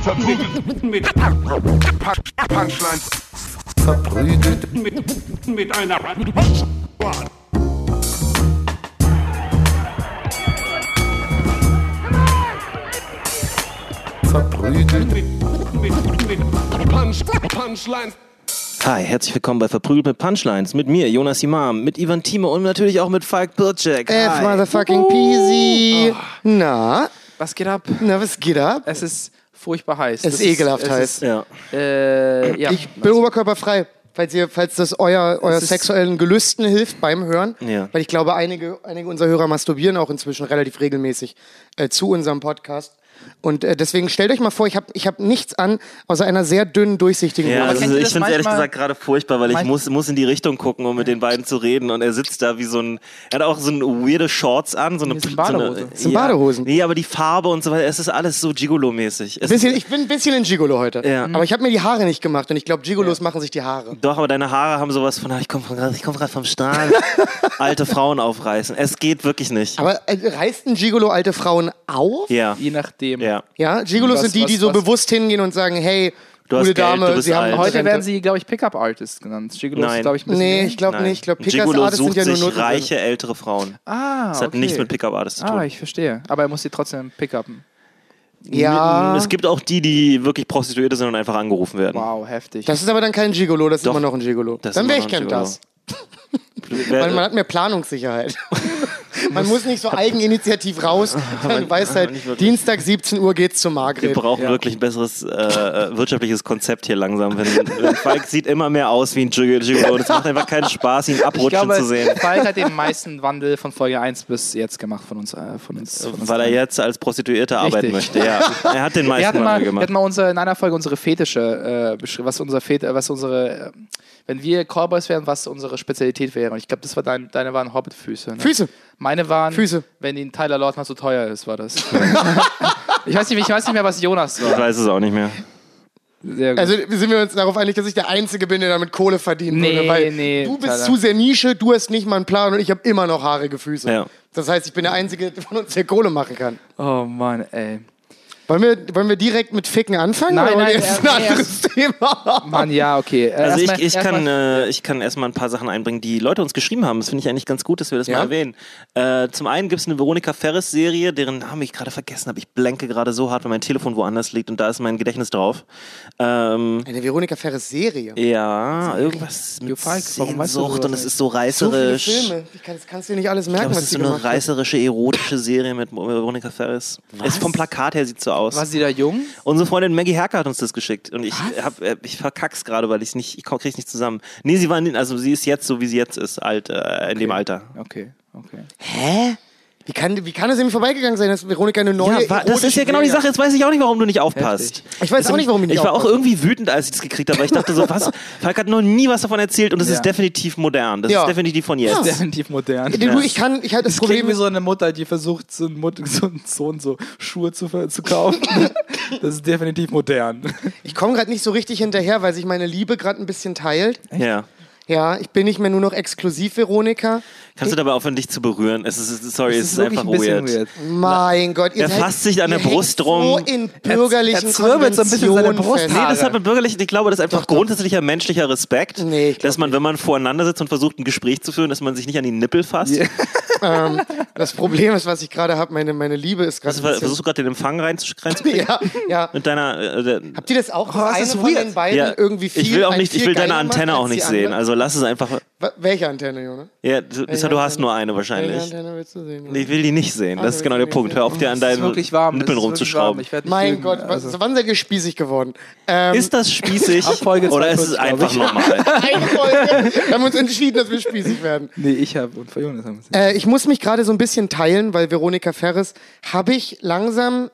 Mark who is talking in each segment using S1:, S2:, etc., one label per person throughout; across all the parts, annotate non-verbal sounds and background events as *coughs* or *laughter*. S1: verprügelt mit Punchlines.
S2: Verprügelt
S1: Mit, mit einer
S2: verprügelt.
S1: mit, mit, mit Punch, Punchlines.
S3: Hi, herzlich willkommen bei Verprügelt mit Punchlines. Mit mir, Jonas Imam, mit Ivan Thieme und natürlich auch mit Falk Birczek.
S4: F
S3: Hi.
S4: motherfucking peasy. Na,
S5: Was geht ab?
S4: na, was geht ab?
S5: Es ist furchtbar heiß.
S4: Es ist ekelhaft heiß.
S3: Ja.
S5: Ist, äh, ja.
S4: Ich bin oberkörperfrei. Falls, ihr, falls das euer, euer
S5: ist-
S4: sexuellen Gelüsten hilft beim Hören,
S3: Ja.
S4: weil ich glaube, einige, einige unserer Hörer masturbieren auch inzwischen relativ regelmäßig äh, zu unserem Podcast. Und äh, deswegen stellt euch mal vor, ich habe ich hab nichts an, außer einer sehr dünnen, durchsichtigen
S3: Ja,
S4: Hose.
S3: also
S5: kennt ihr
S3: ich
S5: das
S3: finde es ehrlich
S5: manchmal-
S3: gesagt gerade furchtbar, weil ich
S5: Manch-
S3: muss, muss in die Richtung gucken, um mit den beiden zu reden. Und er sitzt da wie so ein, er hat auch so eine weirde Shorts an, so eine,
S5: Nee, sind
S3: so eine-
S5: Badehose.
S4: Sind Badehosen.
S3: Nee, aber die Farbe und so weiter, es ist alles so Gigolo-mäßig. Es-
S4: Bisschen, ich bin ein bisschen in Gigolo heute.
S3: Ja.
S4: Aber ich habe mir die Haare nicht gemacht und ich glaube, Gigolos machen sich die Haare.
S3: Doch, aber deine Haare haben sowas von, ah, ich komme gerade komm grad vom
S4: *laughs*
S3: Strand. Alte Frauen aufreißen. Es geht wirklich nicht.
S4: Aber äh, reißt ein Gigolo alte Frauen auf?
S3: Ja.
S5: Je nachdem.
S3: Ja.
S4: Ja, Gigolos
S5: Was-
S4: sind die, die
S5: was-
S4: so
S5: was-
S4: bewusst hingehen und sagen, hey,
S3: Du hast
S4: gute
S3: Geld,
S4: Dame,
S3: du bist
S4: sie haben
S3: alt.
S4: heute
S5: Heute werden sie, glaube ich, Pickup-Artists genannt. Gigolos
S3: Nein.
S5: ist, glaube ich, ein bisschen
S4: Nee, ich glaube
S3: Nein.
S4: nicht. Ich glaube,
S3: Ein
S4: Pickers
S3: Gigolo
S4: Artists
S3: sucht
S4: sind ja nur
S3: sich
S4: Notlügen.
S3: reiche ältere Frauen.
S5: Ah,
S3: Das hat
S5: okay.
S3: nichts mit Pickup-Artists zu tun.
S5: Ah, ich verstehe. Aber er muss sie trotzdem pickuppen.
S4: Ja,
S3: Es gibt auch die, die wirklich Prostituierte sind und einfach angerufen werden.
S5: Wow, heftig.
S4: das ist aber dann kein Gigolo, das ist
S3: Doch.
S4: immer noch ein Gigolo.
S3: Das ist
S4: dann wäre
S3: immer
S4: ich
S3: noch ein Äh,
S4: kein das.
S3: Wer-
S4: Weil man hat
S3: *laughs*
S4: mehr Planungssicherheit. man muss nicht so eigeninitiativ raus. Man weiß
S3: nicht
S4: halt,
S3: wirklich.
S4: Dienstag 17 Uhr geht's zu
S3: Wir
S4: Margret.
S3: brauchen wirklich ein besseres äh, äh, wirtschaftliches Konzept hier langsam. Wenn, wenn Falk sieht immer mehr aus wie ein Jiggle Jiggle und es macht einfach keinen Spaß, ihn
S5: ich
S3: abrutschen
S5: glaube,
S3: zu sehen.
S5: Falk hat den meisten Wandel von Folge 1 bis jetzt gemacht von uns. Äh, von uns, von uns
S3: Weil er
S5: dreien.
S3: jetzt als Prostituierter arbeiten
S5: Richtig.
S3: möchte. Ja, er hat den
S5: Wir
S3: meisten
S5: hatten mal,
S3: Wandel
S5: wir
S3: gemacht.
S5: hatten mal unsere, in einer Folge unsere Fetische äh, beschrieben, was unser Fet äh, was unsere, äh, wenn wir Cowboys wären, was unsere Spezialität wäre. Und ich glaube, das war dein, deine waren Hobbitfüße. Ne?
S4: Füße.
S5: Meine waren,
S4: Füße.
S5: wenn ihnen Tyler Lautner zu teuer ist, war das. *laughs* ich, weiß nicht, ich weiß nicht mehr, was Jonas
S3: Ich
S5: war.
S3: weiß es auch nicht mehr.
S5: Sehr gut.
S4: Also sind wir uns darauf einig, dass ich der Einzige bin, der damit Kohle verdienen
S5: Nee,
S4: würde. Weil
S5: nee,
S4: du bist
S5: Tyler.
S4: zu sehr Nische, du hast nicht mal einen Plan und ich habe immer noch haarige Füße.
S3: Ja.
S4: Das heißt, ich bin der Einzige von uns, der Kohle machen kann.
S5: oh Mann, ey.
S4: Wollen wir, wollen wir direkt mit Ficken anfangen?
S5: Nein,
S4: oder wollen wir
S5: nein,
S4: jetzt ein
S5: äh, nee,
S4: anderes Thema?
S5: Mann, ja, okay. Äh,
S3: Also ich,
S5: erstmal-
S3: ich, kann,
S5: erstmal-
S3: äh, ich kann erstmal ein paar Sachen einbringen, die Leute uns geschrieben haben. Das finde ich eigentlich ganz gut, dass wir das
S4: Ja?
S3: mal erwähnen. Äh, zum einen gibt es eine Veronika Ferris-Serie, deren Namen ich gerade vergessen habe. Ich blenke gerade so hart, weil mein Telefon woanders liegt und da ist mein Gedächtnis drauf. Ähm,
S4: Eine Veronika Ferres Serie.
S3: ja, irgendwas mit
S5: Falk, warum weißt du
S3: Sehnsucht
S5: sowas
S3: und es ist so
S4: So viele
S3: reißerisch.
S4: Filme. Ich kann, das kannst du dir nicht alles merken,
S3: Ich glaube, es
S4: was
S3: ist
S4: die
S3: so eine
S4: gemacht hat.
S3: reißerische, erotische Serie mit Veronika Ferris. Ist vom Plakat her sieht so aus.
S5: War sie da jung?
S3: Unsere Freundin Maggie Herker hat uns das geschickt und ich hab, äh, ich verkack's gerade, weil ich nicht, ich komm- krieg's nicht zusammen. Nee, sie war in, den- also sie ist jetzt so wie sie jetzt ist, alt äh, in dem Alter.
S5: Okay, *laughs* okay.
S4: Hä? Wie kann, wie kann es irgendwie vorbeigegangen sein, dass Veronika eine neue.
S3: Ja, wa- das
S4: erotische
S3: ist ja genau die
S4: Serie
S3: Sache. Jetzt weiß ich auch nicht, warum du nicht aufpasst.
S4: Ich weiß
S3: Das
S4: auch nicht, warum ich nicht
S3: Ich war auch
S4: aufpasse.
S3: irgendwie wütend, als ich das gekriegt habe, weil ich dachte so, was?
S4: *laughs*
S3: Falk hat noch nie was davon erzählt und das
S5: Ja.
S3: ist definitiv modern. Das
S4: Ja.
S3: ist definitiv von jetzt.
S5: Definitiv modern.
S4: hat? Du, ich kann, ich hatte das
S5: Das klingt
S4: Problem.
S5: wie so eine Mutter, die versucht, so einen, Mut so einen Sohn so Schuhe zu, ver- zu kaufen. *laughs* Das ist definitiv modern.
S4: Ich komme gerade nicht so richtig hinterher, weil sich meine Liebe gerade ein bisschen teilt.
S3: Ja.
S4: Ja, ich bin nicht mehr nur noch exklusiv Veronika.
S3: Kannst du dabei aufhören, dich zu berühren? Es ist, es ist sorry, es ist, einfach weird.
S4: Mein Gott, ihr
S3: Er
S4: seid-
S3: fasst sich an
S4: ihr
S3: der Brust
S4: hängt
S3: rum.
S4: So in bürgerlichen
S5: er zwirbelt so ein bisschen seine
S4: Konventionen
S5: Brust.
S4: fest.
S3: Nee, das hat mit bürgerlichen, ich glaube, das ist einfach grundsätzlicher menschlicher Respekt,
S4: Nee, ich glaub
S3: dass man, wenn man voreinander sitzt und versucht, ein Gespräch zu führen, dass man sich nicht an die Nippel fasst.
S4: Das Problem ist, was ich gerade habe, meine, meine Liebe ist gerade.
S3: Also,
S4: ein
S3: ver-
S4: bisschen-
S3: Versuchst du gerade den Empfang rein- reinzukriegen?
S4: *laughs* Ja, ja.
S3: Mit deiner. Äh, der,
S4: Habt ihr das auch? Oh,
S5: das
S4: eine
S5: ist
S4: von
S5: weird.
S4: den beiden
S3: ja,
S4: irgendwie viel,
S3: ich will auch
S4: ein
S3: nicht, ich
S4: viel
S3: will deine
S4: geiler macht
S3: Antenne auch
S4: als die
S3: nicht sehen.
S4: andere?
S3: Also lass es einfach.
S4: Wa- Welche Antenne, Junge?
S3: Ja, du, du hast nur eine
S4: Welche
S3: wahrscheinlich.
S4: Antenne willst du sehen? Junge?
S3: Ich will die nicht sehen. Das ist genau der Punkt. Hör auf, dir an
S5: Es ist
S3: deinen
S5: wirklich warm.
S3: Nippeln
S5: es ist wirklich warm.
S3: rumzuschrauben.
S5: Ich werd nicht
S4: Mein
S5: lügen.
S4: Gott, was,
S5: Also,
S4: wann seid ihr spießig geworden? Ähm,
S3: Ist das spießig
S5: Ab Folge
S3: oder ist es
S5: 42,
S3: einfach
S5: glaub
S3: normal?
S4: *laughs* eine Folge. Wir haben uns entschieden, dass wir spießig werden.
S5: nee, ich habe und für Jonas haben wir es.
S4: Äh, ich muss mich gerade so ein bisschen teilen, weil Veronika Ferres habe ich langsam.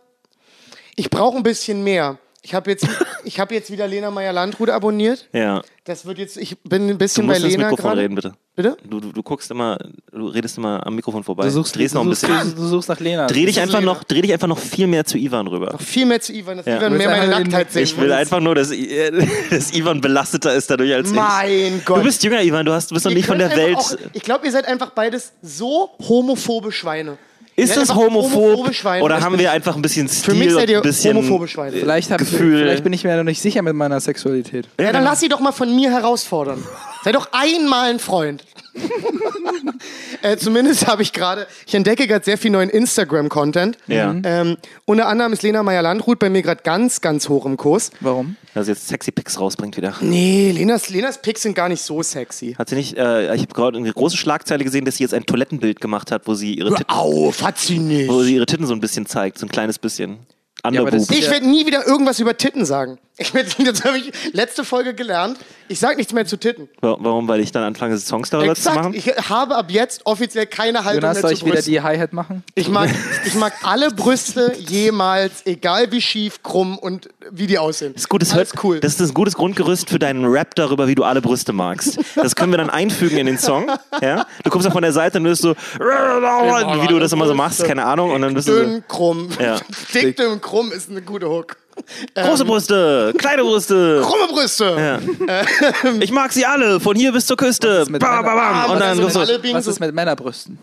S4: Ich brauche ein bisschen mehr. Ich habe
S5: *laughs*
S4: jetzt, ich habe jetzt wieder Lena Meyer-Landrut abonniert.
S3: Ja.
S4: Das wird jetzt, ich bin ein
S3: Du
S4: bisschen bei
S3: musst ins
S4: Lena
S3: Mikrofon
S4: gerade.
S3: reden, bitte.
S4: Bitte?
S3: Du, du, du guckst immer, du redest immer am Mikrofon vorbei.
S5: Du suchst,
S3: drehst
S5: du,
S3: noch ein
S5: suchst,
S3: bisschen.
S5: du, du suchst nach Lena.
S3: Dreh dich einfach
S4: Lena.
S3: noch, dreh dich einfach noch viel mehr zu Ivan rüber.
S4: Viel mehr zu Ivan, dass
S3: Ja.
S4: Ivan
S3: Du
S4: mehr
S5: willst
S4: meine
S5: einfach den-
S4: Nacktheit sehen
S3: Ich will einfach nur, dass, I- *laughs* äh, dass Ivan belasteter ist dadurch als ich.
S4: Mein Gott.
S3: Du bist jünger, Ivan, du hast, du bist noch
S4: Ihr
S3: nicht von
S4: könnt
S3: der Welt.
S4: einfach Auch, ich glaube, ihr seid einfach beides so homophobe Schweine.
S3: Ist
S4: Ja,
S3: das
S4: einfach
S3: homophob
S4: homophobe Schweine.
S3: oder
S4: Das
S3: haben
S4: bin
S3: wir einfach ein bisschen Stil
S4: Für mich seid
S3: und
S4: ihr
S3: ein bisschen
S4: homophobe Schweine.
S5: Vielleicht, hab,
S3: Gefühl.
S5: vielleicht bin ich mir noch nicht sicher mit meiner Sexualität.
S4: Ja, dann lass sie doch mal von mir herausfordern. Sei doch einmal ein Freund. äh, zumindest habe ich gerade, ich entdecke gerade sehr viel neuen Instagram-Content.
S3: Ja.
S4: Ähm, unter anderem ist Lena Meyer-Landrut bei mir gerade ganz, ganz hoch im Kurs.
S5: Warum?
S3: dass sie jetzt sexy Pics rausbringt wieder.
S4: Nee, Lenas, Lenas Picks sind gar nicht so sexy.
S3: Hat sie nicht, äh, ich habe gerade eine große Schlagzeile gesehen, dass sie jetzt ein Toilettenbild gemacht hat, wo sie ihre Titten,
S4: Auf, hat sie nicht.
S3: wo sie ihre Titten so ein bisschen zeigt, so ein kleines bisschen.
S5: aber das-
S3: Underboob.
S4: Ich
S5: Ja.
S4: werde nie wieder irgendwas über Titten sagen. Ich werd, *laughs* das habe ich letzte Folge gelernt. Ich sage nichts mehr zu Titten.
S3: Wa- Warum? Weil ich dann anfange, Songs darüber zu
S4: Exakt.
S3: machen?
S4: Ich habe ab jetzt offiziell keine Haltung
S5: Jonas,
S4: mehr
S5: soll
S4: zu
S5: ich wieder
S4: Brüsten.
S5: die Hi-Hat machen?
S4: Ich mag, ich mag alle Brüste jemals, egal wie schief, krumm und wie die aussehen.
S3: Das ist gut, das
S4: Alles
S3: hört,
S4: cool.
S3: Das ist ein gutes Grundgerüst für deinen Rap darüber, wie du alle Brüste magst. Das können wir dann einfügen in den Song. Ja? Du kommst dann von der Seite und wirst so, wie du das immer so machst, keine Ahnung. Und dann bist du so,
S4: dünn, krumm.
S3: Ja.
S4: *laughs* Dick, dünn, krumm ist eine gute Hook.
S3: große
S4: Ähm,
S3: Brüste, kleine Brüste.
S4: Krumme Brüste!
S3: Ich mag sie alle, von hier bis zur Küste.
S5: ist mit
S3: Bam, bam,
S4: Ah,
S3: bam.
S4: was
S3: Und dann
S4: ist mit
S3: kommst du,
S4: alle biegen
S5: Was
S4: so-
S5: ist mit Männerbrüsten?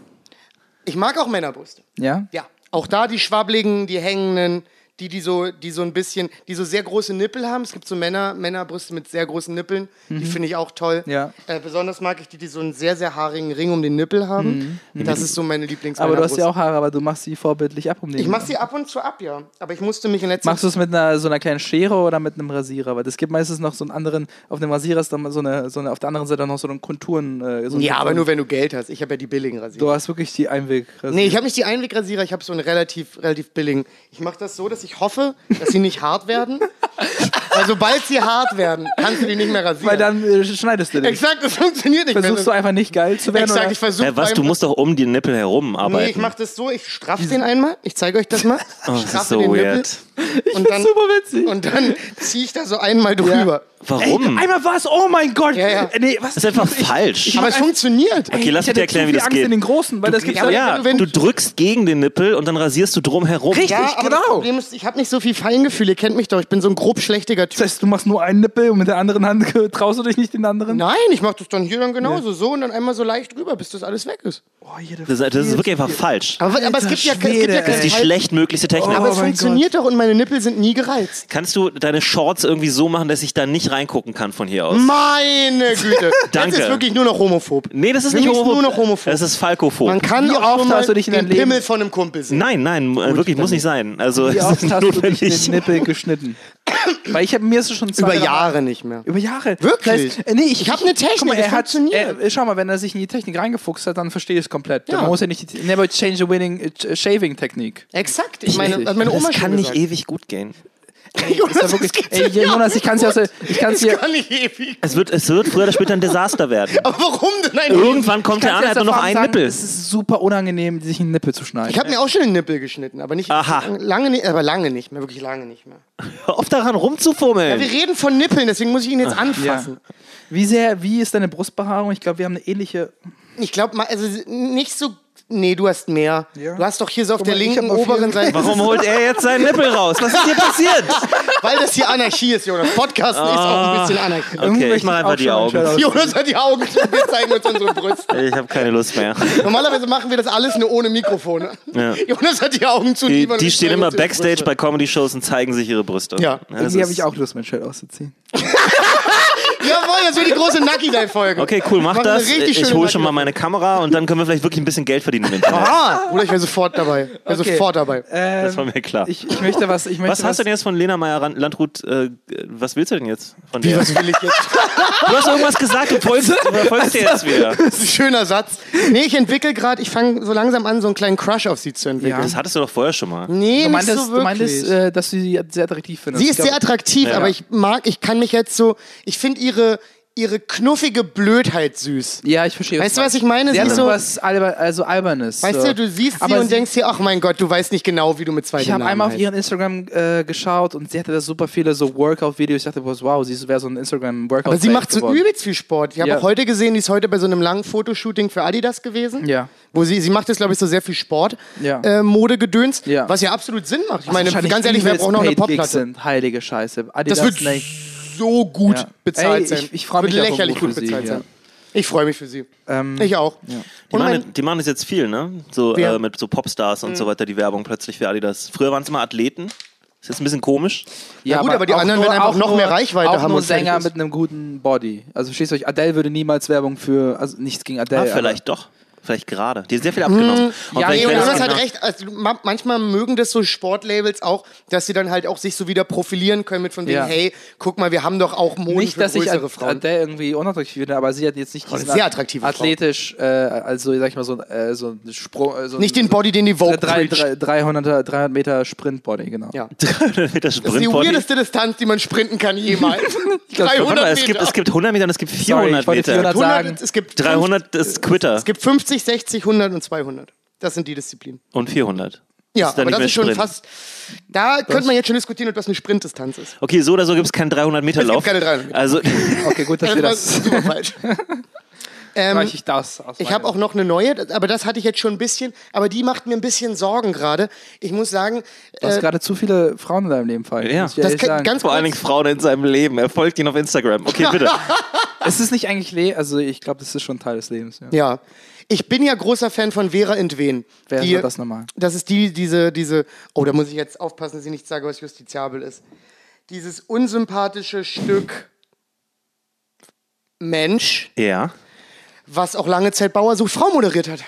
S4: Ich mag auch Männerbrüste.
S5: Ja?
S4: Ja. Auch da die schwabbligen, die hängenden, die, die so, die so ein bisschen, die so sehr große Nippel haben. Es gibt so Männer, Männerbrüste mit sehr großen Nippeln. Die finde ich auch toll.
S5: Mhm. Ja.
S4: Äh, besonders mag ich die, die so einen sehr, sehr haarigen Ring um den Nippel haben. Das ist so meine Lieblings
S5: Mhm. Aber du hast ja auch Haare, aber du machst sie vorbildlich ab, um den
S4: Ich mach sie ab und zu ab, ja. Aber ich musste mich in letzter
S5: Machst du es mit einer, so einer kleinen Schere oder mit einem Rasierer? Weil das gibt meistens noch so einen anderen, auf dem Rasierer ist dann mal so eine, so eine auf der anderen Seite noch so einen Konturen. Äh, so einen
S4: Ja, aber
S5: Konturen.
S4: nur wenn du Geld hast. Ich habe ja die billigen Rasierer.
S5: Du hast wirklich die Einweg.
S4: Nee, ich habe nicht die Einwegrasierer, ich habe so einen relativ, relativ billigen. Ich mache das so, dass ich hoffe, dass sie nicht hart werden. *laughs* Weil sobald sie hart werden, kannst du die nicht mehr rasieren.
S5: Weil dann äh, schneidest du dich.
S4: Exakt, das funktioniert nicht. wenn
S5: Versuchst du einfach nicht geil zu werden.
S4: Exakt,
S5: Oder?
S4: ich versuche.
S3: äh, was, du musst doch um die Nippel herum arbeiten.
S4: Nee, ich mach das so, ich straff den einmal. Ich zeige euch das mal. Ich
S3: Oh, das
S4: straffe
S3: ist so
S4: den Nippel
S3: weird.
S4: und dann,
S5: Super witzig.
S4: und dann zieh ich da so einmal drüber.
S3: Warum?
S5: Einmal was? Oh mein Gott!
S4: Ja, ja.
S5: Äh, Nee, was?
S3: das ist einfach falsch.
S4: Aber es funktioniert.
S3: okay, lass
S5: ich
S3: mich
S5: hatte
S3: dir erklären,
S5: zu
S3: wie
S5: viel
S3: das
S5: Angst
S3: geht.
S5: in den großen, weil das gibt's
S4: aber
S5: ja,
S3: ja,
S4: wenn
S3: du
S4: du-
S3: drückst gegen den Nippel und dann rasierst du drum herum.
S5: Richtig.
S4: Ja, aber das
S5: genau.
S4: Problem ist, ich habe nicht so viel Feingefühl. Ihr kennt mich doch, ich bin so ein grob schlechtiger Typ.
S5: Das heißt, du machst nur einen Nippel und mit der anderen Hand *laughs* traust du dich nicht den anderen?
S4: Nein, ich mach das dann hier dann genauso. So und dann einmal so leicht rüber, bis das alles weg ist.
S5: Oh, hier,
S3: Das, ist- das ist wirklich einfach falsch.
S4: Aber, aber es
S5: Alter
S4: gibt ja, es gibt
S5: Schwede,
S4: ja
S3: Das ist die
S4: kein Fall-
S3: schlechtmöglichste Technik.
S4: Aber
S5: Oh
S4: es
S5: mein
S4: funktioniert doch und meine Nippel sind nie gereizt.
S3: Kannst du deine Shorts irgendwie so machen, dass ich da nicht reingucken kann von hier aus?
S4: Meine *laughs* Güte.
S3: Danke.
S4: Das ist wirklich nur noch homophob.
S3: Nee, das ist
S4: Für
S3: nicht
S4: mich ist
S3: homophob.
S4: nur noch homophob.
S3: Das ist falkophob.
S4: Man kann
S5: Wie
S4: auch
S5: oft
S4: schon mal
S5: hast du dich in
S4: den
S5: deinem Leben-
S4: Pimmel von einem Kumpel sehen.
S3: nein, nein, äh, wirklich, muss nicht sein. Also, *laughs*
S5: Wie
S3: es
S5: oft
S3: ist
S5: hast du dich
S3: notwendig.
S5: den Nippel
S3: *coughs*
S5: geschnitten? Weil ich habe mir ist es schon zwei
S4: Über
S5: drei Mal-
S4: Jahre nicht mehr.
S5: Über Jahre.
S4: Wirklich?
S5: äh, nee, ich
S4: Ich hab ne Technik,
S5: Guck mal,
S4: das
S5: er hat,
S4: funktioniert.
S5: er, schau mal, wenn er sich in die Technik reingefuchst hat, dann verstehe ich es komplett.
S4: Ja.
S5: Dann muss er nicht die never change a winning äh, shaving Technik.
S4: Exakt. Ich meine,
S5: Richtig.
S4: hat meine Oma
S3: das kann
S4: schon
S3: nicht
S4: gesagt.
S3: ewig gut gehen.
S4: Jonas,
S5: Ist ja wirklich, ey, Jonas, ich kann es ja, aus der- ich kann's
S4: Das
S5: ja,
S4: kann nicht ewig.
S3: Es wird, es wird früher oder später ein Desaster
S4: *laughs*
S3: werden.
S4: Aber warum denn ein
S3: Irgendwann kommt der
S5: kann's
S3: an,
S5: ja
S3: er hat nur noch
S5: erfahren
S3: einen
S5: sagen,
S3: Nippel.
S5: Es ist super unangenehm, sich einen Nippel zu schneiden.
S4: Ich habe mir auch schon den Nippel geschnitten, aber nicht
S3: Aha.
S4: lange nicht, aber lange nicht mehr, wirklich lange nicht mehr.
S3: Hör auf daran rumzufummeln.
S4: Wir reden von Nippeln, deswegen muss ich ihn jetzt anfassen.
S5: Wie sehr, wie ist deine Brustbehaarung? Ich glaube, wir haben eine ähnliche.
S4: Ich glaube, also nicht so Nee, du hast mehr.
S5: Ja.
S4: Du hast doch hier so auf
S5: Guck
S4: der
S5: mal, ich
S4: linken
S5: hab auf
S4: oberen
S5: jeden-
S4: Seite.
S3: Warum holt er jetzt seinen Nippel raus? Was ist hier passiert?
S4: *laughs* Weil das hier Anarchie ist, Jonas. Podcasten ist auch ein bisschen Anarchie. Mhm.
S5: Irgendwie
S3: Okay, ich
S5: möchte
S3: mache
S5: ich
S3: einfach
S5: auch
S3: die
S5: schon einen
S3: Augen.
S5: Shadow-
S4: Jonas hat die Augen zu, wir zeigen uns unsere
S3: *laughs*
S4: Brüste.
S3: Ich habe keine Lust
S4: *laughs*
S3: mehr.
S4: Normalerweise machen wir das alles nur ohne Mikrofone. Jonas hat die Augen zu.
S3: Die,
S4: Ivan,
S3: die
S4: wir
S3: stehen
S4: zeigen
S3: immer
S4: uns ihre
S3: backstage bei
S4: Brüste.
S3: Comedy-Shows und zeigen sich ihre Brüste.
S4: Ja.
S3: das
S5: Irgendwie habe
S3: ist-
S5: ich auch Lust, mein Shirt auszuziehen.
S4: Jawohl, das wird die große Nucky-Day-Folge.
S3: Okay, cool, mach
S4: Machen wir
S3: das.
S4: eine richtig
S3: Ich,
S4: schöne
S3: hole schon mal
S4: Nucky-Day.
S3: meine Kamera und dann können wir vielleicht wirklich ein bisschen Geld verdienen im
S4: *laughs*
S3: Internet.
S4: Ah, oder ich wäre sofort dabei. Wäre sofort dabei.
S3: Das war mir klar.
S5: Ähm, Ich, ich möchte was. Ich möchte
S3: was hast du denn jetzt von Lena Meyer Rand- Landrut? Äh, was willst du denn jetzt von
S4: Wie,
S3: dir?
S4: was will ich jetzt?
S3: Du hast irgendwas gesagt, du folgst, *laughs*
S4: *laughs*
S3: du folgst dir jetzt wieder.
S4: Das ist ein schöner Satz. Nee, ich entwickle gerade, ich fange so langsam an, so einen kleinen Crush auf sie zu entwickeln.
S3: Das hattest du doch vorher schon mal.
S4: Nee,
S5: Du meintest,
S4: nicht so
S5: du
S4: wirklich.
S5: meintest äh, dass du sie sehr attraktiv findest.
S4: Sie
S5: Ich
S4: ist
S5: glaub,
S4: sehr attraktiv,
S3: Ja.
S4: aber ich mag, ich kann mich jetzt so, ich finde ihre, ihre knuffige Blödheit süß.
S5: Ja, ich verstehe.
S4: Weißt du, was ich meine?
S5: Sie
S4: Sie
S5: hat
S4: ist
S5: so
S4: so,
S5: was Alber also Albernes.
S4: weißt
S5: so.
S4: du, du siehst sie
S5: Aber
S4: und denkst dir, ach mein Gott, du weißt nicht genau, wie du mit zwei
S5: Ich habe
S4: Namen
S5: einmal auf
S4: heißt.
S5: ihren Instagram äh, geschaut und sie hatte da super viele so Workout-Videos. Ich dachte, boah, wow, sie wäre so ein Instagram-Workout.
S4: Aber sie macht so
S5: geworden.
S4: übelst viel Sport. Ich habe
S5: Ja.
S4: auch heute gesehen, die ist heute bei so einem langen Fotoshooting für Adidas gewesen.
S5: Ja.
S4: Wo sie, sie macht jetzt, glaube ich, so sehr viel Sport,
S5: Ja.
S4: äh, Modegedöns,
S5: Ja.
S4: was ja absolut Sinn macht. Ich
S5: Was
S4: meine,
S5: wahrscheinlich
S4: ganz ehrlich, wer
S5: übelst
S4: braucht noch eine
S5: paid gigs
S4: Popplatte?
S5: sind. Heilige Scheiße. Adidas,
S4: Das wird
S5: nee.
S4: so gut
S5: Ja.
S4: bezahlt
S5: Ey,
S4: sein.
S5: ich- ich freu mich
S4: Wird
S5: auch so
S4: lächerlich
S5: gut
S4: gut
S5: für sie,
S4: bezahlt
S5: ja.
S4: sein. Ich freue mich für sie.
S5: Ähm,
S4: ich auch.
S3: Die
S4: Und mein, Mhm.
S3: machen, die machen das jetzt viel, ne? So
S4: Wer?
S3: äh, mit so Popstars und so weiter, die Werbung plötzlich für Adidas. Früher waren es mal Athleten. Ist jetzt ein bisschen komisch.
S5: Ja,
S4: gut, aber die
S5: auch
S4: anderen werden einfach noch mehr Reichweite
S5: auch
S4: haben,
S5: Nur
S4: wenn's fertig
S5: Sänger
S4: ist.
S5: mit einem guten Body. Also verstehst du euch, Adele würde niemals Werbung für, also nichts gegen Adele.
S3: ah,
S5: aber-
S3: vielleicht doch. Vielleicht gerade. Die hat sehr viel abgenommen. Und
S5: Ja,
S3: vielleicht
S4: Nee, und
S3: wäre
S4: Mhm. du
S3: das
S4: hast halt
S3: genau- *laughs*
S4: recht. Also, ma- manchmal mögen das so Sportlabels auch, dass sie dann halt auch sich so wieder profilieren können mit von wegen,
S5: Ja.
S4: hey, guck mal, wir haben doch auch Moden
S5: Nicht,
S4: für
S5: dass ich
S4: größere
S5: Ad
S4: Frauen.
S5: Adele irgendwie unattraktiv finde, aber sie hat jetzt nicht
S4: ist
S5: diesen
S4: eine sehr
S5: at-
S4: attraktive Frau.
S5: athletisch, äh, also sag ich mal so ein, äh, so ein Sprung, äh, so ein-
S4: Nicht den Body, den die
S5: so
S4: Vogue
S5: ein drei,
S4: preacht.
S5: drei, 300, 300 Meter Sprintbody, genau.
S4: Ja.
S3: mit der
S4: Das ist die
S3: Sprintbody.
S4: weirdeste Distanz, die man sprinten kann jemals.
S3: Warte
S4: 300
S3: mal,
S4: Meter.
S3: es gibt, es gibt 100 Meter und es gibt
S5: Sorry,
S3: 400
S5: ich wollte
S3: Meter.
S5: 400 sagen.
S4: 100, es gibt
S3: 300 ist Quitter
S4: Es gibt 50, 60, 100 und 200. Das sind die Disziplinen.
S3: und 400.
S4: Ja,
S3: dann
S4: aber das
S3: nicht
S4: ist schon
S3: mehr Sprint.
S4: fast. Da könnte man jetzt schon diskutieren, ob das eine Sprintdistanz ist.
S3: Okay, so oder so gibt es keinen 300-Meter-Lauf.
S4: Es gibt keine 300 Meter.
S3: Also,
S5: Okay, gut, *laughs* dass wir
S4: Das
S5: das.
S4: war super falsch. ähm,
S5: Reiche ich das aus
S4: ich habe auch noch eine neue, aber das hatte ich jetzt schon ein bisschen, aber die macht mir ein bisschen Sorgen gerade. Ich muss sagen, äh,
S5: Du hast gerade zu viele Frauen in deinem Leben fallen.
S3: Ja.
S5: muss ich
S4: das
S5: ehrlich
S4: kann,
S5: sagen.
S3: *laughs*
S4: ganz
S3: vor allen
S4: kurz,
S3: Dingen Frauen in seinem Leben. Er folgt ihn auf Instagram. Okay,
S4: *laughs*
S3: bitte.
S5: Ist es nicht eigentlich Le Also ich glaube, das ist schon Teil des Lebens. Ja.
S4: Ja. Ich bin ja großer Fan von Vera Entwen.
S5: Wer
S4: die,
S5: ist das nochmal?
S4: Das ist die, diese, diese, oh, da muss ich jetzt aufpassen, dass ich nicht sage, was justiziabel ist. Dieses unsympathische Stück Mensch,
S3: ja.
S4: was auch lange Zeit Bauer sucht Frau moderiert hat.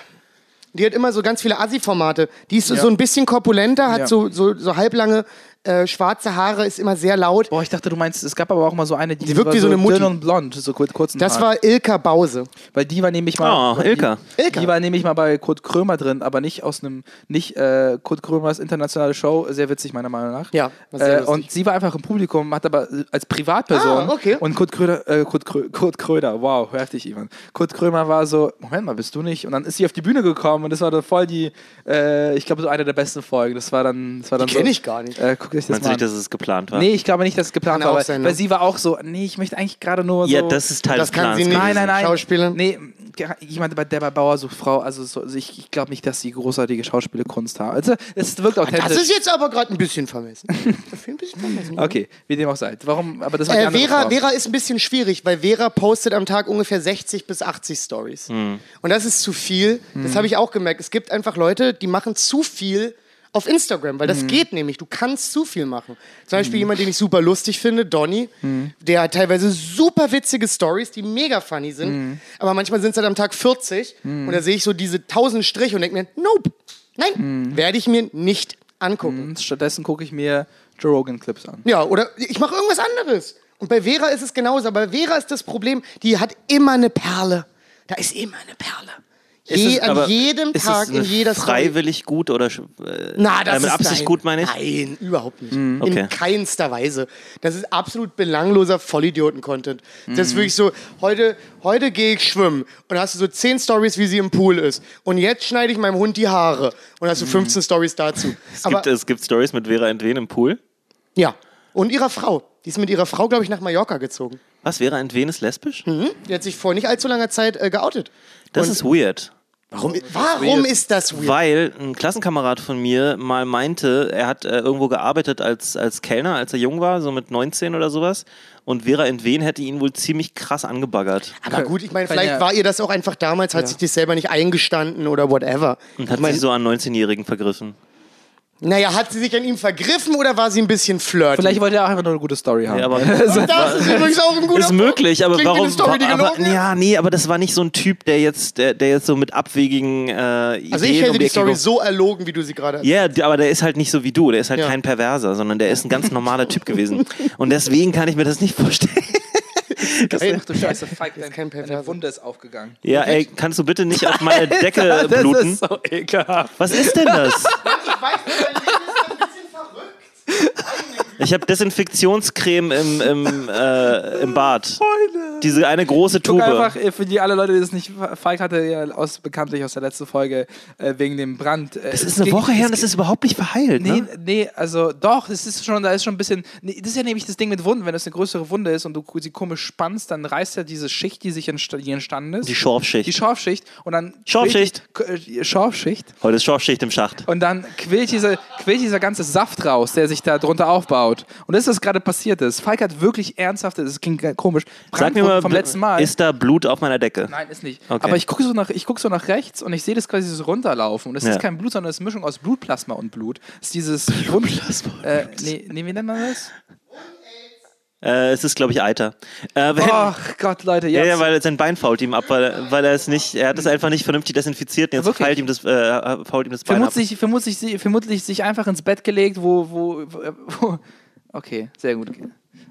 S4: Die hat immer so ganz viele Assi-Formate. Die ist so- so ein bisschen korpulenter, hat
S5: Ja.
S4: so, so, so halblange äh, schwarze Haare, ist immer sehr laut.
S5: Boah, ich dachte, du meinst, es gab aber auch mal so eine, die,
S4: Die wirkt
S5: war
S4: wie so eine Mutti.
S5: dünn und blond, so kurz, kurzen
S4: Das
S5: Haaren.
S4: war Ilka Bause.
S5: Weil die war nämlich mal.
S3: Oh, Ilka.
S5: Die,
S4: Ilka.
S5: die war nämlich mal bei Kurt Krömer drin, aber nicht aus einem, nicht äh, Kurt Krömers internationale Show, sehr witzig meiner Meinung nach.
S4: Ja, war sehr
S5: Äh,
S4: lustig.
S5: und sie war einfach im Publikum, hat aber äh, als Privatperson.
S4: Ah, okay.
S5: Und Kurt Kröder, äh, Kurt, Krö, Kurt Kröder, wow, heftig, Ivan. Kurt Krömer war so, Moment mal, bist du nicht? Und dann ist sie auf die Bühne gekommen und das war dann voll die, äh, ich glaube, so eine der besten Folgen. Das war dann, das war dann
S4: Die
S5: so.
S4: kenn ich gar nicht.
S5: Äh, guck dich das
S3: Meinst
S5: mal
S3: du
S5: an.
S3: nicht, dass es geplant war?
S5: Nee, ich glaube nicht, dass es geplant
S4: Kann
S5: war,
S4: auch
S5: weil,
S4: sein, ne?
S5: weil sie war auch so, nee, ich möchte eigentlich gerade nur so.
S3: Ja, das ist Teil
S4: also, Das
S3: des
S4: kann
S3: Plans.
S4: sie nicht.
S3: gewesen.
S5: Nein, nein, nein.
S4: Schauspieler?
S5: Nee, ja, jemand bei der bei Bauer sucht Frau. Also, so, also ich, ich glaube nicht, dass sie großartige Schauspielkunst haben. Also, es wirkt authentisch.
S4: Ah, Das ist jetzt aber gerade ein bisschen vermessen.
S5: *laughs*
S4: Das ist ein bisschen vermessen.
S5: okay, wie dem auch sei. Warum? Aber das war die
S4: Äh,
S5: andere
S4: Vera,
S5: Frau.
S4: Vera ist ein bisschen schwierig, weil Vera postet am Tag ungefähr 60 bis 80 Stories.
S5: Hm.
S4: Und das ist zu viel. Das habe ich auch gemerkt. Es gibt einfach Leute, die machen zu viel auf Instagram, weil das geht nämlich. Du kannst zu viel machen. Zum Beispiel jemand, den ich super lustig finde, Donny, der hat teilweise super witzige Stories, die mega funny sind. Aber manchmal sind es halt am Tag 40 und da sehe ich so diese 1000 Striche und denke mir, nope, nein, werde ich mir nicht angucken.
S5: Und Stattdessen gucke ich mir Joe Rogan Clips an.
S4: Ja, oder ich mache irgendwas anderes. Und bei Vera ist es genauso. Aber bei Vera ist das Problem, die hat immer eine Perle. Da ist immer eine Perle. Je,
S3: Ist es- aber
S4: an jedem
S3: ist
S4: Tag,
S3: es
S4: in jeder Story.
S3: Freiwillig gut oder sch- äh,
S4: Na, das
S3: äh, mit
S4: ist
S3: Absicht
S4: nein.
S3: gut, meine ich? Hm,
S4: Nein, überhaupt nicht.
S3: okay.
S4: In keinster Weise. Das ist absolut belangloser Vollidioten-Content. Das ist
S3: Hm.
S4: wirklich so, heute, heute gehe ich schwimmen und hast du so 10 Stories, wie sie im Pool ist. Und jetzt schneide ich meinem Hund die Haare und hast du 15 Stories dazu.
S3: Hm. Es
S4: Aber,
S3: gibt, es gibt Stories mit Vera Entwen im Pool.
S4: ja. Und ihrer Frau. Die ist mit ihrer Frau, glaube ich, nach Mallorca gezogen.
S3: Was, Vera Entwen ist lesbisch?
S4: Die hat sich vor nicht allzu langer Zeit äh, geoutet.
S3: Das ist weird.
S4: Warum, warum ist das weird?
S3: Weil ein Klassenkamerad von mir mal meinte, er hat äh, irgendwo gearbeitet als, als Kellner, als er jung war, so mit 19 oder sowas. Und Vera Entwen hätte ihn wohl ziemlich krass angebaggert.
S4: Aber gut, ich meine,
S5: Kann
S4: vielleicht
S5: ja-
S4: war ihr das auch einfach damals, hat sich das selber nicht eingestanden oder whatever.
S3: Und hat
S4: ich mein,
S3: sich so an 19-Jährigen
S4: *laughs*
S3: vergriffen.
S4: naja, hat sie sich an ihm vergriffen oder war sie ein bisschen flirt?
S5: Vielleicht wollte er auch einfach nur eine gute Story haben.
S3: Ja, aber
S4: das ist übrigens auch ein guter
S3: ist möglich, aber
S4: Klingt wie
S3: warum?
S4: Eine Story, die
S3: aber,
S4: gelogen ist.
S3: ja, nee, aber das war nicht so ein Typ, der jetzt, der, der jetzt so mit abwegigen äh, Ideen
S4: also ich hätte
S3: um
S4: die
S3: Ecke
S4: Story
S3: kommt.
S4: so erlogen, wie du sie gerade
S3: Ja, d- aber der ist halt nicht so wie du. Der ist halt
S4: Ja.
S3: kein Perverser, sondern der ist ein ganz normaler
S4: *laughs*
S3: Typ gewesen. Und deswegen kann ich mir das nicht vorstellen.
S5: Ach du Scheiße, Falk,
S4: kein
S5: dein,
S4: Perverser.
S5: deine Wunde ist
S3: *laughs*
S5: aufgegangen.
S3: Ja, ey, kannst du bitte nicht auf meine Decke
S5: Das
S3: bluten?
S5: ist so ekelhaft.
S3: Was ist denn das?
S4: Ich weiß, nicht, mein Leben ist ein bisschen verrückt.
S3: Ich habe Desinfektionscreme im, im, äh, im Bad. Diese eine große
S5: Guck
S3: Tube.
S5: einfach, äh, für die alle Leute, die das nicht, äh, Falk hatte ja aus, bekanntlich aus der letzten Folge äh, wegen dem Brand. Äh,
S3: Das ist eine Woche her und das ist überhaupt nicht verheilt.
S5: Nee,
S3: Ne?
S5: nee, also doch, es ist schon, da ist schon ein bisschen. Nee, das ist ja nämlich das Ding mit Wunden. Wenn das eine größere Wunde ist und du sie komisch spannst, dann reißt ja diese Schicht, die sich entsta- die entstanden ist.
S3: Die Schorfschicht.
S5: Die Schorfschicht. Und dann.
S3: Schorfschicht.
S5: quillt die- äh, Schorfschicht.
S3: Heute ist Schorfschicht im Schacht.
S5: Und dann quillt dieser, quillt dieser ganze Saft raus, der sich da drunter aufbaut. Und das ist, was gerade passiert ist. Falk hat wirklich ernsthaft, das klingt komisch.
S3: Sag mir immer
S5: vom
S3: bl-
S5: letzten Mal.
S3: ist da Blut auf meiner Decke.
S5: Nein, ist nicht.
S3: Okay.
S5: Aber ich gucke so, nach- ich guck so nach rechts und ich sehe das quasi so runterlaufen. Und es
S3: Ja.
S5: ist kein Blut, sondern es ist eine Mischung aus Blutplasma und Blut. Es ist dieses
S3: *laughs*
S5: Blutplasma. Äh, nee, nee, wie nennt man das?
S3: Äh, es ist, glaube ich, Eiter.
S5: Oh,
S3: Äh, wenn,
S5: Ach Gott, Leute,
S3: ja,
S5: jetzt.
S3: ja, weil er- sein Bein fault ihm ab, weil, weil er es nicht, er hat es einfach nicht vernünftig desinfiziert und jetzt
S5: Wirklich?
S3: fault ihm das, äh, fault ihm das Bein ab.
S5: vermutlich, vermutlich, sie- vermutlich sich einfach ins Bett gelegt, wo. wo, wo okay, sehr gut.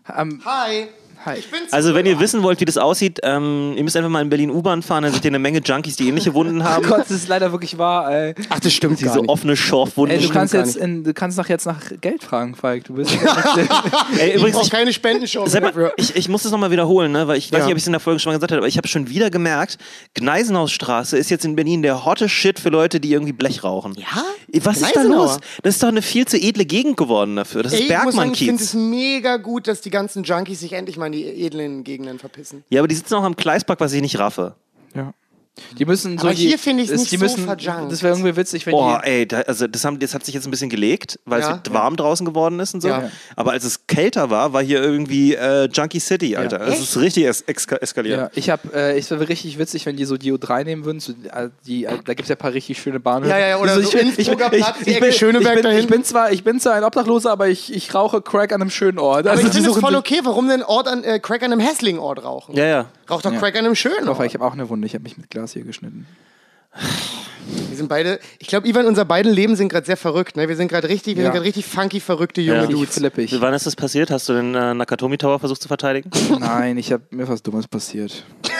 S5: Am-
S4: Hi.
S5: Hi.
S4: Ich bin's.
S3: Also wenn ihr wissen wollt, wie das aussieht, ähm, ihr müsst einfach mal in Berlin U-Bahn fahren, da sind hier eine Menge Junkies, die ähnliche Wunden haben.
S5: Gott, das ist leider wirklich wahr, ey.
S4: Ach, das stimmt gar
S3: Diese
S4: nicht.
S3: offene Schorfwunden.
S5: Ey, du kannst
S4: gar
S5: jetzt, in, du kannst nach jetzt nach Geld fragen, Falk.
S3: *laughs*
S5: Du bist ja
S3: Ey,
S4: Ich
S5: Oh,
S3: übrigens,
S4: brauche
S3: ich,
S4: keine Spendenshow. mehr *laughs*
S3: Sepp,
S4: dafür.
S3: ich, ich muss das nochmal wiederholen, ne? weil ich weiß
S4: Ja.
S3: nicht, ob ich es in der Folge schon mal gesagt habe, aber ich habe schon wieder gemerkt, Gneisenhausstraße ist jetzt in Berlin der hotte Shit für Leute, die irgendwie Blech rauchen.
S4: Ja?
S3: Was ist da
S4: Gneisenauer.
S3: los? Das ist doch eine viel zu edle Gegend geworden dafür. Das
S4: Ey,
S3: ist
S4: ich muss sagen, ich finde
S3: Bergmann-Kiez.
S4: es mega gut, dass die ganzen Junkies sich endlich mal in die edlen Gegenden verpissen.
S3: Ja, aber die sitzen auch am Gleispark, was ich nicht raffe.
S5: Die müssen so.
S4: Aber
S5: die-
S4: hier finde ich's
S5: das-
S4: nicht
S5: die
S4: so
S5: müssen,
S4: verjunkt.
S5: Das wäre irgendwie witzig, wenn
S3: Boah,
S5: die.
S3: ey, da, also das, haben, das hat sich jetzt ein bisschen gelegt, weil
S4: Ja.
S3: es jetzt warm draußen geworden ist und so.
S4: Ja.
S3: Aber als es kälter war, war hier irgendwie äh, Junkie City, Alter. Es
S4: Echt?
S3: ist richtig es eska eskaliert.
S5: Ja, ich hab, äh, es wäre richtig witzig, wenn die so Dio 3 nehmen würden. So, äh, die, äh, da gibt es ja ein paar richtig schöne Bahnhöfe. Also
S4: Ja, ja, ja, oder so Innsbrucker Platz, die Ecke Schöneberg
S5: ich bin,
S4: dahin.
S5: Ich bin, zwar, ich bin zwar ein Obdachloser, aber ich, ich rauche Crack an einem schönen Ort. Also
S4: Aber ich finde es
S5: suchen
S4: voll
S5: sich-
S4: okay, warum denn Ort an, äh, Crack an einem hässlichen Ort rauchen?
S3: Ja, ja.
S4: Raucht doch Crack an einem schönen
S5: Doch,
S4: Ort.
S5: ich habe auch eine Wunde, ich habe mich mit Glas hier geschnitten.
S4: Wir sind beide, ich glaube, Ivan, unser beiden Leben sind gerade sehr verrückt. Ne? Wir sind gerade richtig, wir
S5: Ja.
S4: sind gerade richtig funky, verrückte
S3: Ja.
S4: junge
S5: Ich
S4: Dudes.
S5: flippe ich.
S3: Wann ist das passiert? Hast du den äh, Nakatomi Tower versucht zu verteidigen?
S5: Nein, ich habe mir was Dummes passiert.
S4: *laughs*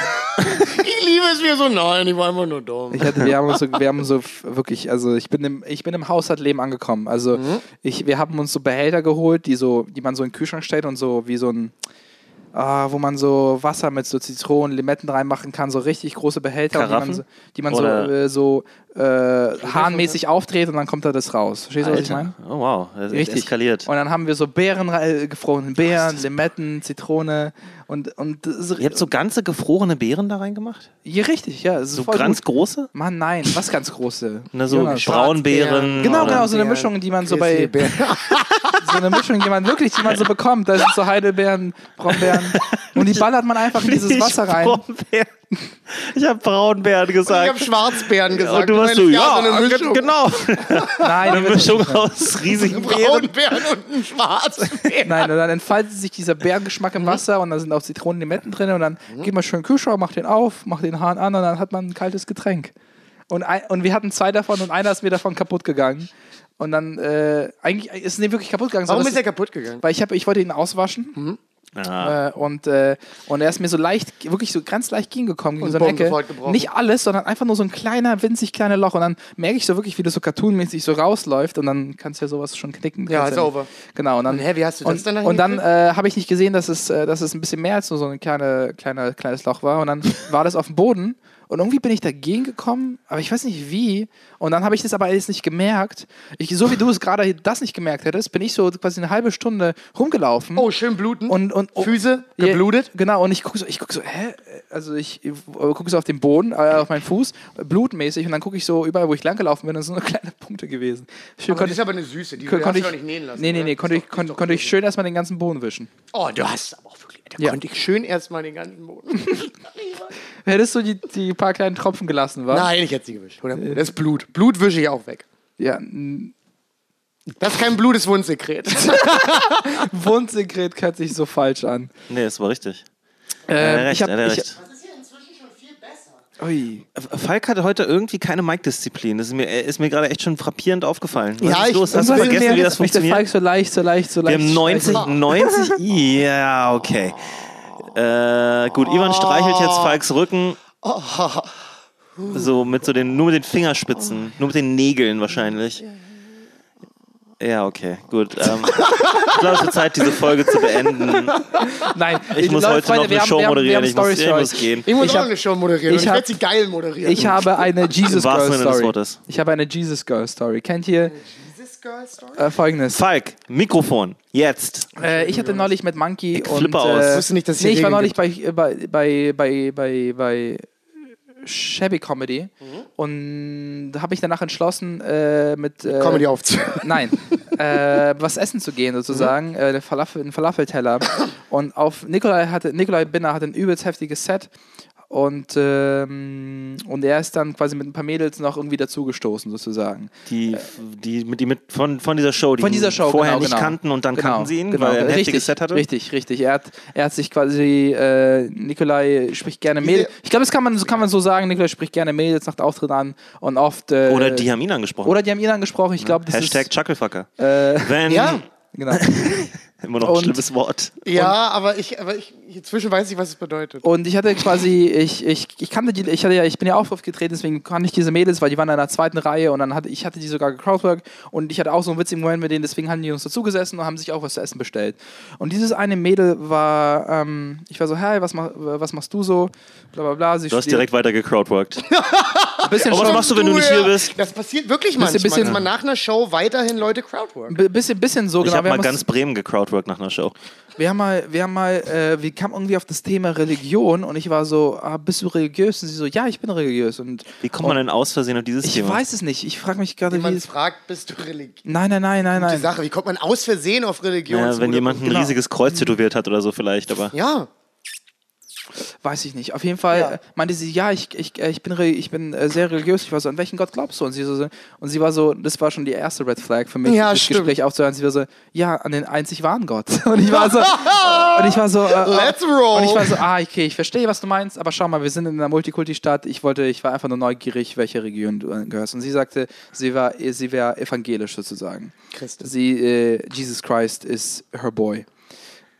S4: Ich liebe es mir so, nein, ich war immer nur dumm.
S5: Ich
S3: *laughs*
S5: hatte, wir haben uns so, wir haben so f- wirklich, also ich bin im, ich bin im Haushaltleben angekommen. Also
S3: Mhm.
S5: ich, wir haben uns so Behälter geholt, die so, die man so in den Kühlschrank stellt und so wie so ein, ah, wo man so Wasser mit so Zitronen, Limetten reinmachen kann, so richtig große Behälter, und
S3: Karaffen?
S5: die man so,
S3: Oder-
S5: die man so, äh, so äh, hahnmäßig aufdreht und dann kommt da das raus. Verstehst du, was ich meine?
S3: Oh wow, das ist
S5: Richtig.
S3: eskaliert.
S5: Und dann haben wir so Beeren, rei- gefrorene Beeren, Limetten, Zitrone und, und äh, das ist-
S3: Ihr habt so ganze gefrorene Beeren da reingemacht?
S5: ja, richtig, ja. es Ist
S3: So
S5: voll
S3: ganz
S5: gut.
S3: große?
S5: Mann, nein, was ganz große.
S3: Na, so
S5: Jonas.
S3: Braunbeeren.
S5: Genau,
S3: oder-
S5: genau, so eine Mischung, die man so bei. *laughs* So eine Mischung, die man wirklich, die man so bekommt. Da sind so Heidelbeeren, Brombeeren. Und die ballert man einfach in dieses
S3: *laughs* Ich
S5: Wasser rein.
S3: Braunbeeren. Ich habe Braunbeeren
S4: Ich
S3: gesagt.
S4: habe Schwarzbären gesagt.
S3: und du hast
S4: meinst,
S3: so, ja,
S4: so eine
S3: ge-
S4: Mischung.
S5: *laughs*
S3: genau.
S5: Nein,
S3: Eine Mischung aus riesigen Beeren.
S4: Braunbären und
S5: *laughs*
S4: ein Schwarzbären.
S5: Nein, und dann entfaltet sich dieser Bärengeschmack im Wasser und dann sind auch Zitronen, Limetten drin und dann
S4: Mhm.
S5: geht man schön in den Kühlschrank, macht den auf, macht den Hahn an und dann hat man ein kaltes Getränk. Und, ein, und wir hatten zwei davon und einer ist mir davon kaputt gegangen. Und dann, äh, eigentlich ist nicht wirklich kaputt gegangen.
S4: Warum
S5: sondern
S4: ist er kaputt gegangen?
S5: weil ich, hab, ich wollte ihn auswaschen
S3: Ja.
S5: Äh, und, äh, und er ist mir so leicht, wirklich so ganz leicht gegengekommen gegen
S4: Und
S5: so eine
S4: bumm,
S5: Ecke.
S4: sofort gebrochen.
S5: Nicht alles, sondern einfach nur so ein kleiner, winzig kleiner Loch. Und dann merke ich so wirklich, wie das so cartoonmäßig so rausläuft. Und dann kannst du ja sowas schon knicken.
S4: Ja,
S5: Kannst
S4: ist
S5: ja
S4: over.
S5: nicht- Genau. Und dann,
S4: Und hä, wie hast du das
S5: und,
S4: dann da
S5: Und dann
S4: hingekriegt?
S5: äh, habe ich nicht gesehen, dass es, äh, dass es ein bisschen mehr als nur so ein kleine, kleiner, kleines Loch war.
S4: *laughs*
S5: Und dann war das auf dem Boden. Und irgendwie bin ich dagegen gekommen, aber ich weiß nicht wie. Und dann habe ich das aber alles nicht gemerkt. Ich, so wie du es gerade das nicht gemerkt hättest, bin ich so quasi eine halbe Stunde rumgelaufen.
S4: Oh, schön bluten.
S5: Und, und, oh,
S4: Füße
S5: ja,
S4: geblutet.
S5: genau, und ich gucke so, ich guck so, hä? Also ich äh, gucke so auf den Boden, äh, auf meinen Fuß, äh, blutmäßig, und dann gucke ich so überall, wo ich langgelaufen bin, das sind so *laughs* kleine Punkte gewesen. Schön,
S4: Aber
S5: konnte
S4: das ist aber eine Süße, die
S5: kon-
S4: hast
S5: konnte
S4: du doch
S5: ich,
S4: nicht nähen lassen.
S5: Nee, nee,
S4: oder?
S5: nee, konnte
S4: Ist
S5: ich,
S4: doch- ist
S5: konnte,
S4: doch
S5: konnte
S4: blöd.
S5: ich schön erstmal den ganzen Boden wischen.
S4: Oh, du hast aber auch wirklich. Da
S5: Ja.
S4: konnte ich schön erstmal den ganzen Boden.
S5: Hättest du die, die paar kleinen Tropfen gelassen, war?
S4: Nein, ich hätte sie gewischt. Oder? Das ist Blut. Blut wische ich auch weg.
S5: Ja, ein
S4: Das ist kein Blut, das ist *laughs* Wundsekret.
S5: Wundsekret hört sich so falsch an.
S3: Nee, das war richtig.
S5: Ähm,
S3: er hat recht,
S5: ich hab,
S3: er hat
S5: ich,
S3: recht.
S4: Das ist ja inzwischen schon viel besser.
S5: Ui.
S3: Falk hatte heute irgendwie keine Mic-Disziplin. Das ist mir, äh, ist mir gerade echt schon frappierend aufgefallen. Was
S4: Ja,
S3: ist
S4: ich-
S3: los? Hast du
S4: irgendwas
S3: vergessen, wie das
S5: Mich der
S3: funktioniert?
S5: Falk so leicht, so leicht, so
S3: Wir
S5: leicht.
S3: haben 90, 90, ja, okay. Äh, gut, Ivan streichelt
S5: Oh.
S3: jetzt Falks Rücken. So mit so den, nur mit den
S5: Oh.
S3: Fingerspitzen, nur mit den Nägeln wahrscheinlich. Ja, okay, gut. Ähm, ich glaube, es wird Zeit, diese Folge zu beenden.
S5: Nein,
S3: Ich muss
S5: Leute,
S3: heute
S5: Freunde,
S3: noch
S5: wir
S3: eine
S5: haben-
S3: Show
S5: wir haben- wir
S3: moderieren.
S5: haben
S3: Ich muss,
S5: Stories
S3: ich
S5: für
S3: muss
S5: euch.
S3: gehen.
S4: Ich muss
S5: Ich
S4: auch
S5: hab-
S4: eine Show moderieren. Ich,
S5: ich
S4: ich
S5: hab-
S4: werde sie geil moderieren.
S5: Ich habe eine Jesus
S3: wahrsten
S5: Girl
S3: Sinne des
S5: Story.
S3: Wortes.
S5: Ich habe eine Jesus Girl Story. Kennt ihr
S4: Dieses Girl Story?
S5: äh, folgendes?
S3: Falk, Mikrofon, jetzt.
S5: Äh, ich hatte neulich mit Monkey und
S3: flippe
S5: äh,
S3: aus. Ich
S4: wusste nicht, dass es
S5: nee,
S4: hier
S5: ich war
S4: Regeln
S5: neulich bei, äh, bei bei bei bei bei Shabby
S3: Mhm.
S5: Comedy und da habe ich danach entschlossen äh, mit äh,
S4: Comedy aufzuhören.
S5: Nein, äh, was essen zu gehen, sozusagen.
S3: Mhm.
S5: Äh, der Falafel, ein Falafelteller. Und auf Nikolai hatte, Nikolai Binner hatte ein übelst heftiges Set. Und, ähm, und er ist dann quasi mit ein paar Mädels noch irgendwie dazugestoßen, sozusagen.
S3: Die, die, mit, die mit von, von dieser Show, die
S5: Von dieser Show,
S3: vorher
S5: genau,
S3: nicht
S5: genau.
S3: kannten und dann
S5: Genau,
S3: kannten sie ihn,
S5: genau.
S3: weil er ein
S5: richtig,
S3: heftiges Set hatte.
S5: Richtig, richtig. Er hat, er hat sich quasi, äh, Nikolai spricht gerne Mädels. Ich glaube, das kann man, so kann man so sagen, Nikolai spricht gerne Mädels nach Auftritt an und oft. Äh,
S3: Oder die haben ihn angesprochen.
S5: Oder die haben ihn angesprochen. Ich glaube, das
S3: Hashtag
S5: ist.
S3: Chucklefucker.
S5: Äh,
S3: Wenn,
S4: Ja.
S5: genau.
S3: immer noch ein
S5: Und-
S3: schlimmes Wort.
S4: Ja, aber ich, aber ich, inzwischen weiß ich, was es bedeutet.
S5: Und ich hatte quasi, ich, ich, ich kannte die, ich hatte ja, ich bin ja auch aufgetreten, deswegen kannte ich diese Mädels, weil die waren in der zweiten Reihe und dann hatte ich hatte die sogar gecrowdwork und ich hatte auch so einen witzigen Moment mit denen, deswegen haben die uns dazugesessen und haben sich auch was zu essen bestellt. Und dieses eine Mädel war, ähm, ich war so, hey, was, mach, was machst du so? Bla bla bla. Sie
S3: Du hast
S5: steht-
S3: direkt weiter
S5: *laughs*
S3: gecrowdworked.
S5: ein bisschen
S3: Aber was
S5: schon-
S3: machst du, wenn du nicht
S4: ja.
S3: hier bist?
S4: Das passiert wirklich manchmal,
S5: bisschen-
S4: dass man nach einer Show weiterhin Leute crowdwork.
S5: bi- bisschen, bisschen so,
S3: Ich
S5: genau.
S3: habe
S5: wir
S3: mal
S5: haben uns-
S3: ganz Bremen gecrowdworked nach einer Show.
S5: Wir haben mal, wir haben mal, äh, wir kamen irgendwie auf das Thema Religion und ich war so, ah, bist du religiös? Und sie so, ja, ich bin religiös. Und
S3: Wie kommt man denn aus Versehen auf dieses
S5: Oh. ich
S3: Thema?
S5: weiß es nicht. Ich frage mich gerade, wie
S4: Jemand
S5: es.
S4: fragt, bist du religiös?
S5: Nein, nein, nein, nein,
S4: Die
S5: nein.
S4: Sache, wie kommt man aus Versehen auf Religion?
S3: ja,
S4: zu
S3: wenn
S4: guter-
S3: jemand ein
S4: Genau.
S3: riesiges Kreuz tätowiert hat oder so vielleicht, aber
S4: Ja,
S5: Weiß ich nicht. Auf jeden Fall äh, meinte sie, ja, ich, ich, äh, ich bin, re- ich bin äh, sehr religiös. Ich war so, an welchen Gott glaubst du? Und sie, so, so- und sie war so, das war schon die erste Red Flag für mich,
S4: Ja,
S5: das
S4: stimmt.
S5: Gespräch aufzuhören. Sie war so, ja, an den einzig wahren Gott. *laughs* Und
S4: *laughs*
S5: ich war so, und ich war so, äh,
S4: Let's roll.
S5: Und ich war so, ah, okay, ich verstehe, was du meinst, aber schau mal, wir sind in einer Multikulti-Stadt. Ich wollte, ich war einfach nur neugierig, welche Region du äh, gehörst. Und sie sagte, sie war, sie wäre evangelisch sozusagen.
S4: Christus.
S5: Sie, äh, Jesus Christ is her boy.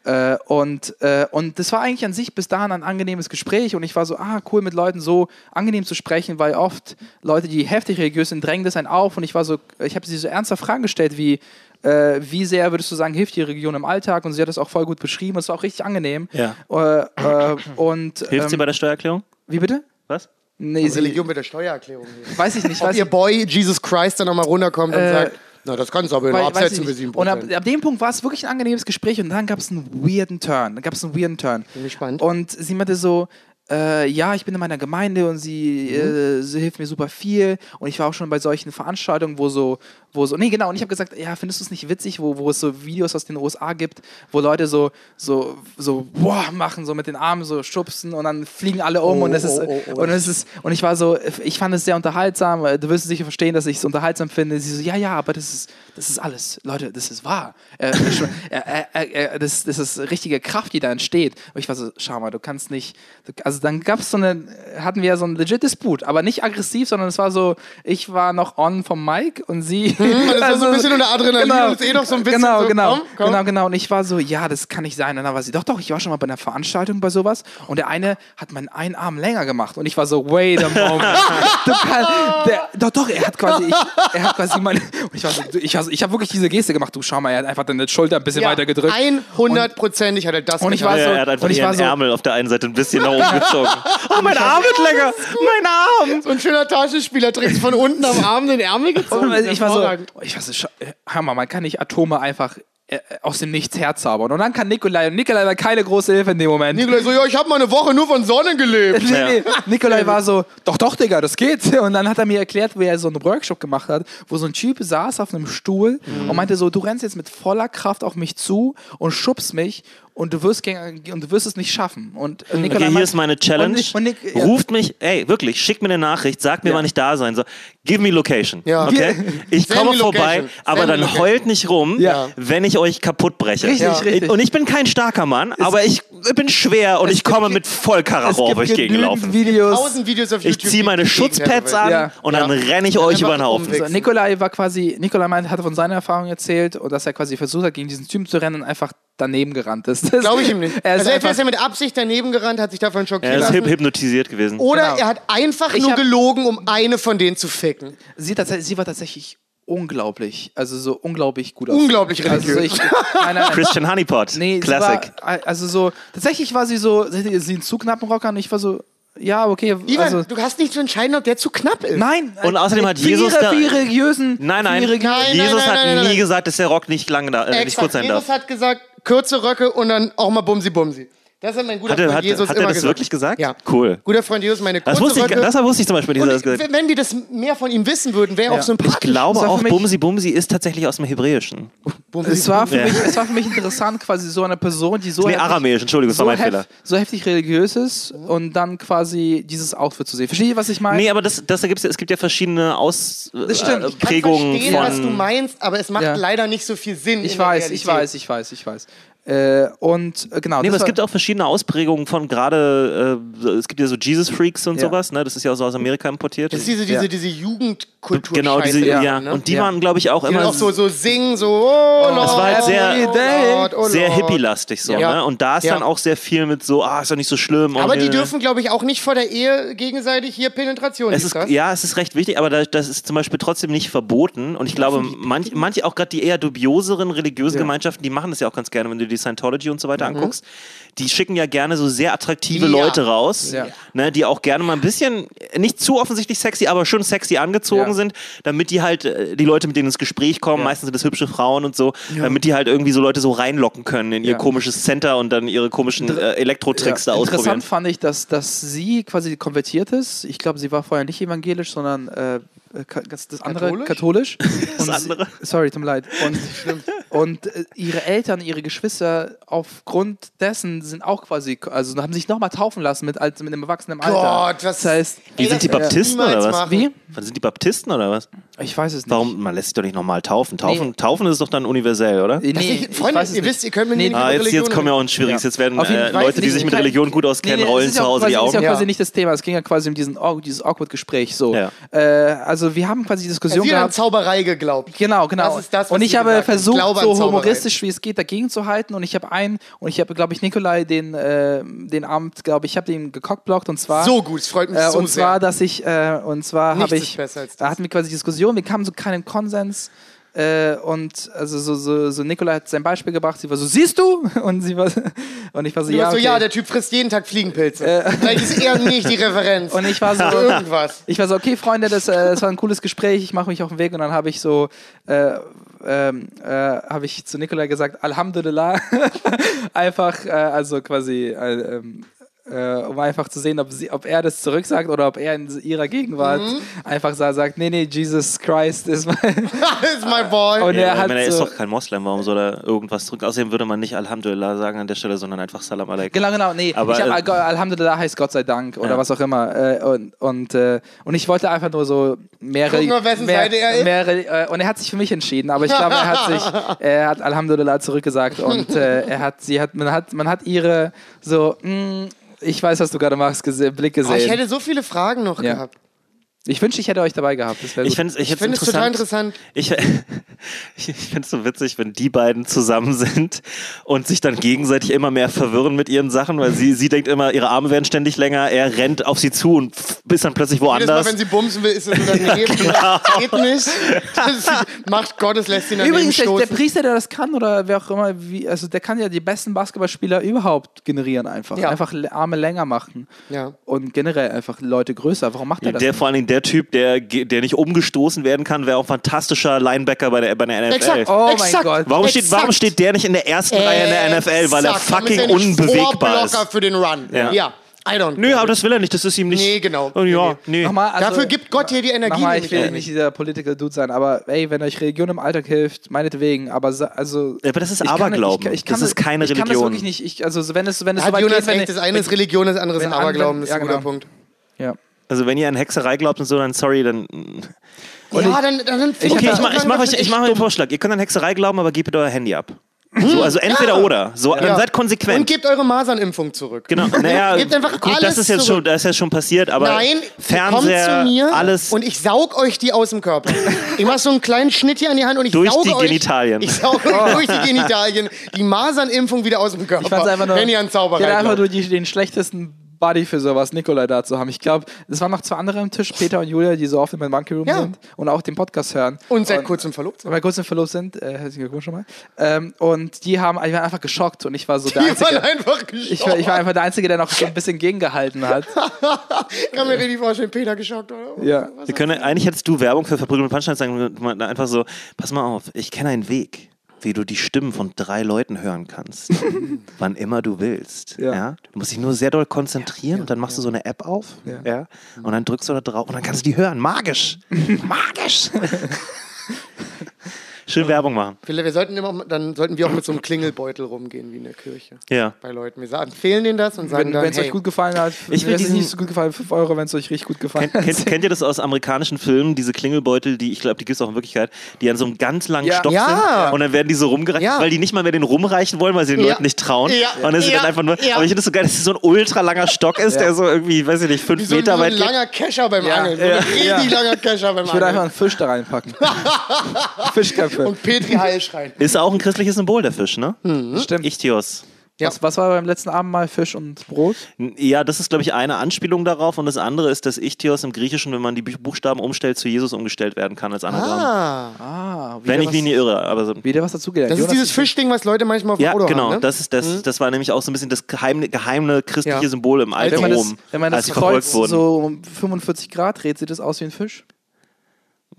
S5: Äh, und, äh, und das war eigentlich an sich bis dahin ein angenehmes Gespräch und ich war so, ah, cool, mit Leuten so angenehm zu sprechen, weil oft Leute, die heftig religiös sind, drängen das einen auf und ich war so, ich habe sie so ernsthaft Fragen gestellt wie, äh, wie sehr würdest du sagen, hilft die Religion im Alltag und sie hat das auch voll gut beschrieben und es war auch richtig angenehm.
S3: Ja.
S5: Äh, äh, und,
S3: hilft sie
S5: ähm,
S3: bei der Steuererklärung?
S5: Wie bitte?
S3: Was?
S5: Nee, sie,
S4: Also Religion mit der Steuererklärung. Hier.
S5: weiß ich nicht.
S4: Ob
S5: Weiß
S4: ihr
S5: ich,
S4: Boy Jesus Christ dann nochmal runterkommt und
S5: Äh,
S4: sagt, na, das kannst du aber nur
S5: Weil- weiß
S4: absetzen
S5: ich
S4: für
S5: nicht.
S4: 7%.
S5: Und ab, ab dem Punkt war es wirklich ein angenehmes Gespräch und dann gab es einen weirden Turn. Dann gab es einen weirden Turn.
S4: Bin gespannt.
S5: Und sie meinte so, äh, ja, ich bin in meiner Gemeinde und sie,
S4: Mhm.
S5: äh, sie hilft mir super viel. Und ich war auch schon bei solchen Veranstaltungen, wo so, wo so, nee, genau. Und ich habe gesagt, ja, findest du es nicht witzig, wo, wo es so Videos aus den USA gibt, wo Leute so, so, so, boah, machen, so mit den Armen so schubsen und dann fliegen alle um
S4: Oh,
S5: und es ist,
S4: oh, oh, oh.
S5: und es ist, und ich war so, ich fand es sehr unterhaltsam. äh, Du wirst sicher verstehen, dass ich es unterhaltsam finde. Sie so, ja, ja, aber das ist, das ist alles, Leute, das ist wahr. Äh, *laughs* das ist schon- äh, äh, äh, das, das ist richtige Kraft, die da entsteht. Und ich war so, schau mal, du kannst nicht. Du, also dann gab es so eine, hatten wir so ein legit Disput, aber nicht aggressiv, sondern es war so, ich war noch on vom Mike und sie.
S4: Mhm,
S5: *laughs* Also
S4: das war so ein bisschen unter Adrenalin und ist eh noch so ein bisschen
S5: Genau,
S4: so,
S5: genau,
S4: komm, komm.
S5: genau, genau. Und ich war so, ja, das kann nicht sein. Und dann war sie, doch, doch, ich war schon mal bei einer Veranstaltung bei sowas und der eine hat meinen einen Arm länger gemacht und ich war so, wait a moment. du kann, der, doch, doch, er hat quasi, ich, er hat quasi meine, und ich war so, ich, war so- ich habe wirklich diese Geste gemacht. Du schau mal, er hat einfach deine Schulter ein bisschen weiter gedrückt.
S4: 100%ig hat er das
S5: Und ich
S4: getan.
S5: war
S3: Ja,
S5: so-
S3: er hat einfach
S5: Also, und ich war
S3: ihren
S5: so-
S3: Ärmel auf der einen Seite ein bisschen
S5: *laughs*
S3: nach oben gezogen. Oh, mein Arm wird länger! Mein Arm!
S4: so ein schöner Taschenspieler trägt von unten am Arm *laughs* den Ärmel gezogen.
S5: Und ich war
S4: Hervorragend.
S5: so, ich war so, scha- äh, Hammer, man kann nicht Atome einfach äh, aus dem Nichts herzaubern. Und dann kann Nikolai, und Nikolai war keine große Hilfe in dem Moment.
S4: Nikolai so, ja, ich habe mal eine Woche nur von Sonne gelebt.
S5: Nee, nee. Nikolai war so, doch, doch, Digga, das geht. *laughs* Und dann hat er mir erklärt, wie er so einen Workshop gemacht hat, wo so ein Typ saß auf einem Stuhl
S3: Mhm.
S5: und meinte so, du rennst jetzt mit voller Kraft auf mich zu und schubst mich und du wirst, gegen, und du wirst es nicht schaffen. Und Nikolai
S3: Okay, hier
S5: meinte-
S3: ist meine Challenge.
S5: Und, Nik- und Nik- ja.
S3: Ruft mich, ey, wirklich, schickt mir eine Nachricht, sagt mir, wann ich da sein soll. Give me location.
S4: Ja.
S3: Okay? Ich
S4: Send
S3: komme
S4: me
S3: vorbei,
S4: location.
S3: aber
S4: Send me
S3: dann
S4: location.
S3: heult nicht rum,
S5: Ja.
S3: wenn ich euch kaputt breche.
S5: Richtig, Ja. richtig.
S3: Und ich bin kein starker Mann, aber ich bin schwer und ich
S5: gibt
S3: komme
S5: ge-
S3: mit Vollkaracho auf euch
S5: genügend
S3: gegenlaufen.
S5: Videos.
S4: Tausend Videos auf
S3: Ich
S4: YouTube.
S3: ziehe meine
S4: die gegen
S3: Schutzpads
S4: Herr
S3: an
S5: Ja.
S3: und dann
S4: Ja.
S3: renne ich euch
S4: Einfach
S3: über den Haufen.
S4: umwechseln.
S5: So, Nikolai war quasi, Nikolai meinte, hatte von seiner Erfahrung erzählt und dass er quasi versucht hat, gegen diesen Typen zu rennen und einfach daneben gerannt ist.
S4: Glaube
S5: *laughs*
S4: ich ihm nicht.
S5: Er ist
S4: also entweder
S5: einfach,
S4: ist er mit Absicht daneben gerannt, hat sich davon schockiert.
S3: Er ist
S4: lassen.
S3: hyp- hypnotisiert gewesen.
S4: Oder
S5: Genau.
S4: er hat einfach
S5: Ich
S4: nur
S5: hab-
S4: gelogen, um eine von denen zu ficken.
S5: sie, tatsächlich- sie war tatsächlich unglaublich, also so unglaublich gut aus.
S4: Unglaublich
S5: Also so
S4: religiös.
S5: ich, nein, nein, nein.
S3: Christian Honeypot.
S5: Nee, sie
S3: Classic.
S5: War, also so, tatsächlich war sie so, sie hatte sie einen zu knappen Rock an und ich war so, ja, okay,
S4: Ivan,
S5: also.
S4: du hast nicht zu entscheiden, ob der zu knapp ist.
S5: Nein!
S3: Und
S5: äh,
S3: außerdem hat
S5: für
S3: Jesus
S5: ihre,
S3: da-
S5: für ihre religiösen.
S3: Nein, nein.
S5: für ihre-
S4: Nein,
S3: Jesus
S4: nein,
S3: hat
S4: nein, nein,
S3: nie
S4: nein.
S3: gesagt, dass der Rock nicht lang da, äh, nicht
S4: Exakt.
S3: kurz sein
S4: Jesus
S3: darf.
S4: hat gesagt, kürze Röcke und dann auch mal Bumsi Bumsi. Das hat mein guter
S3: Hat er,
S4: Freund
S3: hat,
S4: Jesus
S3: hat
S4: immer
S3: er das
S4: gesagt.
S3: wirklich gesagt?
S4: Ja.
S3: Cool.
S4: Guter Freund Jesus, meine
S3: Das
S4: kurze
S3: wusste, ich,
S4: Rotte.
S3: das wusste ich zum Beispiel,
S4: Und
S3: dass er das gesagt hat.
S4: wenn wir das mehr von ihm wissen würden, wäre er auch sympathisch.
S3: Ich glaube
S5: Das war für
S3: auch,
S5: mich-
S3: Bumsi Bumsi ist tatsächlich aus dem Hebräischen.
S4: Bumsi,
S5: Es war, für
S3: Ja.
S5: mich, es war für mich interessant, quasi so eine Person, die so.
S3: Nee,
S5: heftig-
S3: Aramäisch, Entschuldigung, das war
S5: so,
S3: mein
S5: hef-
S3: Fehler.
S5: so heftig religiös ist und dann quasi dieses Outfit zu sehen. Versteht ihr, was ich meine?
S3: Nee, aber das, das ergibt's, ja- es gibt ja verschiedene Ausprägungen
S5: Das stimmt, ich
S4: kann
S3: Prägungen
S4: verstehen, was du
S3: von.
S4: meinst, aber es macht
S5: Ja.
S4: leider nicht so viel Sinn. in
S5: ich
S4: der
S5: weiß, ich
S4: Realität.
S5: weiß, ich weiß, ich weiß. Äh, und äh, genau.
S3: Nee, aber
S5: das
S3: es
S5: war-
S3: gibt auch verschiedene Ausprägungen von gerade, äh, es gibt ja so Jesus Freaks und
S5: Ja.
S3: sowas, ne? Das ist ja aus aus Amerika importiert.
S4: Das ist diese, diese,
S5: Ja.
S4: diese Jugendkultur.
S3: genau, diese, ja.
S4: Ne?
S3: Und die
S5: Ja.
S3: waren, glaube ich, auch
S4: die dann
S3: immer
S4: auch so, so singen, so, oh Lord,
S3: war halt sehr-
S4: oh Lord, oh
S3: sehr
S4: Lord.
S3: hippie-lastig so,
S4: Ja.
S3: ne? Und da ist
S4: Ja.
S3: dann auch sehr viel mit so, ah, ist doch nicht so schlimm. und
S4: Aber
S3: ne,
S4: die
S3: ne.
S4: dürfen, glaube ich, auch nicht vor der Ehe gegenseitig hier Penetration.
S3: Es
S4: siehst
S3: ist,
S4: du das?
S3: ja, es ist recht wichtig, aber da- das ist zum Beispiel trotzdem nicht verboten. Und ich glaube, manch, manche, auch gerade die eher dubioseren religiösen
S5: Ja. Mhm.
S3: Gemeinschaften, die machen das ja auch ganz gerne, wenn du die Scientology und so weiter anguckst. Die schicken ja gerne so sehr attraktive
S4: Ja.
S3: Leute raus,
S5: Ja.
S3: ne, die auch gerne mal ein bisschen, nicht zu offensichtlich sexy, aber schon sexy angezogen
S5: Ja.
S3: sind, damit die halt, äh, die Leute, mit denen ins Gespräch kommen,
S5: Ja.
S3: meistens sind das hübsche Frauen und so, damit die halt irgendwie so Leute so reinlocken können in ihr
S5: Ja.
S3: komisches Center und dann ihre komischen äh, Elektrotricks da ausprobieren.
S5: Interessant fand ich, dass, dass sie quasi konvertiert ist. Ich glaube, sie war vorher nicht evangelisch, sondern äh, äh, ka- das das andere katholisch. Und
S3: *laughs* Das andere.
S5: Sie, sorry, tut mir leid. Und, und äh, ihre Eltern, ihre Geschwister aufgrund dessen sind auch quasi, also haben sich nochmal taufen lassen mit, als- mit einem erwachsenen Alter.
S4: Gott, was-
S5: Das heißt,
S3: Wie
S4: Ey,
S3: sind die
S4: das würd ich
S3: Baptisten oder
S4: niemals
S3: was?
S4: machen.
S5: wie?
S3: Sind die Baptisten oder was?
S5: Ich weiß es nicht.
S3: Warum? Man lässt sich doch nicht normal taufen. Taufen,
S5: Nee.
S3: taufen ist doch dann universell, oder?
S5: Nee,
S4: Das
S5: ich
S4: nicht- Freunde,
S5: weiß es
S4: ihr
S5: nicht.
S4: wisst, ihr könnt mir
S5: Nee,
S4: nicht
S3: Ah,
S4: über
S3: jetzt, jetzt
S4: Religion
S3: kommen ja auch ein schwieriges.
S5: Ja.
S3: Jetzt werden
S5: Auf jeden
S3: äh,
S5: Fall
S3: Leute, die
S5: nicht.
S3: sich mit
S5: Kein-
S3: Religion gut auskennen,
S5: das
S3: rollen
S5: ist ja
S3: zu
S5: auch
S3: Hause
S5: quasi,
S3: die
S5: ist ja
S3: Augen.
S5: quasi
S4: Ja.
S5: nicht das Thema. Es ging ja quasi um diesen, oh, dieses Awkward-Gespräch. So.
S3: Ja.
S5: Äh, also wir haben quasi die Diskussion
S4: Sie hat an
S5: gehabt.
S4: Zauberei geglaubt.
S5: Genau, genau.
S4: Das ist das, was
S5: und ich
S4: sie
S5: habe
S4: gesagt hat.
S5: versucht,
S4: Glaube an
S5: so
S4: Zauberei.
S5: humoristisch wie es geht, dagegen zu halten. Und ich habe einen, und ich habe, glaube ich, Nikolai den, äh, den Abend, glaube ich, habe den gekockblockt. Und zwar.
S4: So gut, es freut mich
S5: Äh,
S4: so
S5: und
S4: sehr.
S5: zwar, dass ich, äh, und zwar
S4: Nichts
S5: habe
S4: ist
S5: ich,
S4: besser als
S5: da
S4: das.
S5: hatten wir quasi Diskussion, wir kamen zu keinem Konsens äh, und also so, so, so Nikolai hat sein Beispiel gebracht, sie war so, siehst du? *laughs* Und sie war, und ich war so,
S4: Du
S5: ja,
S4: warst
S5: okay. Äh.
S4: so, ja, der Typ frisst jeden Tag Fliegenpilze. Vielleicht ist er nicht die Referenz.
S5: und ich war so,
S4: *laughs* irgendwas.
S5: ich war so, okay, Freunde, das, äh, das war ein cooles Gespräch, ich mache mich auf den Weg und dann habe ich so, äh, ähm, äh, habe ich zu Nikolai gesagt, Alhamdulillah, *laughs* einfach, äh, also quasi, äh, ähm, äh, um einfach zu sehen, ob, sie, ob er das zurücksagt oder ob er in ihrer Gegenwart einfach sa- sagt, nee, nee, Jesus Christ ist mein...
S4: That's my boy.
S5: Und
S3: Ja,
S5: er hat
S3: ich meine, er ist
S5: so,
S3: doch kein Moslem, warum soll er irgendwas drücken? Außerdem würde man nicht Alhamdulillah sagen an der Stelle, sondern einfach Salam alaikum.
S5: Genau, genau, nee.
S3: Aber,
S5: ich hab,
S3: äh,
S5: Al- Go- Alhamdulillah heißt Gott sei Dank oder
S3: Ja.
S5: was auch immer. Äh, und, und, äh, und ich wollte einfach nur so mehr,
S4: Gucken wir, wessen
S5: mehr,
S4: Seite er ist.
S5: mehr Reli- äh, Und er hat sich für mich entschieden, aber ich glaube, er
S4: *laughs*
S5: hat sich, er hat Alhamdulillah zurückgesagt und äh, er hat, sie hat, man hat, man hat ihre so, mm, ich weiß, was du gerade machst, gese Blick
S4: Oh,
S5: gesehen.
S4: ich
S5: ich,
S4: hätte so viele Fragen noch
S5: Ja.
S4: gehabt.
S5: ich wünschte, ich hätte euch dabei gehabt. Das wär
S3: Ich
S5: gut.
S3: finde es ich
S4: Ich finde es total interessant.
S3: Ich, *laughs* ich finde es so witzig, wenn die beiden zusammen sind und sich dann gegenseitig immer mehr verwirren mit ihren Sachen, weil sie, sie denkt immer, ihre Arme werden ständig länger, er rennt auf sie zu und pff, ist dann plötzlich
S4: Jedes Mal,
S3: woanders.
S4: wenn sie bumsen will, ist es so
S5: *laughs*
S4: daneben.
S5: Genau.
S4: Das geht nicht. Das macht Gottes, lässt sie daneben
S5: Übrigens, der, der
S4: stoßen.
S5: Priester, der das kann oder wer auch immer, wie, also der kann ja die besten Basketballspieler überhaupt generieren einfach.
S4: Ja.
S5: Einfach le- Arme länger machen.
S4: Ja.
S5: Und generell einfach Leute größer. Warum macht er das?
S3: Der vor allen Dingen der Typ, der, ge- der nicht umgestoßen werden kann, wäre auch ein fantastischer Linebacker bei der, bei der NFL.
S4: Exakt.
S5: Oh mein
S4: exakt.
S5: Gott.
S3: Warum steht, warum steht der nicht in der ersten Reihe in der NFL? Weil er
S4: Exakt. Damit
S3: fucking
S4: er nicht
S3: unbewegbar
S4: Vorblocker
S3: ist.
S4: für den Run.
S3: Ja.
S4: Ja. I don't.
S3: Nö, aber das will er nicht. Das ist ihm nicht.
S4: Nee, genau.
S3: Oh, ja, nee.
S5: Nochmal, also-
S4: Dafür gibt Gott hier die Energie.
S5: Nochmal,
S4: nämlich
S5: ich will
S4: auch
S5: nicht dieser Political Dude sein, aber ey, wenn euch Religion im Alltag hilft, meinetwegen, aber sa- also.
S3: Ja, aber das ist
S5: ich
S3: Aberglauben.
S5: Kann, ich, kann,
S3: Das ist keine
S5: ich Kann das
S3: Religion.
S5: wirklich nicht. Ich, also, wenn es, wenn es
S4: Da hat
S5: soweit
S4: Jonas
S5: geht, wenn,
S4: recht, das eine ist Religion, das andere ist
S5: wenn-
S4: Aberglauben, das ist
S5: ja,
S4: ein guter
S5: genau.
S4: Punkt.
S5: ja.
S3: Also, wenn ihr an Hexerei glaubt und so, dann sorry, dann.
S4: ja, dann, dann ich
S3: Okay, ich, mach, ich mache euch, ich mach euch einen Vorschlag. Ihr könnt an Hexerei glauben, aber gebt euer Handy ab. So, also entweder oder. So, dann seid
S4: Hm? Und
S3: konsequent.
S4: gebt eure Masernimpfung zurück.
S3: Genau. Naja,
S4: *laughs* Gebt einfach
S3: gut, das
S4: alles
S3: ist jetzt
S4: zurück.
S3: schon, das ist ja schon passiert, aber
S4: Nein, ihr kommt
S3: Fernseher,
S4: zu mir
S3: alles.
S4: und ich saug euch die aus dem Körper. Ich mach so einen kleinen Schnitt hier an die Hand und ich
S3: Durch
S4: sauge
S3: die
S4: euch,
S3: Genitalien.
S4: Ich sauge euch durch die Genitalien die Masernimpfung wieder aus dem Körper.
S5: Ich fand's einfach nur.
S4: wenn ihr an Zauberei
S5: der hat einfach
S4: glaubt.
S5: nur die, den schlechtesten Buddy für sowas, Nikolai dazu haben. Ich glaube, es waren noch zwei andere am Tisch, Peter und Julia, die so oft in meinem Monkey Room
S4: Ja.
S5: sind und auch den Podcast hören.
S4: Und seit kurzem verlobt sind.
S5: Weil wir kurz im Verlust sind, äh, herzlichen Glückwunsch schon mal. Ähm, und die haben, die waren einfach geschockt und ich war so der
S4: Die waren
S5: Einzige.
S4: einfach
S5: Ich war,
S4: geschockt.
S5: ich war einfach der Einzige, der noch so ein bisschen gegengehalten
S4: *laughs*
S5: hat.
S4: Ich *laughs* kann mir richtig vorstellen, Peter geschockt, oder?
S5: Ja.
S3: Wir können, eigentlich hättest du Werbung für Verprügeln und Punchline sagen, man- einfach so, pass mal auf, ich kenne einen Weg. wie du die Stimmen von drei Leuten hören *laughs* kannst, wann immer du willst. Ja.
S5: Ja.
S3: Du musst dich nur sehr doll konzentrieren und dann machst du so eine App auf ja.
S5: Ja.
S3: und dann drückst du da drauf und dann kannst du die hören. *laughs* Magisch! *laughs* Magisch! Schön Werbung machen.
S4: Vielleicht, wir sollten immer, dann sollten wir auch mit so einem Klingelbeutel rumgehen wie in der Kirche.
S3: Ja.
S4: Bei Leuten. Wir sagen, empfehlen denen das und sagen
S5: Wenn
S4: dann,
S5: es
S4: hey,
S5: euch gut gefallen hat,
S3: Ich will
S5: wenn es
S3: diesen-
S5: nicht so gut gefallen, 5 Euro, wenn es euch richtig gut gefallen
S4: *laughs*
S5: hat.
S3: Kennt, kennt ihr das aus amerikanischen Filmen, diese Klingelbeutel, die ich glaube, die gibt es auch in Wirklichkeit, die an so einem ganz langen
S5: Ja.
S3: Stock
S4: Ja.
S3: sind und dann werden die so rumgereicht,
S4: Ja.
S3: weil die nicht mal mehr den rumreichen wollen, weil sie den
S4: Ja.
S3: Leuten nicht trauen.
S4: Ja.
S3: Und dann sind
S4: Ja.
S3: dann einfach nur,
S4: Ja.
S3: aber ich finde es so geil, dass es so ein ultra langer Stock ist, der so irgendwie, weiß ich nicht, fünf
S4: wie so, wie so
S3: Meter
S4: ein
S3: weit geht.
S4: langer Kescher beim
S5: Ja.
S4: Angeln. So ein
S5: Ja.
S4: richtig langer Kescher beim
S5: Ich würde
S4: Angeln.
S5: einfach einen Fisch da
S4: *laughs*
S5: reinpacken. Fischköpfe.
S4: Und
S5: *laughs*
S4: Petri Heil schreien.
S3: Ist auch ein christliches Symbol, der Fisch, ne?
S4: Hm.
S5: Stimmt.
S3: Ichthyos.
S4: Ja.
S5: Was, was war beim letzten Abend mal Fisch und Brot?
S3: Ja, das ist, glaube ich, eine Anspielung darauf und das andere ist, dass Ichthyos im Griechischen, wenn man die Bü- Buchstaben umstellt, zu Jesus umgestellt werden kann als Anagramm.
S4: Ah,
S5: Ah, wieder
S3: wenn ich
S5: was,
S3: mich nicht irre, aber so.
S5: Wieder was dazugelernt.
S4: das ist
S5: Jonas-
S4: dieses Fischding, was Leute manchmal auf dem
S3: Ja,
S4: Auto
S3: genau.
S4: haben. Ne?
S3: Das, ist, das, das war nämlich auch so ein bisschen das geheime, geheime christliche
S4: Ja.
S3: Symbol im alten
S5: Mhm. wenn man das,
S3: Rom,
S5: wenn man
S3: als
S5: das
S3: sie
S5: Kreuz
S3: verfolgt wurden.
S5: so um 45 Grad dreht, sieht das aus wie ein Fisch.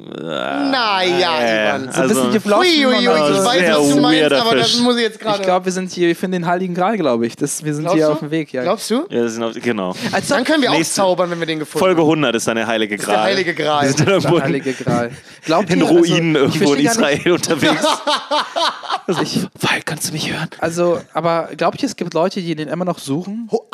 S4: naja,
S3: Äh,
S4: Ivan.
S5: ein bisschen
S3: also,
S5: gefl- Blausch, wie
S4: Uiuiui,
S5: man
S4: ich
S5: da-
S4: weiß,
S3: Sehr
S4: was du meinst,
S3: weirder
S4: aber das
S3: Fisch.
S4: muss ich jetzt gerade.
S5: Ich glaube, wir sind hier, wir finden den Heiligen Gral, glaube ich. Das, wir sind
S4: Glaubst
S5: hier
S4: du?
S5: auf dem Weg. Ja.
S4: Glaubst du?
S3: ja, das sind auch, genau.
S5: Als
S4: Dann
S5: ob
S4: können wir auch
S3: Nächste-
S4: zaubern, wenn wir den gefunden
S3: Folge 100 ist dann der Heilige
S4: haben. Der
S3: Gral.
S4: heilige Gral.
S3: Ist *laughs* dann irgendwo
S5: der
S3: in,
S5: Heilige Gral. Glaubt
S3: in
S5: ihr,
S3: Ruinen
S5: also, ich
S3: irgendwo in
S5: verstehe gar nicht-
S3: Israel
S5: *laughs*
S3: unterwegs.
S5: Also, ich,
S3: Weil, kannst du mich hören?
S5: also, aber glaubt ihr, es gibt Leute, die den immer noch suchen?
S4: Ho-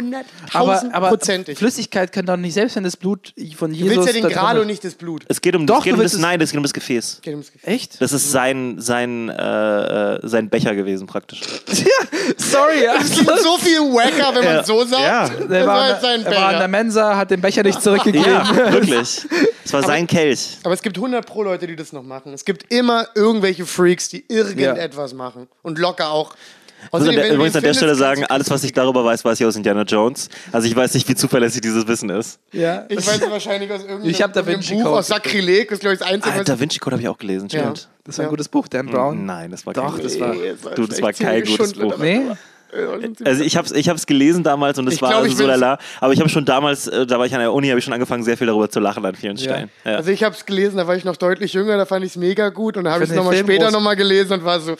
S4: 100.000 prozentig. Du
S5: Flüssigkeit kann doch nicht, selbst wenn das Blut von Jesus.
S4: willst ja den
S5: da drin
S4: Gral
S5: ist-
S4: und nicht das Blut.
S3: Es geht um,
S5: Doch,
S3: es geht
S5: du
S3: um das,
S5: willst es- Mhm.
S3: nein, es geht um das Gefäß.
S4: Geht ums Gefühl.
S5: Echt?
S3: Das ist sein, sein, äh, äh, sein Becher gewesen
S5: *laughs*
S3: praktisch.
S5: Sorry, ja.
S4: *laughs* Es gibt so viel Wacker, wenn man
S3: Ja.
S4: es so sagt.
S3: Ja.
S5: Er
S4: Das war
S5: war,
S4: halt
S5: an,
S4: sein
S5: er war an der
S4: Banger.
S5: Mensa, hat den
S4: *laughs*
S5: Becher nicht zurückgegeben.
S3: Ja, wirklich. Es war sein Kelch.
S4: Aber es gibt 100 pro Leute, die das noch machen. Es gibt immer irgendwelche Freaks, die irgendetwas machen. Und locker auch.
S3: Ich muss
S4: Außerdem,
S3: an der,
S4: wenn du
S3: übrigens
S4: die
S3: an der
S4: findest,
S3: Stelle sagen,
S4: kannst
S3: alles, was ich darüber weiß, weiß ich aus Indiana Jones. Also ich weiß nicht, wie zuverlässig dieses Wissen ist.
S5: Ja.
S4: du- Ich weiß es wahrscheinlich aus irgendeinem,
S5: Ich hab Da
S4: irgendeinem
S5: Vinci
S4: Buch
S5: Code.
S4: aus Sakrileg. Das ist, glaube ich, das Einzige,
S3: Ah, Da Vinci Code habe ich auch gelesen,
S4: Ja.
S3: stimmt.
S5: Das war
S4: Ja.
S5: ein gutes Buch, Dan Brown.
S3: Mm, Nein, das war
S5: Doch,
S3: kein
S5: das
S3: gutes
S5: war.
S4: was...
S3: Du, das war kein gutes Buch.
S5: Nee?
S3: Also ich habe es ich hab's gelesen damals und es
S4: Ich
S3: war
S4: glaub,
S3: also
S4: ich
S3: so
S4: will's-
S3: lala. Aber ich habe schon damals, äh, da war ich an der Uni, habe ich schon angefangen, sehr viel darüber zu lachen an vielen Stellen. Äh, Ja. *laughs*
S4: Also ich habe es gelesen, da war ich noch deutlich jünger, da fand ich es mega gut und dann habe ich
S5: Fand
S4: es
S5: den
S4: nochmal
S5: Film
S4: später
S5: groß.
S4: nochmal gelesen und war so,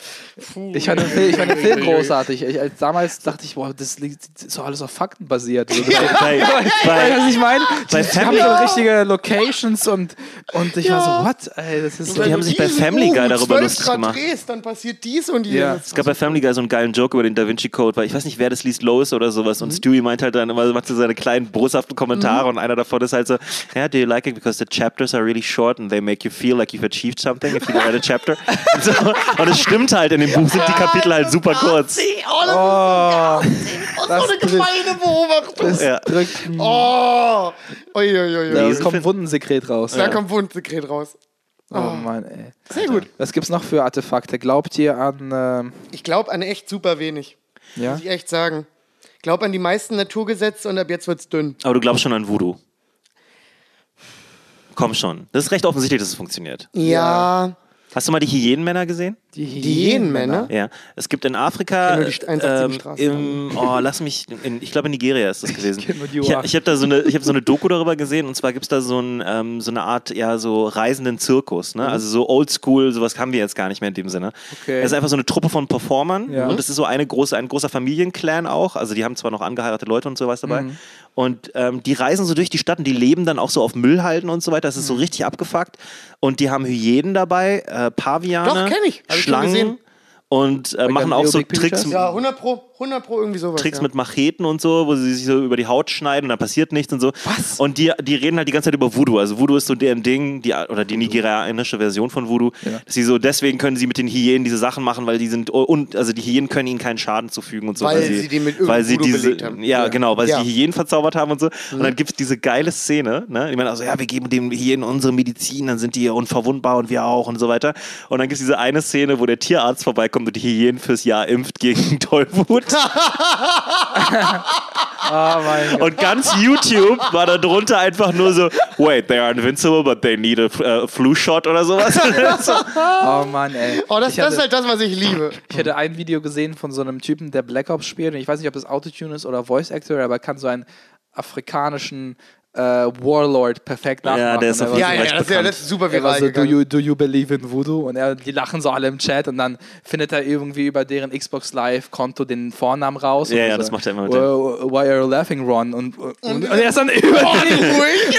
S4: puh.
S5: Ich fand den Film, ich fand
S3: *laughs*
S5: den Film großartig. Ich, als damals dachte ich, boah, das liegt- das ist doch alles auf Fakten basiert. Also, *laughs*
S3: bei,
S5: Weißt du,
S3: bei,
S5: was ich meine?
S3: bei
S5: Die haben
S3: Family-
S5: so richtige Locations und, und ich
S4: Ja.
S5: war so, what? Ey, das ist so.
S4: Wenn
S3: haben
S4: du
S3: sich bei
S4: diesen
S3: Family Guy
S4: U-Boot
S3: darüber
S4: 12
S3: lustig
S4: Grad
S3: gemacht.
S4: Drehst, dann passiert dies und
S5: Ja.
S4: jenes.
S3: es gab bei Family Guy so einen geilen Joke über den Da Vinci Code, weil ich weiß nicht, wer das liest, Lois oder sowas. Und Stewie meint halt dann immer, macht so seine kleinen boshaften Kommentare und einer davon ist halt so, yeah, do you like it because the chapters are really short and they make you feel like you've achieved something if you read a chapter. *laughs* und, so, und es stimmt halt, in dem Buch sind die Kapitel halt super kurz.
S4: Oh, das
S5: Oh,
S4: ist so eine
S5: das-
S4: gefallene Beobachtung.
S5: das
S3: Ja.
S5: drückt.
S4: Oh, uiuiui.
S5: Da
S3: Lesen
S5: kommt
S3: find-
S5: Wundensekret raus.
S4: Da kommt Wundsekret raus.
S5: Oh Mann, ey.
S4: Sehr gut.
S5: Was gibt's noch für Artefakte? Glaubt ihr an. Ähm,
S4: Ich glaube an echt super wenig,
S5: ja?
S4: muss ich echt sagen. Ich glaube an die meisten Naturgesetze und ab jetzt wird's dünn.
S3: Aber du glaubst schon an Voodoo. Komm schon. Das ist recht offensichtlich, dass es funktioniert.
S4: Ja,
S3: Hast du mal die Hyänenmänner gesehen?
S4: die Hyänenmänner.
S3: Ja. Es gibt in Afrika,
S4: ne? nur die St- 187
S3: ähm,
S4: Straße.
S3: im, oh, lass mich, in, ich glaube in Nigeria
S4: *laughs*
S3: ist das gewesen.
S5: kenn nur die
S3: Ich,
S5: Oasen.
S3: ich habe da so eine, ich habe so eine Doku darüber gesehen und zwar gibt es da so, ein, ähm, so eine Art, ja, so reisenden Zirkus,
S4: Mhm.
S3: ne? Also so Oldschool, sowas haben wir jetzt gar nicht mehr in dem Sinne.
S5: Okay.
S3: Es ist einfach so eine Truppe von Performern
S5: Ja.
S3: und es ist so eine große, ein großer Familienclan auch. Also die haben zwar noch angeheiratete Leute und sowas dabei
S4: Mhm.
S3: und ähm, die reisen so durch die Stadt und die leben dann auch so auf Müllhalden und so weiter. Das ist so
S4: Mhm.
S3: richtig abgefuckt und die haben Hyänen dabei, äh, Paviane,
S4: Doch, kenn ich. Hab ich schon
S3: Schlangen.
S4: gesehen.
S3: Und äh, machen
S5: Leo
S3: auch so
S5: Big
S3: Tricks,
S5: Pictures?
S3: mit-
S4: Ja, 100 pro, 100 pro irgendwie sowas.
S3: Tricks
S4: ja.
S3: mit Macheten und so, wo sie sich so über die Haut schneiden und dann passiert nichts und so.
S5: Was?
S3: Und die, die reden halt die ganze Zeit über Voodoo. Also Voodoo ist so deren Ding, die, oder die nigerianische Version von Voodoo. Dass sie so, deswegen können sie mit den Hyänen diese Sachen machen, weil die sind, und, also die Hyänen können ihnen keinen Schaden zufügen und so.
S4: Weil sie die mit irgendeinem
S3: weil sie
S4: Voodoo
S3: diese,
S4: belegt haben.
S3: Ja,
S4: Ja.
S3: genau, weil
S4: Ja. Mhm.
S3: sie die Hyänen verzaubert haben und so. Und dann gibt es diese geile Szene, ne? Ich meine, also ja, wir geben den Hyänen unsere Medizin, dann sind die ja unverwundbar und wir auch und so weiter. Und dann gibt es diese eine Szene, wo der Tierarzt vorbeikommt und die Hyänen fürs Jahr impft gegen *laughs* Tollwut.
S5: Ah, mein
S4: *laughs*
S5: Gott.
S3: Und ganz YouTube war da drunter einfach nur so, wait, they are invincible, but they need a äh, flu shot oder sowas. so,
S5: Oh Mann, ey.
S4: Oh, das,
S5: ich,
S4: das
S5: hatte,
S4: ist halt das, was ich liebe.
S5: ich hatte ein Video gesehen von so einem Typen, der Black Ops spielt. Und ich weiß nicht, ob das Autotune ist oder Voice Actor, aber er kann so einen afrikanischen äh, Warlord perfekt nachmachen.
S3: der ist
S5: Und er
S3: auf
S5: war
S3: jeden
S4: Ja,
S5: so-
S3: recht
S4: ja, das ist ja
S3: bekannt.
S4: das ist super
S5: Er war
S4: viral
S5: so, also, do
S4: gegangen.
S5: you, do you believe in Voodoo? Und er, die lachen so alle im Chat und dann findet er irgendwie über deren Xbox Live-Konto den Vornamen raus.
S3: Ja,
S5: und
S3: ja,
S5: so,
S3: das macht er immer mit
S5: Why
S3: dem.
S5: why are you laughing, Ron? Und, und, und er ist dann über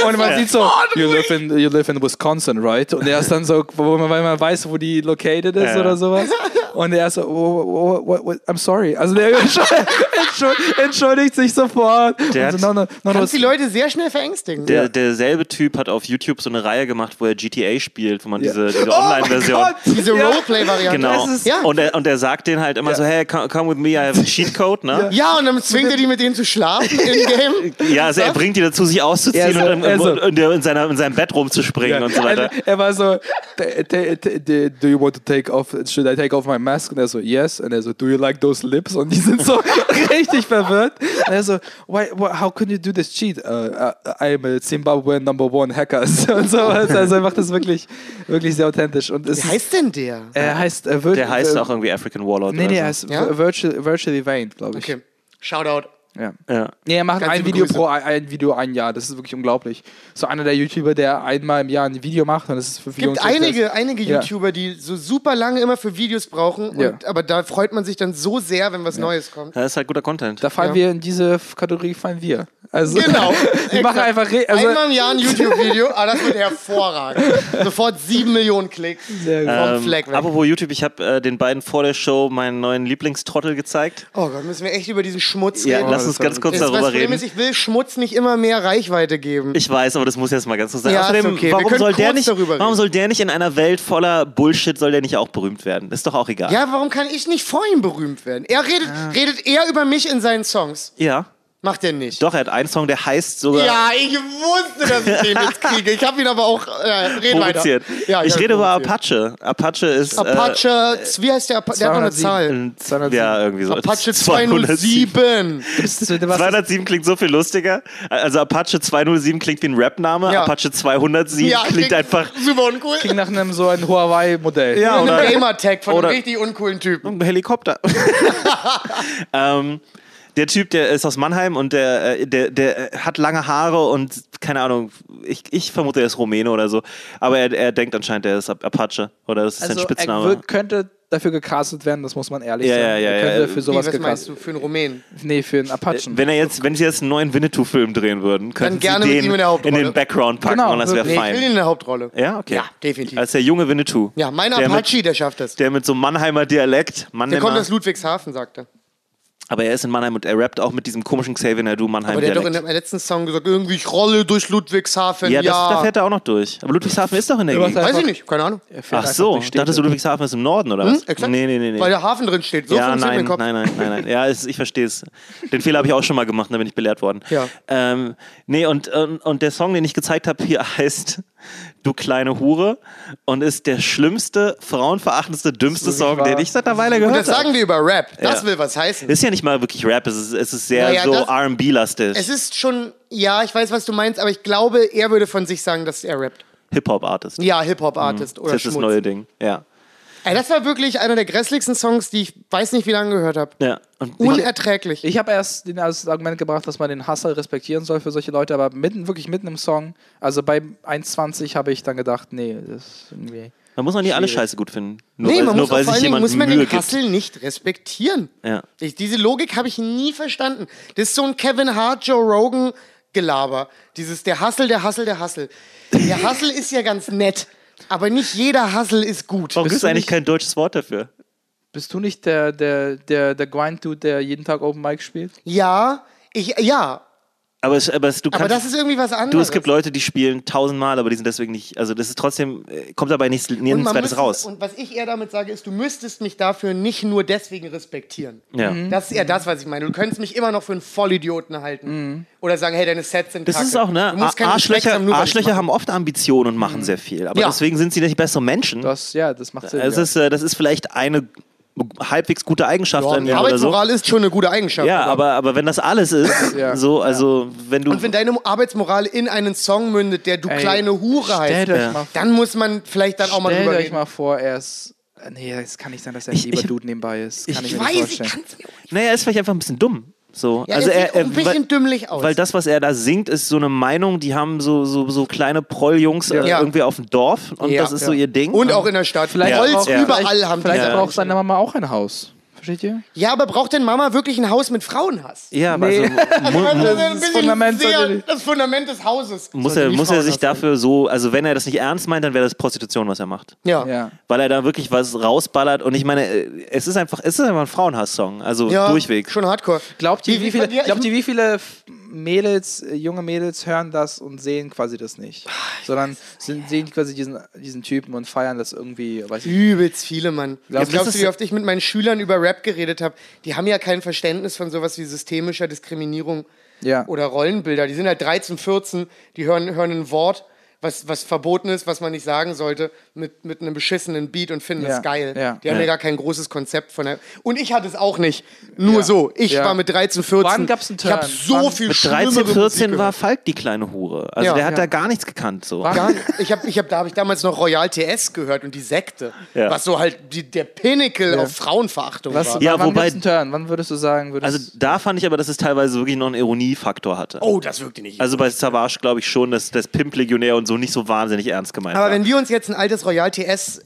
S5: Und man sieht so, you live, in, you live in Wisconsin, right? Und er ist dann so, wo man, weil man weiß, wo die located ist
S3: Ja.
S5: oder sowas. Und er ist so, oh, oh, oh, oh, I'm sorry. Also der *laughs* entschuldigt, entschuldigt sich sofort.
S3: Der
S5: und so,
S3: hat-
S5: no, no, no, no,
S4: Kannst die Leute sehr schnell verängstigen.
S3: Der, derselbe Typ hat auf YouTube so eine Reihe gemacht, wo er GTA spielt, wo man diese,
S5: Oh
S3: diese Online-Version.
S4: Diese Roleplay-Variante.
S3: Genau.
S5: Das ist-
S4: Ja.
S3: Und, er, und er sagt denen halt immer so, hey, come, come with me, I have a cheat code, ne?
S4: Ja, und dann zwingt er die mit denen zu schlafen im Game.
S3: Ja, also er bringt die dazu, sich
S5: Er
S3: auszuziehen
S5: so-
S3: und, dann-
S5: er so-
S3: und, und in, seiner, in seinem Bett rumzuspringen und so weiter.
S5: also Er, er war so, "T- t- t- t- do you want to take off, should I take off my mask? Und er so, yes. Und er so, do you like those lips? Und die sind
S3: *laughs*
S5: so richtig verwirrt. Und er so, why, why, how can you do this cheat? Uh, uh, I'm a Zimbabwean number one hacker. *laughs* Und so, also er macht das wirklich, wirklich sehr authentisch. Und es
S4: Wie heißt denn der?
S5: er heißt, er wird,
S3: Der heißt
S5: äh,
S3: auch irgendwie African Warlord.
S5: Nee,
S3: oder
S5: nee,
S3: so.
S5: er heißt
S4: Ja?
S5: vir- virtual, Virtually Vain, glaube ich.
S4: Okay, Shoutout.
S5: Ja.
S3: Ja.
S5: Nee, er macht
S4: Ganz
S5: ein
S4: liebe
S5: Video
S4: Grüße.
S5: pro ein- ein Video ein Jahr. Das ist wirklich unglaublich. So einer der YouTuber, der einmal im Jahr ein Video macht und das ist für
S4: Es gibt einige, einige
S5: Ja.
S4: YouTuber, die so super lange immer für Videos brauchen, und,
S5: Ja.
S4: aber da freut man sich dann so sehr, wenn was Neues kommt.
S3: Das ist halt guter Content.
S5: Da fallen
S4: Ja.
S5: wir in diese F- Kategorie, fallen wir. Also,
S4: Genau.
S5: *laughs* wir
S4: Exakt.
S5: machen einfach. Re also,
S4: Einmal im Jahr ein YouTube-Video, ah, das wird
S3: *laughs*
S4: hervorragend. Sofort sieben Millionen Klicks
S5: Sehr gut.
S4: vom
S3: Ähm,
S4: Fleck weg.
S3: apropos YouTube, ich habe äh, den beiden vor der Show meinen neuen Lieblingstrottel gezeigt.
S4: Oh Gott, müssen wir echt über diesen Schmutz
S3: Ja,
S4: reden?
S3: lass
S5: das
S3: uns
S5: war
S3: ganz kurz
S4: Jetzt, was
S3: darüber
S4: Problem
S3: reden.
S4: ist, ich will Schmutz nicht immer mehr Reichweite geben.
S3: Ich weiß, aber das muss jetzt mal ganz kurz sein.
S4: Ja, ist
S3: Außerdem,
S4: okay. Wir
S3: warum,
S4: können
S3: soll der
S4: kurz
S3: nicht,
S4: darüber reden.
S3: warum soll der nicht in einer Welt voller Bullshit, soll der nicht auch berühmt werden? Ist doch auch egal.
S4: ja, warum kann ich nicht vor ihm berühmt werden? Er redet,
S3: Ah.
S4: redet er über mich in seinen Songs.
S3: Ja.
S4: Macht er nicht.
S3: Doch, er hat einen Song, der heißt sogar
S4: Ja, ich wusste, dass ich den jetzt kriege. Ich habe ihn aber auch. Äh, red
S3: provoziert.
S4: weiter. Ja,
S3: ich
S4: ja,
S3: rede über Apache.
S4: provoziert.
S3: Apache ist.
S4: Apache, wie heißt der Apache? Der hat noch eine
S5: 207.
S4: Zahl.
S3: Äh, ja, irgendwie so. *laughs*
S4: Apache
S3: 207.
S4: 207.
S5: das ist, was
S3: 207 klingt so viel lustiger. Also Apache 207 klingt wie ein Rap-Name,
S4: Ja.
S3: Apache 207 klingt einfach
S4: Super uncool.
S5: klingt nach einem so ein Huawei-Modell.
S3: Ja,
S4: Ein
S3: oder-
S4: Gamertag von
S3: oder-
S4: einem richtig uncoolen
S3: ein
S4: Typen. *laughs*
S3: Helikopter. ähm, der Typ, der ist aus Mannheim und der, äh, der, der äh, hat lange Haare und keine Ahnung, ich, ich vermute, er ist Rumäne oder so. Aber er, er denkt anscheinend, er ist Apache oder das ist sein
S5: Also, er
S3: Spitzname.
S5: wir- könnte dafür gecastet werden, das muss man ehrlich
S3: Ja,
S5: sagen.
S3: ja, ja,
S5: er
S3: ja,
S5: könnte
S3: ja.
S5: für
S4: Wie,
S5: sowas
S4: was meinst
S5: gecastet
S4: du für einen Rumänen?
S5: Nee, für einen Apachen.
S3: Wenn er jetzt, wenn sie jetzt einen neuen Winnetou-Film drehen würden, könnten
S4: gerne
S3: sie den
S4: mit ihm in der
S3: in
S4: Hauptrolle.
S3: den Background packen
S5: Genau,
S3: und das wäre
S5: wirklich.
S4: Nee, ich will ihn
S3: fein.
S4: in der Hauptrolle.
S3: Ja, okay.
S4: Ja, definitiv.
S3: Als der junge Winnetou.
S4: Ja, mein
S3: der mit,
S4: Apache, der schafft das. Der,
S3: der mit so Mannheimer Dialekt. Mann, der
S4: kommt
S3: mal-
S4: aus Ludwigshafen, sagte.
S3: aber er ist in Mannheim und er rappt auch mit diesem komischen Xavier Naidu
S4: Aber der hat doch in
S3: Mannheim-Dialekt.
S4: dem letzten Song gesagt, irgendwie ich rolle durch Ludwigshafen.
S3: Ja,
S4: Ja,
S3: das, da fährt er auch noch durch. Aber Ludwigshafen ist doch in der
S5: Ja, was
S3: Gegend.
S5: er-
S4: Weiß ich
S5: einfach- Hm?
S4: nicht, keine Ahnung.
S5: Er fährt
S3: Ach
S5: einfach
S3: so,
S5: durch
S3: ich
S5: Städte.
S3: dachtest du, Ludwigshafen ist im Norden oder was?
S4: Hm, Exakt.
S3: Nee, nee, nee. nee.
S4: Weil der Hafen drin steht. So
S3: ja,
S4: funktioniert
S3: nein,
S4: mein Kopf.
S3: nein, nein, nein, nein. Ja, es, ich verstehe es. Den Fehler habe ich auch schon mal gemacht, da bin ich belehrt worden.
S4: Ja.
S3: Ähm, nee, und, und, und der Song, den ich gezeigt habe, hier *laughs* heißt Du kleine Hure und ist der schlimmste, frauenverachtendste, dümmste
S5: wirklich
S3: Song, den
S5: wahr.
S3: ich seit einer Weile gehört
S4: Das
S3: habe.
S4: sagen wir über Rap. Das
S3: Ja.
S4: will was heißen.
S3: Ist ja nicht mal wirklich Rap, es ist, es ist sehr
S4: Naja,
S3: so
S4: das- Es
S3: RB-lastig.
S4: ist schon, ja, ich weiß, was du meinst, aber ich glaube, er würde von sich sagen, dass er rappt.
S3: Hip-Hop-Artist.
S4: Ja, Hip-Hop-Artist
S3: Mhm. das
S4: oder
S3: ist das
S4: Schmutz.
S3: neue Ding. Ja.
S4: Ey, das war wirklich einer der grässlichsten Songs, die ich weiß nicht, wie lange gehört habe.
S3: ja. Und
S4: Unerträglich.
S5: Ich habe erst den, als Argument gebracht, dass man den Hustle respektieren soll für solche Leute, aber mitten, wirklich mitten im Song, also bei 1,20 habe ich dann gedacht, nee, das ist irgendwie.
S3: man muss noch nie alle Scheiße gut finden. Nur
S4: nee,
S3: weil,
S4: man
S3: nur
S4: muss
S3: weil
S4: auch vor
S3: sich
S4: allen Dingen
S3: jemand
S4: muss man
S3: Mühe
S4: den
S3: gibt.
S4: Hustle nicht respektieren.
S3: Ja.
S4: Ich, diese Logik habe ich nie verstanden. Das ist so ein Kevin Hart, Joe Rogan Gelaber. Dieses der Hustle, der Hustle, der Hustle. Der Hustle ist ja ganz nett, aber nicht jeder Hustle ist gut.
S3: Warum gibt es
S5: du
S3: eigentlich
S5: nicht-
S3: kein deutsches Wort dafür?
S5: Bist du nicht der, der, der, der Grind-Dude, der jeden Tag Open Mic spielt?
S4: Ja, ich ja,
S3: Aber, es, aber es, du kannst.
S4: aber das ist irgendwie was anderes.
S3: du, es gibt Leute, die spielen tausendmal, aber die sind deswegen nicht. Also, das ist trotzdem. äh, Kommt dabei nichts,
S4: Und man
S3: nirgendwas
S4: müsste-
S3: raus.
S4: Und was ich eher damit sage, ist, du müsstest mich dafür nicht nur deswegen respektieren. Mhm.
S3: Ja.
S4: Das ist eher das, was ich meine. Du könntest mich immer noch für einen Vollidioten halten. Oder sagen, hey, deine Sets sind
S3: Mhm. Das
S4: kacke.
S3: ist auch, ne?
S4: Du musst keinen Respekt
S3: Arschlöcher,
S4: haben, nur weil ich's
S3: Arschlöcher
S4: mache.
S3: haben oft Ambitionen und machen sehr viel. Aber
S4: Mhm. Ja.
S3: deswegen sind sie nicht bessere Menschen.
S5: Das, ja, das macht Sinn.
S3: Es
S5: ja.
S3: ist, äh, das ist vielleicht eine halbwegs gute Eigenschaft an
S4: Ja,
S3: dir oder so.
S4: Arbeitsmoral ist schon eine gute Eigenschaft.
S3: Ja, aber, aber wenn das alles ist,
S5: Ja.
S3: so, also, wenn du.
S4: und wenn deine Arbeitsmoral in einen Song mündet, der du
S5: Ey,
S4: kleine Hure heißt,
S5: Stellt euch
S3: Ja.
S5: mal
S4: dann muss man vielleicht dann auch mal
S5: Stellt
S4: drüber
S5: euch
S4: reden.
S5: mal vor, er ist. Nee, das kann nicht sein, dass er ein
S3: Ich-
S5: lieber
S3: ich-
S5: Dude nebenbei ist. Kann
S3: ich
S5: ich, mir
S4: Ich
S5: nicht
S4: weiß, ich
S5: vorstellen.
S4: kann's mir
S3: naja, ist vielleicht einfach ein bisschen dumm. So.
S4: Ja,
S3: also
S4: er
S3: er,
S4: sieht
S3: er,
S4: ein bisschen
S3: weil,
S4: dümmlich aus.
S3: weil das, was er da singt, ist so eine Meinung, die haben so, so, so kleine Prolljungs äh,
S4: Ja.
S3: irgendwie auf dem Dorf und
S4: Ja.
S3: das ist
S4: Ja.
S3: so ihr Ding.
S4: und auch in der Stadt.
S5: Vielleicht
S4: Holz
S5: braucht-
S4: überall
S5: vielleicht,
S4: haben die.
S5: Vielleicht
S4: Ja.
S5: braucht seine Mama auch ein Haus. Versteht ihr?
S4: ja, aber braucht denn Mama wirklich ein Haus mit Frauenhass?
S3: ja, aber
S5: Nee.
S4: *laughs*
S3: also, mu,
S4: Das,
S3: mu,
S4: ist ein
S5: Das
S4: bisschen
S5: Fundament sollte
S4: sehr,
S5: die-
S4: das Fundament des Hauses.
S3: muss
S4: sollte
S3: er,
S4: die
S3: muss er sich
S4: Frauenhass sein.
S3: dafür so, also wenn er das nicht ernst meint, dann wäre das Prostitution, was er macht.
S4: Ja.
S5: Ja.
S3: Weil er da wirklich was rausballert und ich meine, äh, es ist einfach, es ist einfach ein Frauenhass-Song, also
S4: ja,
S3: durchweg.
S4: Schon hardcore.
S5: Glaubt ihr,
S4: Die-
S5: wie viele,
S4: die- ich-
S5: glaubt ihr, wie viele F- Mädels, äh, junge Mädels hören das und sehen quasi das nicht? Sondern sind, sehen quasi diesen, diesen Typen und feiern das irgendwie, weiß ich
S4: Übelst viele, Mann. Jetzt
S5: das
S4: glaubst du,
S5: ist-
S4: wie oft ich mit meinen Schülern über Rap geredet habe? Die haben ja kein Verständnis von sowas wie systemischer Diskriminierung
S5: Ja.
S4: oder Rollenbilder. Die sind halt 13, 14, die hören, hören ein Wort, was, was verboten ist, was man nicht sagen sollte, mit, mit einem beschissenen Beat und finden
S5: Ja.
S4: das geil.
S5: Ja.
S4: Die haben ja.
S3: Ja.
S4: gar kein großes Konzept von der. Und ich hatte es auch nicht. Nur
S5: Ja.
S4: so. Ich
S5: Ja.
S4: war mit 13, 14.
S5: Wann gab's einen
S4: Ich habe
S5: Turn?
S4: so
S5: Wann-
S4: viel
S3: Mit 13,
S4: schlimmere
S3: 14
S4: Musik
S3: war
S4: gehört.
S3: Falk die kleine Hure. Also
S4: Ja.
S3: der hat
S5: Ja.
S3: da gar nichts gekannt. So.
S5: War-
S4: Gar nicht. Ich habe, ich hab, da habe ich damals noch Royal TS gehört und die Sekte,
S3: Ja.
S4: was so halt die, der Pinnacle auf Frauenverachtung
S5: Was,
S4: war.
S3: Ja,
S5: wann
S3: wobei-
S5: gibt's einen Turn? Wann würdest du sagen, würdest
S3: Also da fand ich aber, dass es teilweise wirklich noch einen Ironiefaktor hatte.
S4: Oh, das wirkte nicht.
S3: Also bei Savage glaube ich schon, dass das Pimp-Legionär und so nicht so wahnsinnig ernst gemeint
S4: Aber
S3: war.
S4: wenn wir uns jetzt ein altes Royal TS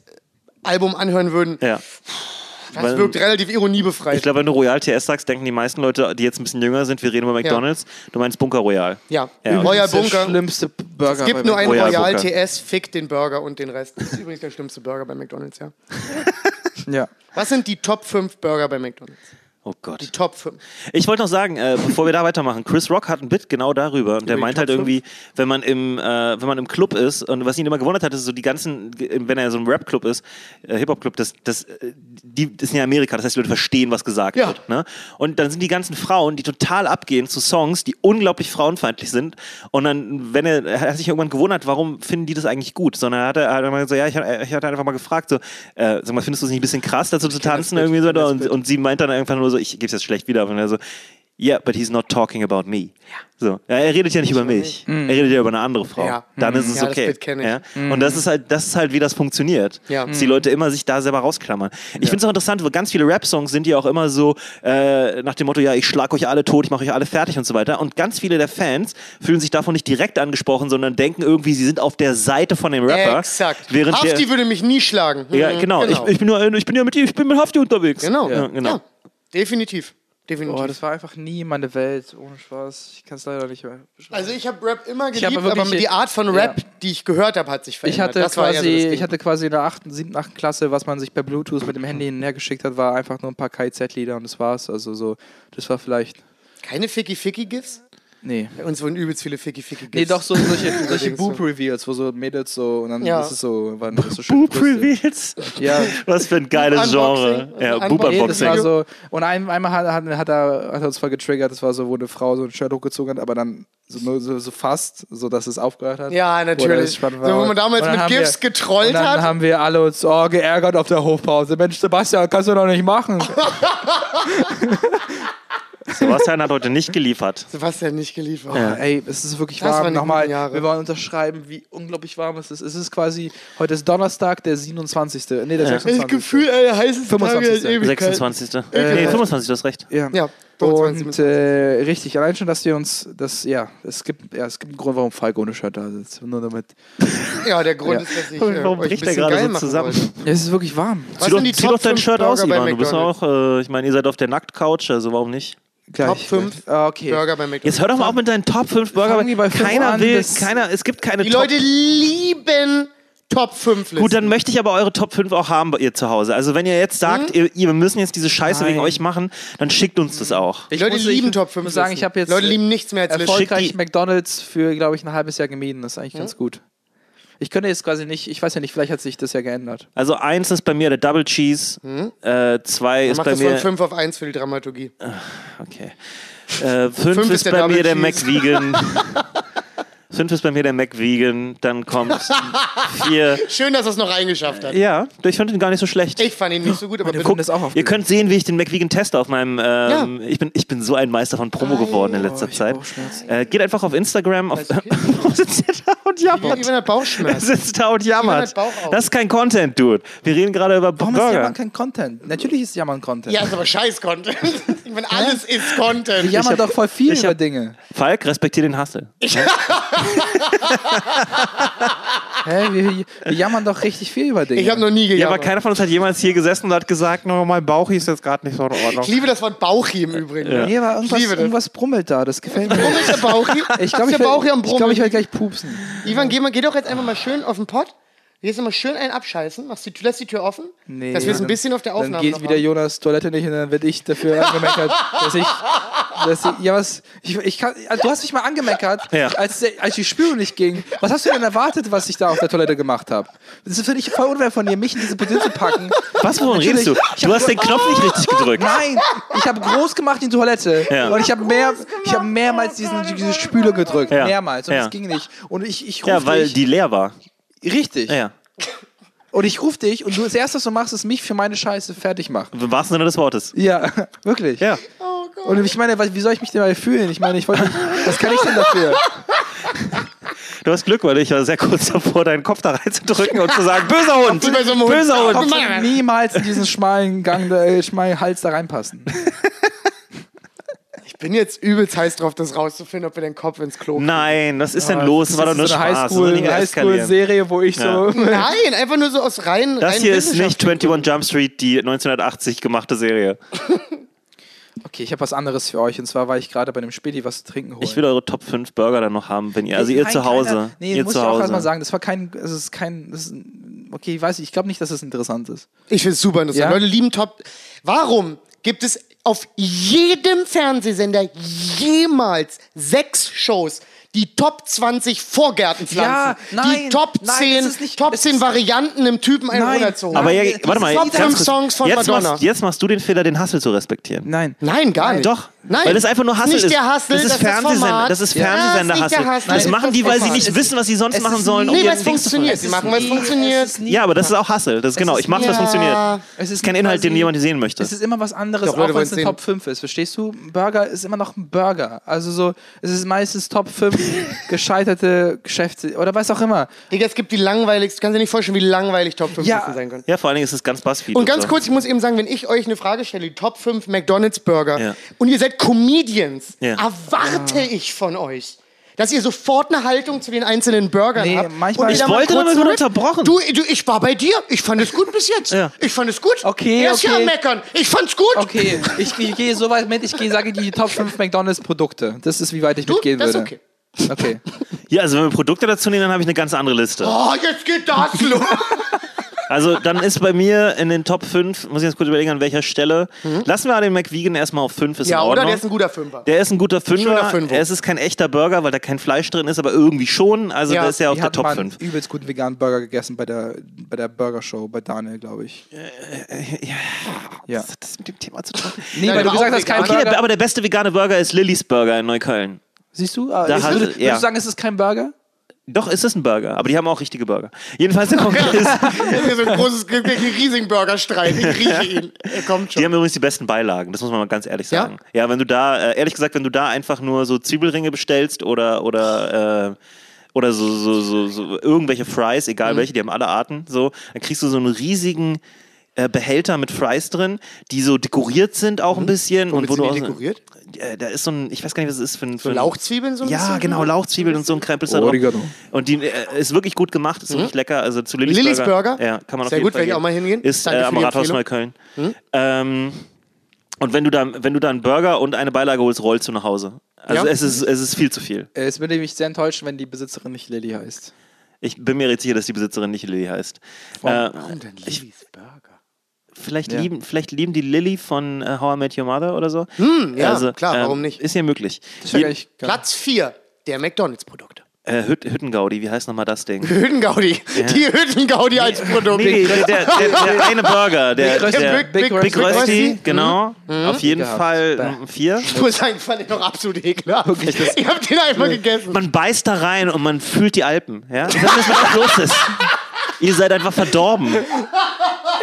S4: Album anhören würden,
S3: ja.
S4: das
S3: weil-
S4: wirkt relativ ironiebefreit.
S3: Ich glaube, wenn du Royal TS sagst, denken die meisten Leute, die jetzt ein bisschen jünger sind, wir reden über McDonalds, du meinst Bunker Royal.
S4: ja.
S3: Ja.
S4: Royal
S5: Das ist der
S4: Bunker.
S5: schlimmste Burger.
S4: Es gibt
S5: bei
S4: nur einen
S3: Royal
S4: Royal,
S3: Bunker.
S4: TS, fick den Burger und den Rest. Das ist übrigens der schlimmste Burger bei McDonalds, ja.
S5: McDonald's. Ja.
S4: Was sind die Top 5 Burger bei McDonalds?
S3: Oh Gott.
S4: Top 5.
S3: Ich wollte noch sagen, äh, bevor wir da weitermachen, Chris Rock hat ein Bit genau darüber und der
S4: die
S3: meint
S4: Top
S3: halt
S4: fünf?
S3: irgendwie, wenn man im, äh, wenn man im Club ist und was ihn immer gewundert hat, ist so die ganzen, wenn er so im Rap-Club ist, äh, Hip-Hop-Club, das, das, äh, die das ist ja Amerika, das heißt, die Leute verstehen, was gesagt
S4: Ja.
S3: wird. Ne? Und dann sind die ganzen Frauen, die total abgehen zu Songs, die unglaublich frauenfeindlich sind und dann, wenn er, er hat sich irgendwann gewundert, warum finden die das eigentlich gut, sondern hat er hat er mal so, ja, ich, hab- ich hatte einfach mal gefragt, so, äh, sag mal, findest du es nicht ein bisschen krass, dazu zu tanzen irgendwie so und, und sie meint dann einfach nur so, ich gebe es jetzt schlecht wieder, und er so, Yeah, but he's not talking about me. So. Ja, er redet ja nicht über mich. Er redet ja über eine andere Frau.
S4: Ja. Mhm.
S3: Dann ist es
S4: Ja, das
S3: okay.
S4: Bild kenn ich.
S3: Ja? Und das ist halt, das ist halt, wie das funktioniert.
S4: Mhm. Ja.
S3: Dass die Leute immer sich da selber rausklammern. Ich finde es auch interessant, weil ganz viele Rap-Songs sind ja auch immer so äh, nach dem Motto, ja, ich schlag euch alle tot, ich mache euch alle fertig und so weiter. Und ganz viele der Fans fühlen sich davon nicht direkt angesprochen, sondern denken irgendwie, sie sind auf der Seite von dem Rapper.
S4: Exakt.
S3: Während der,
S4: Hafti würde mich nie schlagen.
S3: ja,
S4: Mhm,
S3: genau. Ich, ich bin nur, ich bin ja mit, ich bin mit Hafti unterwegs.
S4: Genau.
S3: Ja, genau.
S4: Ja, definitiv. Definitiv.
S5: Boah, das war einfach nie meine Welt, ohne Spaß. Ich kann es leider nicht mehr beschreiben.
S4: also ich habe Rap immer
S5: hab
S4: geliebt,
S5: aber
S4: aber,
S5: wirklich-
S4: die Art von Rap, die ich gehört habe, hat sich
S5: Ich
S4: verändert.
S5: hatte,
S4: das war eher so
S5: quasi,
S4: das Ding.
S5: ich hatte quasi in der 8., 7., 8. Klasse, was man sich per Bluetooth mit dem Handy hin und her geschickt hat, war einfach nur ein paar KZ-Lieder und das war's. Also so, das war vielleicht.
S4: keine Ficky-Ficky-Gifs?
S5: Nee.
S4: Bei uns wurden übelst viele Ficky-Ficky-Gifs.
S5: Nee, doch so
S4: *laughs*
S5: solche, solche
S4: Allerdings so.
S5: Boob-Reveals, wo so Mädels so und dann
S4: Ja.
S5: das ist so, waren das so schön.
S3: Boop
S5: Brüste.
S3: Reveals.
S5: Ja.
S3: Was für ein geiles
S4: Unboxing.
S3: Genre. Ja,
S4: Unboxing.
S3: Boop
S5: Nee, das war
S3: Unboxing.
S5: so, und ein, einmal hat, hat, hat, er, hat er uns voll getriggert, das war so, wo eine Frau so ein Shirt hochgezogen hat, aber dann so, nur so, so fast, so dass es aufgehört hat.
S4: Ja, natürlich.
S5: Oder es spannend war.
S4: So, wo man damals
S5: Und dann
S4: mit
S5: haben
S4: GIFs
S5: wir-
S4: getrollt
S5: und dann
S4: hat.
S5: haben wir alle uns oh, geärgert auf der Hofpause. Mensch, Sebastian, kannst du doch nicht machen.
S3: Sebastian hat heute nicht geliefert.
S4: Sebastian nicht geliefert.
S5: Oh, Ey, es ist wirklich
S4: Das
S5: warm.
S4: waren die
S5: Nochmal,
S4: guten Jahre.
S5: wir wollen unterschreiben, wie unglaublich warm es ist. Es ist quasi, heute ist Donnerstag, der 27. Nee, der 26.
S4: Das Gefühl, ey, der heißeste Tag
S5: 25..
S4: der Ewigkeit.
S3: 26. Nee, 25, du hast recht.
S5: Ja.
S4: Ja, 25
S5: Und äh, richtig, allein schon, dass wir uns, das, ja, es gibt, ja, es gibt einen Grund, warum Falk ohne Shirt da sitzt. Nur damit.
S4: Ja, der Grund
S5: Ja.
S4: ist, dass ich äh,
S3: Warum
S4: euch ein
S3: bricht der
S4: bisschen
S3: gerade
S4: geil
S3: so
S4: machen
S3: zusammen?
S4: wollte.
S5: Es ist wirklich warm.
S4: Was
S3: Zieh doch,
S4: sind die
S3: zieh
S4: Top
S3: doch dein
S4: fünf
S3: Shirt aus,
S4: Burger bei
S3: Ivan. Du bist
S4: McDonald's?
S3: auch, äh, ich meine, ihr seid auf der Nackt-Couch, also warum nicht?
S5: Gleich.
S4: Top 5
S5: Ah, Okay.
S4: Burger bei McDonald's.
S3: Jetzt hör doch mal auf mit deinen Top 5 Burger.
S5: Fangen die bei fünf
S3: keiner
S5: an,
S3: will,
S5: bis-
S3: keiner, es gibt keine
S4: Die
S3: Top
S4: Leute lieben Top 5 Listen.
S3: Gut, dann möchte ich aber eure Top 5 auch haben bei ihr zu Hause. Also wenn ihr jetzt sagt, ihr, ihr, wir müssen jetzt diese Scheiße wegen
S5: Nein.
S3: euch machen, dann schickt uns das auch.
S4: die Leute
S5: muss-
S4: lieben
S5: ich
S4: Top 5
S5: muss sagen,
S4: Listen.
S5: ich habe jetzt äh,
S4: Leute lieben nichts mehr als Listen.
S3: Schick
S5: erfolgreich
S3: die-
S5: McDonalds für, glaube ich, ein halbes Jahr gemieden. Das ist eigentlich ganz gut. Ich könnte jetzt quasi nicht, ich weiß ja nicht, vielleicht hat sich das ja geändert.
S3: Also eins ist bei mir der Double Cheese, äh, zwei ist
S4: Mach
S3: bei
S4: das von
S3: mir
S4: 5 auf 1 für die Dramaturgie.
S3: Okay. Äh, fünf,
S4: Fünf
S3: ist,
S4: ist der
S3: bei *laughs*
S4: Double
S3: mir der
S4: Cheese.
S3: McVegan. Fünf ist bei mir der Mac Vegan. Dann *laughs* kommt vier.
S4: Schön, dass er es noch reingeschafft
S5: Äh,
S4: hat.
S3: Ja, ich fand ihn gar nicht so schlecht.
S4: Ich fand ihn nicht so gut, aber bitte.
S5: Guck, das auch auf
S3: Ihr könnt sehen, wie ich den McVegan-Tester auf meinem. Ähm, ich, bin, ich bin so ein Meister von Promo geworden in letzter
S5: ich hab
S3: Zeit.
S5: Bauchschmerzen.
S3: Äh, geht einfach auf Instagram. Auf, *laughs* Warum sitzt ihr da und jammert?
S4: Jemand hat
S5: *laughs*
S4: Bauchschmerzen.
S3: sitzt da und jammert.
S4: hat Bauch auf.
S3: Das ist kein Content, Dude. Wir reden gerade über
S5: Warum ist
S3: Burger.
S5: Jammern kein Content? Natürlich ist Jammern Content.
S4: Ja, ist aber scheiß Content. *laughs* Ich meine, alles ist Content.
S5: Wir jammern
S3: hab-
S5: doch voll viel
S3: ich
S5: über
S3: hab-
S5: Dinge.
S3: Falk, respektier den Hassel.
S5: Hä? Wir, wir jammern doch richtig viel über Dinge.
S4: Ich habe noch nie
S3: Ja,
S4: gejammert.
S3: aber keiner von uns hat jemals hier gesessen und hat gesagt, no, mein Bauch ist jetzt gerade nicht so in Ordnung.
S4: ich liebe das Wort Bauchi im Übrigen. Ja.
S5: Nee, aber irgendwas,
S4: Ich liebe das.
S5: irgendwas brummelt da. Das gefällt mir.
S4: Warum ist der Bauchi?
S5: *laughs* Ich glaube,
S4: ist
S5: ich,
S4: der
S5: werd-
S4: Bauchi am
S5: ich, glaub,
S4: Brummen?
S5: ich werde gleich pupsen.
S4: Ivan, geh, mal, geh doch jetzt einfach mal schön auf den Pott. Gehst du mal schön einen abscheißen, machst die, lässt die Tür offen,
S5: Nee,
S4: dass wir es
S5: dann-
S4: ein bisschen auf der Aufnahme
S5: Dann geht
S4: noch
S5: wieder
S4: haben.
S5: Jonas Toilette nicht und dann werde ich
S4: *laughs*
S5: dafür angemeckert, dass ich. Dass ich ja, was. Ich, ich kann, also du hast mich mal angemeckert,
S3: Ja.
S5: als, der- als die Spülung nicht ging. Was hast du denn erwartet, was ich da auf der Toilette gemacht habe? Das ist für dich voll unfair von dir, mich in diese Position zu packen.
S3: Was, woran redest du?
S5: Natürlich.
S3: Du hast den Knopf nicht richtig gedrückt.
S5: Nein, ich habe groß gemacht die Toilette.
S3: Ja.
S5: Und ich habe mehr, ich habe mehrmals diesen, diese Spüle gedrückt.
S3: Ja.
S5: Mehrmals. Und
S3: Ja.
S5: es ging nicht. Und ich, ich rufe
S3: Ja, weil
S5: dich.
S3: die leer war.
S5: richtig.
S3: Ja.
S5: Und ich rufe dich und du das erste, was du machst, ist mich für meine Scheiße fertig machen.
S3: Im wahrsten Sinne des Wortes.
S5: Ja, wirklich.
S3: Ja. *laughs*
S5: Und ich meine, was- wie soll ich mich dabei fühlen? Ich meine, ich wollte, was kann ich
S3: *laughs*
S5: denn dafür?
S3: Du hast Glück, weil ich war sehr kurz davor, deinen Kopf da reinzudrücken und zu sagen, böser Hund,
S4: Wie bei so einem Hund.
S3: böser Hund.
S4: Komm,
S5: Ich würde niemals in diesen schmalen Gang, da- äh, schmalen Hals da reinpassen.
S4: Ich bin jetzt übelst heiß drauf, das rauszufinden, ob wir den Kopf ins Klo
S3: Nein, was ist denn los? Das war doch
S5: ist
S3: nur
S5: so
S3: Spaß.
S5: eine
S3: Das soll nicht
S5: Highschool-
S3: eskalieren.
S5: Highschool-Serie, wo ich
S3: Ja.
S5: so.
S4: Nein, einfach nur so aus rein.
S3: Das
S4: rein
S3: hier ist nicht
S4: Wissenschaft.
S3: 21 Jump Street, die 1980 gemachte Serie.
S5: Okay, ich habe was anderes für euch. Und zwar war ich gerade bei einem Späti was zu trinken holen.
S3: Ich will eure Top 5 Burger dann noch haben, wenn ihr, also ihr
S5: Nein,
S3: zu
S5: keiner-
S3: Hause.
S5: Nee,
S3: ihr
S5: muss
S3: zu
S5: ich auch
S3: Hause.
S5: erstmal sagen, das war kein, es ist kein, das ist, ein- okay, ich weiß nicht, ich glaube nicht, dass es interessant ist.
S4: Ich finde es super interessant.
S5: Ja?
S4: Leute lieben Top. Warum gibt es auf jedem Fernsehsender jemals sechs Shows? Die Top 20 Vorgärtenpflanzen.
S5: Ja, nein,
S4: die Top
S5: nein,
S4: 10,
S5: es ist nicht-
S4: Top
S5: es
S4: 10
S5: ist-
S4: Varianten im Typen einen
S5: Nein,
S4: runterzogen.
S3: Aber
S5: Nein,
S3: ja,
S5: das
S3: warte mal,
S5: ist
S4: Top
S3: ganz
S4: fünf
S3: kurz.
S4: Songs von
S3: jetzt,
S4: Madonna.
S3: machst, jetzt machst du den Fehler, den Hassel zu respektieren.
S5: Nein.
S4: Nein, gar nicht.
S3: Doch,
S4: Nein.
S3: weil das einfach nur Hassel
S4: nicht
S3: ist.
S4: der Hassel,
S3: das ist Fernsehsender,
S4: Format.
S3: das ist
S4: Ja,
S3: Fernsehsender
S4: das ist
S3: Hassel.
S4: nicht der Hassel.
S3: Das
S5: Nein,
S3: machen
S5: das
S3: die,
S5: ist
S3: weil
S5: das
S3: sie nicht
S5: Format.
S3: wissen, was sie sonst
S5: Es
S3: machen
S5: ist
S3: sollen, um
S5: nie-
S4: Nee,
S3: ihren
S4: weil es
S3: Ding zu
S4: funktioniert.
S3: verfolgen.
S4: Sie machen, weil es
S5: nie-
S4: funktioniert.
S5: es ist nie-
S3: Ja, aber das ist auch Hassel. Das genau,
S5: ist
S3: ich mache,
S5: nie-
S3: was funktioniert.
S4: Ja.
S5: Es ist
S3: kein
S5: quasi-
S3: Inhalt, den jemand sehen möchte.
S5: Es ist immer was anderes,
S4: Doch, Leute,
S5: auch wenn es
S4: wollen's
S5: eine
S4: sehen.
S5: Top 5 ist. Verstehst du? Ein Burger ist immer noch ein Burger. Also so, es ist meistens
S3: *laughs*
S5: Top 5 gescheiterte Geschäfte oder was auch immer.
S4: Digga, es gibt die langweiligsten. Du kannst dir nicht vorstellen, wie langweilig Top 5
S5: Ja.
S4: Listen sein können.
S3: Ja, vor allen Dingen ist es ganz Buzzfeed.
S4: Und ganz
S3: so.
S4: kurz, ich muss eben sagen, wenn ich euch eine Frage stelle, die Top 5 McDonalds Burger,
S3: Ja.
S4: und ihr seid Comedians,
S3: Ja.
S4: erwarte ich von euch, dass ihr sofort eine Haltung zu den einzelnen Burgern
S5: Nee,
S4: habt.
S5: manchmal-
S4: und
S5: Ich
S4: ihr da mal
S3: wollte
S4: kurz
S3: damit nur
S4: mit-
S3: unterbrochen.
S4: Du, du, ich war bei dir. Ich fand es gut bis
S5: *laughs*
S4: jetzt.
S3: Ja.
S4: Ich fand es gut.
S5: Okay,
S4: Er ist ja
S5: okay.
S4: am Meckern. Ich fand's gut.
S5: Okay, ich, ich gehe so weit mit, ich gehe, sage die Top 5 McDonalds-Produkte. Das ist, wie weit ich
S4: Du,
S5: mitgehen
S4: das ist
S5: würde.
S4: okay.
S3: *laughs*
S5: okay.
S3: Ja, also wenn wir Produkte dazu nehmen, dann habe ich eine ganz andere Liste.
S4: Oh, jetzt geht
S5: *laughs*
S4: das los.
S3: Also dann ist bei mir in den Top 5, muss ich jetzt kurz überlegen, an welcher Stelle. Lassen wir den McVegan erstmal auf 5, ist
S4: Mhm. ja,
S3: in
S4: oder?
S3: Ordnung.
S4: Der ist ein guter Fünfer.
S3: Der ist ein guter
S4: Schöner
S3: Fünfer.
S4: Fünfer.
S3: Es ist kein echter Burger, weil da kein Fleisch drin ist, aber irgendwie schon. Also
S4: Ja,
S3: da ist er auf
S5: Ich
S3: der
S5: habe
S3: Top
S5: mal
S3: 5.
S5: einen übelst guten veganen Burger gegessen bei der, bei der Burger-Show, bei Daniel, glaube ich. Ja.
S3: hat das mit dem Thema zu
S4: *laughs*
S3: tun?
S5: Nee,
S4: äh, Nein,
S5: weil du
S4: aber
S5: gesagt
S4: auch
S5: hast, kein
S3: Okay,
S5: Burger.
S3: aber der beste vegane Burger ist Lillys Burger in Neukölln.
S5: Siehst du? Ah, ist-
S3: hat-
S5: würdest,
S3: ja.
S5: würdest du sagen, es ist kein Burger?
S3: Doch, ist es ein Burger, aber die haben auch richtige Burger. Jedenfalls
S4: *laughs*
S3: der Punkt ist,
S4: Das ist hier so ein großes, einen riesigen Burgerstreit. Ich
S3: *laughs*
S4: rieche ihn. Er kommt
S3: die
S4: schon.
S3: haben übrigens die besten Beilagen, das muss man mal ganz ehrlich
S4: Ja?
S3: sagen. Ja, wenn du da, äh, ehrlich gesagt, wenn du da einfach nur so Zwiebelringe bestellst oder, oder, äh, oder so, so, so, so irgendwelche Fries,
S4: Mhm.
S3: egal welche, die haben alle Arten, so, dann kriegst du so einen riesigen äh, Behälter mit Fries drin, die so dekoriert sind auch ein bisschen. und wo
S4: Mhm. sind
S3: du auch
S4: die
S3: so-
S4: dekoriert?
S3: Äh, da ist so ein, ich weiß gar nicht, was es ist für ein. Für ein-
S4: Lauchzwiebeln so ein
S3: Ja,
S4: bisschen?
S3: genau, Lauchzwiebeln und so ein Krempel ist da
S5: Oregano.
S3: drauf. Und die äh, ist wirklich gut gemacht, ist wirklich lecker. Also zu Lillys,
S4: Mhm. Lillys Burger?
S3: Ja, kann man
S4: Sehr
S3: auf jeden
S4: gut,
S3: Fall
S4: werde ich auch mal hingehen.
S3: Ist äh,
S4: Danke für
S3: am
S4: die Mhm.
S3: Rathaus Neukölln. Ähm, und wenn du, da, wenn du da einen Burger und eine Beilage holst, rollst du nach Hause. Also
S4: Ja.
S3: es, ist, es ist viel zu viel.
S5: Äh, Es würde mich sehr enttäuschen, wenn die Besitzerin nicht Lilly heißt.
S3: Ich bin mir jetzt sicher, dass die Besitzerin nicht Lilly heißt. Äh,
S4: denn Lillys Burger?
S3: vielleicht,
S5: Ja.
S3: lieben, vielleicht lieben die Lilly von äh, How I Met Your Mother oder so. Also, ähm,
S4: Hm, ja, klar, warum nicht?
S3: Ist ja möglich.
S5: Das wäre
S3: Je-
S5: eigentlich geil.
S4: Platz 4 der McDonalds-Produkte.
S3: Äh, Hüt, Hüttengaudi, wie heißt nochmal das
S4: *laughs*
S3: Ding?
S4: Hüttengaudi. Die Hüttengaudi als Produkt.
S3: Nee, der, der, der, der eine Burger,
S4: *laughs*
S3: der,
S5: Big Rösti.
S3: der
S5: Big- Big
S3: Big
S5: Rösti.
S4: Mhm.
S3: Rösti, genau. Auf jeden
S5: Gehabt.
S3: Fall
S5: Bäh.
S3: mm, vier.
S4: Ich muss sagen, ich fand den noch absolut ekelhaft. Ich hab den einfach gegessen.
S3: Man beißt da rein und man fühlt die Alpen. Ja? Das ist, was los ist. Ihr seid einfach verdorben.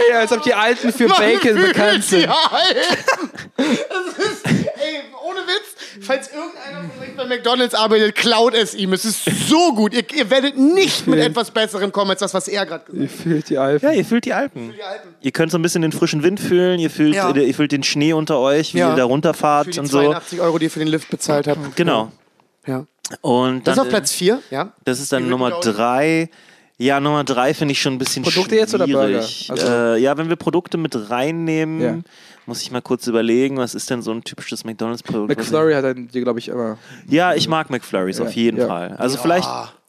S5: Ja, als ob die Alten für Bacon
S4: Mann,
S5: bekannt
S4: fühlt die
S5: sind.
S4: Alpen. Das ist, ey, ohne Witz, falls irgendeiner von euch bei McDonalds arbeitet, klaut es ihm. Es ist so gut. Ihr, ihr werdet nicht mit etwas Besserem kommen, als das, was er gerade gesagt
S5: Ihr fühlt die Alpen.
S3: Ja, ihr fühlt die Alpen.
S4: hat. Die Alpen.
S3: Ihr könnt so ein bisschen den frischen Wind fühlen, ihr fühlt, äh,
S4: Ja.
S3: ihr fühlt den Schnee unter euch, wie
S4: Ja.
S3: ihr da runterfahrt
S4: Für
S3: und
S4: die
S3: so.
S4: 82 Euro, die ihr für den Lift bezahlt habt.
S3: Genau.
S4: Ja.
S3: Und dann, äh,
S4: Das ist auf Platz 4, ja.
S3: das ist dann
S4: Die
S3: Nummer
S4: Hüttengaudi.
S3: drei. Ja, Nummer drei finde ich schon ein bisschen
S5: Produkte
S3: schwierig.
S5: jetzt oder Burger? Also-
S3: äh, ja, wenn wir Produkte mit reinnehmen,
S5: Ja.
S3: muss ich mal kurz überlegen, was ist denn so ein typisches McDonalds-Produkt? was ich-
S5: McFlurry hat einen, die, glaube ich, immer.
S3: Ja, ich mag McFlurries auf jeden
S5: ja.
S3: Fall. Also vielleicht,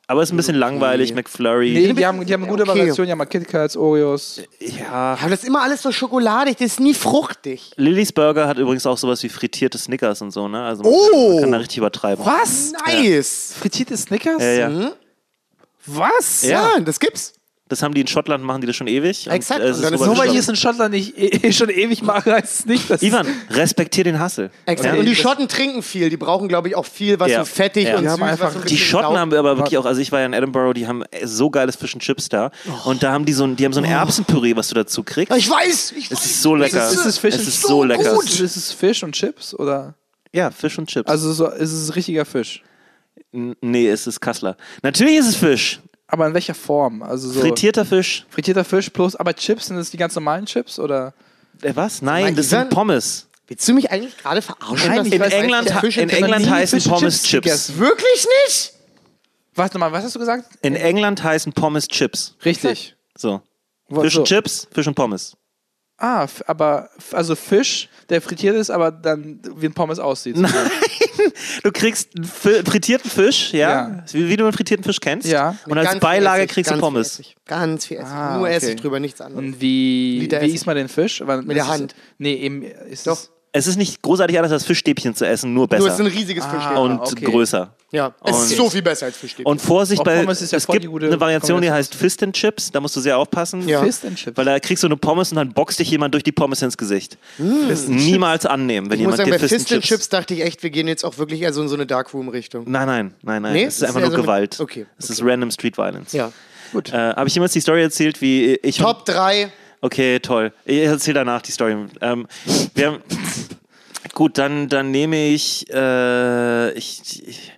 S3: aber ist ein bisschen langweilig, McFlurry.
S5: Nee, die haben, die haben eine gute
S4: Okay.
S5: Variation. Die haben mal KitKats, Oreos.
S3: Ja.
S4: Aber das ist immer alles so schokoladig, das ist nie fruchtig.
S3: Lillys Burger hat übrigens auch sowas wie frittierte Snickers und so, ne? Also man
S4: Oh!
S3: kann da richtig übertreiben.
S5: Was? Hm?
S4: Nice.
S5: Frittierte Snickers?
S3: Ja, ja.
S5: Was?
S4: Ja, das gibt's.
S3: Das haben die in Schottland, machen die das schon ewig. und,
S4: Exakt.
S3: äh, es
S4: Und dann ist
S5: Nur
S3: super
S5: weil ich es
S3: beschlossen.
S5: in Schottland nicht eh, schon ewig mache, heißt es nicht, dass.
S3: Ivan, respektier den
S5: *laughs*
S3: Hassel.
S4: Exakt.
S3: Ja?
S4: Und die Schotten trinken viel. Die brauchen, glaube ich, auch viel, was
S3: Ja.
S4: so fettig
S3: Ja.
S4: und
S5: Die
S4: süß,
S5: haben einfach-
S4: was so ein
S3: Die
S4: bisschen
S3: Schotten
S4: sau-
S3: haben aber wirklich auch, also ich war ja in Edinburgh, die haben äh, so geiles Fish and Chips da.
S5: Oh.
S3: Und da haben die so ein, die haben so ein Erbsenpüree, was du dazu kriegst.
S4: Ich weiß, ich
S3: Es
S4: weiß.
S3: ist so lecker.
S5: Ist es Fisch
S3: es
S5: und-
S3: ist so lecker.
S5: Oh, Gut. Ist es Fisch und Chips oder?
S3: Ja, Fisch und Chips.
S5: Also so, ist es richtiger Fisch.
S3: N- nee, es ist Kassler. Natürlich ist es Fisch.
S5: Aber in welcher Form? Also so
S3: Frittierter Fisch.
S5: frittierter Fisch plus, aber Chips sind das die ganz normalen Chips oder?
S3: Äh, was? Nein,
S4: Nein,
S3: das
S4: Ivan-
S3: sind Pommes.
S4: Willst du mich eigentlich gerade verarschen?
S5: Nein,
S4: dass
S5: ich
S4: ich
S3: In
S5: weiß
S3: England,
S5: nicht,
S3: ha-
S5: Fisch und
S3: in
S5: Chips.
S3: England
S5: Nie
S3: heißen
S5: Fisch und
S3: Pommes
S5: Chips
S3: Chips.
S5: gegessen.
S4: Wirklich nicht?
S5: Warte mal, was hast du gesagt?
S3: In
S4: Äh.
S3: England heißen Pommes Chips.
S5: Richtig.
S3: So.
S5: Wo-
S3: Fisch
S5: so.
S3: und Chips, Fisch und Pommes. *laughs*
S5: Ah, f- aber f- also Fisch, der frittiert ist, aber dann wie ein Pommes aussieht.
S3: Du kriegst einen fi- frittierten Fisch, ja,
S5: Ja.
S3: Wie, wie du einen frittierten Fisch kennst.
S5: Ja.
S3: Und als
S4: Ganz
S3: Beilage
S4: viel Essig,
S3: kriegst du
S4: ganz
S3: Pommes.
S4: Viel Essig. Ganz viel Essig.
S5: Ah,
S4: Nur
S5: okay.
S4: Essig drüber, nichts anderes.
S5: Und wie,
S4: Liter
S5: wie
S4: Essig.
S5: isst man den Fisch? Weil
S4: Mit der
S5: ist
S4: Hand.
S5: Es, nee, eben ist
S4: Doch.
S5: es.
S3: Es ist nicht großartig anders als Fischstäbchen zu essen, nur besser. Ah.
S4: Nur es ist ein riesiges Fischstäbchen.
S3: und
S5: okay.
S3: größer.
S4: Ja, es
S3: Und-
S4: ist so viel besser als Fischstäbchen.
S3: Und Vorsicht
S5: Auch
S3: bei
S5: Pommes ist ja
S3: es
S5: voll die
S3: gibt
S5: gute
S3: eine Variation, die heißt Fist and Chips, da musst du sehr aufpassen.
S4: Ja.
S5: Fist and Chips.
S3: Weil da kriegst du eine Pommes und dann boxt dich jemand durch die Pommes ins Gesicht. Niemals annehmen, wenn
S4: Hm. Ich
S3: jemand
S4: muss sagen,
S3: dir
S4: bei
S3: Fist and
S4: Fist and
S3: Chips.
S4: Chips dachte ich echt, wir gehen jetzt auch wirklich eher so in so eine Darkroom-Richtung.
S3: Nein, nein, nein, nein.
S4: Nee?
S3: es ist
S4: Das
S3: einfach
S4: ist
S3: nur
S4: eher so mit-
S3: Gewalt.
S4: Okay,
S3: Es ist random Street Violence.
S4: Ja.
S5: Gut.
S3: Äh, Habe ich jemals die Story erzählt, wie ich und
S4: Top 3.
S3: Okay, toll. Ich erzähle danach die Story. Ähm, wir haben, gut, dann, dann nehme ich, äh, ich, ich.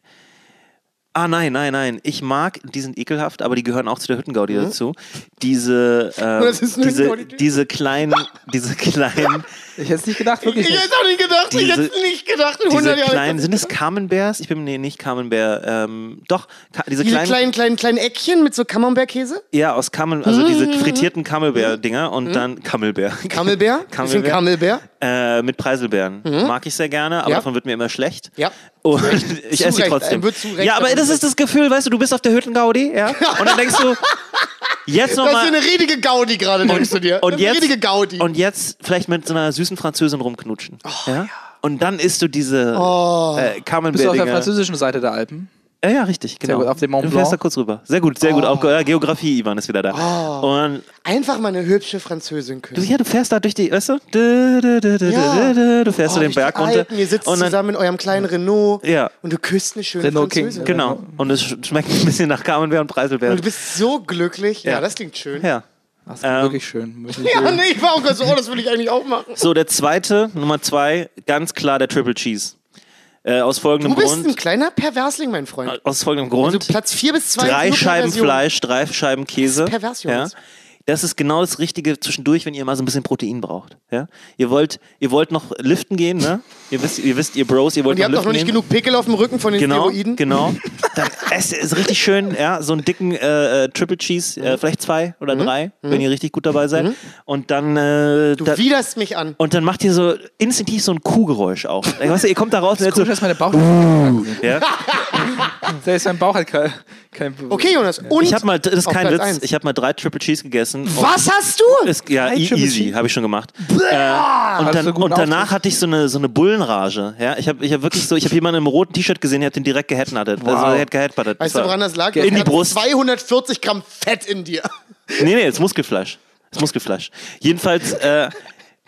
S3: Ah, nein, nein, nein. Ich mag, die sind ekelhaft, aber die gehören auch zu der Hüttengaudi dazu. Diese, ähm,
S4: Mhm. Das ist eine
S3: diese,
S4: Hüttengaudi.
S3: diese
S4: *laughs*
S3: kleinen, diese kleinen,
S5: Ich hätte es nicht gedacht, wirklich
S4: Ich
S5: nicht.
S4: hätte auch nicht gedacht, ich
S3: Diese-
S4: hätte nicht gedacht in
S3: diese
S4: 100 Jahren.
S3: kleinen, sind es Carmen Bears? Ich bin, nee, nicht Carmen Bear, ähm, doch, Ka diese,
S4: Diese
S3: kleinen,
S4: kleinen, kleinen, kleinen Eckchen mit
S3: *laughs*
S4: so Camembert-Käse?
S3: ja, aus Carmen, also diese
S4: Mhm.
S3: frittierten Camembert-Dinger und dann Camembert.
S4: Camembert? Bisschen
S3: Camembert.
S4: Camembert?
S3: *laughs* Äh, mit Preiselbeeren. Mag ich sehr gerne, aber
S4: Mhm. Ja.
S3: davon wird mir immer schlecht.
S4: Ja.
S3: Und *laughs* ich
S4: Zu
S3: esse sie
S4: Recht,
S3: trotzdem.
S4: einem wird zu Recht
S3: ja, aber
S4: davon
S3: das ist das Gefühl, weißt du, du bist auf der Hüttengaudi, ja? Und dann denkst
S4: *laughs*
S3: du, jetzt
S4: Das ist
S3: nochmal.
S4: eine redige Gaudi gerade, denkst du dir.
S3: Und
S4: eine
S3: jetzt,
S4: redige Gaudi. Oh,
S3: und jetzt vielleicht mit so einer süßen Französin rumknutschen. ja? Und dann isst du diese äh,
S5: Bist du auf der
S3: Camembert-Dinger.
S5: französischen Seite der Alpen?
S3: Ja, ja, richtig, genau.
S5: gut, auf dem Mont
S3: Du fährst
S5: Blanc.
S3: da kurz rüber. Sehr gut, sehr gut. Auch,
S4: Oh.
S3: ja, Geografie, Ivan, ist wieder da. Und
S4: Einfach mal eine hübsche Französin
S3: Du,
S4: küssen.
S3: ja, du fährst da durch die, weißt du? Du, du, du, du,
S4: Ja.
S3: du, du, du fährst
S4: Oh,
S3: du den
S4: durch die
S3: Berg runter.
S4: Alpen, Ihr sitzt
S3: und dann,
S4: zusammen in eurem kleinen Renault
S3: Ja.
S4: und du küsst eine schöne
S5: Renault King,
S4: Französin.
S3: Genau. Und es sch- schmeckt ein bisschen nach Camembert und Preiselbeeren.
S4: Und du bist so glücklich. Ja,
S3: Ja.
S4: das klingt schön.
S3: ja.
S5: Ach, das
S3: Ähm,
S5: ist wirklich schön. Wirklich
S4: Ja,
S5: schön.
S4: nee, ich war auch kurz so, oh, das will ich eigentlich auch machen.
S3: So, der zweite, Nummer zwei, ganz klar der Triple Cheese. Äh, aus folgendem
S4: Du bist ein
S3: Grund.
S4: kleiner Perversling, mein Freund.
S3: Aus folgendem
S4: Also
S3: Grund.
S4: Platz 4 bis 2
S3: drei Scheiben Fleisch, drei Scheiben Käse.
S4: Das ist Perversion.
S3: ja. Das ist genau das Richtige zwischendurch, wenn ihr mal so ein bisschen Protein braucht. Ja? Ihr, wollt, ihr wollt noch liften gehen, ne? Ihr wisst, ihr wisst, ihr Bros, ihr wollt
S4: Und ihr habt
S3: noch
S4: doch
S3: liften
S4: noch nicht
S3: gehen.
S4: genug Pickel auf dem Rücken von den
S3: genau,
S4: Steroiden.
S3: Genau. *laughs* Dann esst ist richtig schön, ja, so einen dicken äh, äh, Triple Cheese,
S4: Mhm.
S3: äh, vielleicht zwei oder drei, wenn ihr richtig gut dabei seid. Und dann äh,
S4: Du
S3: da,
S4: widerst mich an.
S3: und dann macht ihr so instinktiv so ein Kuhgeräusch
S4: *laughs*
S3: auf. Weißt du, ihr kommt da raus und jetzt so,
S5: Komisch, dass meine Bauch. Uh.
S3: ja.
S5: Selbst mein Bauch hat kein. kein
S4: Okay, Jonas. Und
S3: Ich habe mal, das ist
S4: auf
S3: kein
S4: Platz
S3: Witz,
S4: eins.
S3: ich habe mal drei Triple Cheese gegessen gegessen. Und
S4: Was hast du?
S3: Es, ja, e
S5: Peitsche
S3: easy,
S5: beschieden?
S3: habe ich schon gemacht.
S4: Bäh!
S3: Äh, und,
S5: Hast
S3: dann,
S5: du guten
S3: und danach
S5: Auftritt?
S3: hatte ich so eine, so eine Bullenrage. Ja, ich habe ich hab wirklich so, ich habe jemanden im roten T-Shirt gesehen, der hat den direkt gehatnuttet. Also er hat gehatnuttet.
S4: Weißt du, woran das lag?
S3: In
S4: Du
S3: die
S4: hast
S3: Brust.
S4: 240 Gramm Fett
S3: *laughs*
S4: in dir.
S3: Nee, nee, ist Muskelfleisch. Ist Muskelfleisch. Jedenfalls, äh,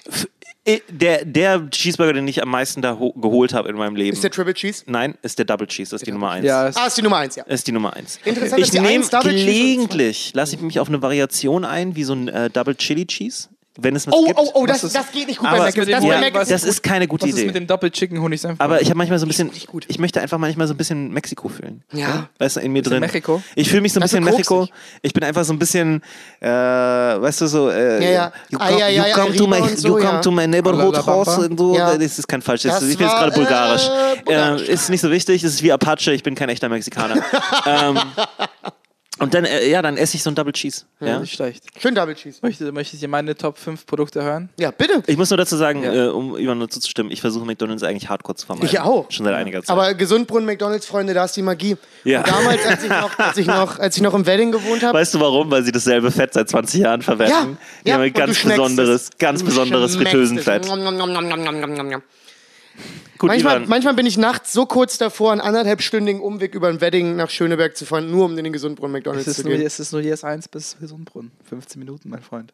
S3: f- eh, der, der Cheeseburger, den ich am meisten da ho- geholt habe in meinem Leben.
S4: Ist der Triple Cheese?
S3: Nein, ist der Double Cheese, das ist die Nummer eins.
S5: Ja, es-
S4: Ah, ist die Nummer eins, ja.
S3: Ist die Nummer eins.
S4: Interessant,
S3: ich
S4: dass die
S3: nehme
S4: eins Double Cheese und
S3: gelegentlich, lasse ich mich auf eine Variation ein, wie so ein äh, Double Chili Cheese, wenn es was
S4: Oh,
S3: gibt.
S4: oh, oh, das,
S5: ist-
S4: das geht nicht gut
S3: Aber-
S4: bei Mac. Das,
S5: mit dem
S4: bei
S3: ja,
S5: Mac
S4: Mac
S5: was-
S4: ist,
S3: das ist keine gute
S5: Was ist
S3: Idee.
S5: mit dem Doppel-Chicken Honigsenf?
S3: Aber ich habe manchmal so ein bisschen, ich möchte einfach manchmal so ein bisschen Mexiko fühlen.
S4: Ja.
S3: Weißt du, in mir drin.
S5: Mexiko?
S3: Ich fühle mich so ein
S4: Also
S3: bisschen
S4: koksig.
S3: Mexiko. Ich bin einfach so ein ein bisschen, äh, weißt du, so, äh,
S4: Ja, ja.
S3: you
S4: Ah,
S3: come,
S4: ja, ja,
S3: you
S4: ja,
S3: come, to,
S4: Arriba
S3: my,
S4: und so,
S3: you come
S4: ja.
S3: to my neighborhood
S5: Alalabamba.
S3: house und so.
S4: Ja.
S3: Das ist kein falsch. Das
S4: Das
S3: ich bin jetzt
S4: war,
S3: gerade bulgarisch.
S4: äh, bulgarisch.
S3: Äh, ist nicht so wichtig. Es ist wie Apache. Ich bin kein echter Mexikaner.
S4: *laughs*
S3: ähm, und dann, äh, ja, dann esse ich so ein Double Cheese. Ja.
S5: Nicht schlecht.
S4: schön Double Cheese.
S5: Möchtet, möchtet ihr meine Top 5 Produkte hören?
S4: Ja, bitte.
S3: Ich muss nur dazu sagen,
S5: Ja.
S3: äh, um Ivan nur zuzustimmen, ich versuche McDonalds eigentlich hardcore zu vermeiden.
S4: Ich auch.
S3: Schon seit einiger Zeit.
S4: Aber Gesundbrunnen, McDonalds, Freunde, da ist die Magie.
S3: Ja.
S4: Und damals, als ich noch, als ich noch, als ich noch im Wedding gewohnt
S3: *laughs*
S4: habe,
S3: Weißt du warum? Weil sie dasselbe Fett seit 20 Jahren verwenden.
S4: Ja,
S3: die
S4: ja,
S3: haben ein
S4: und du
S3: ganz
S4: schmeckst
S3: besonderes, ganz besonderes Fritösenfett. Gut,
S4: Manchmal,
S3: Ivan,
S4: manchmal bin ich nachts so kurz davor, einen anderthalbstündigen Umweg über ein Wedding nach Schöneberg zu fahren, nur um in den Gesundbrunnen
S5: Es
S4: McDonalds
S5: ist,
S4: zu
S5: nur,
S4: gehen.
S5: es ist nur jedes 1 bis Gesundbrunnen. 15 Minuten, mein Freund.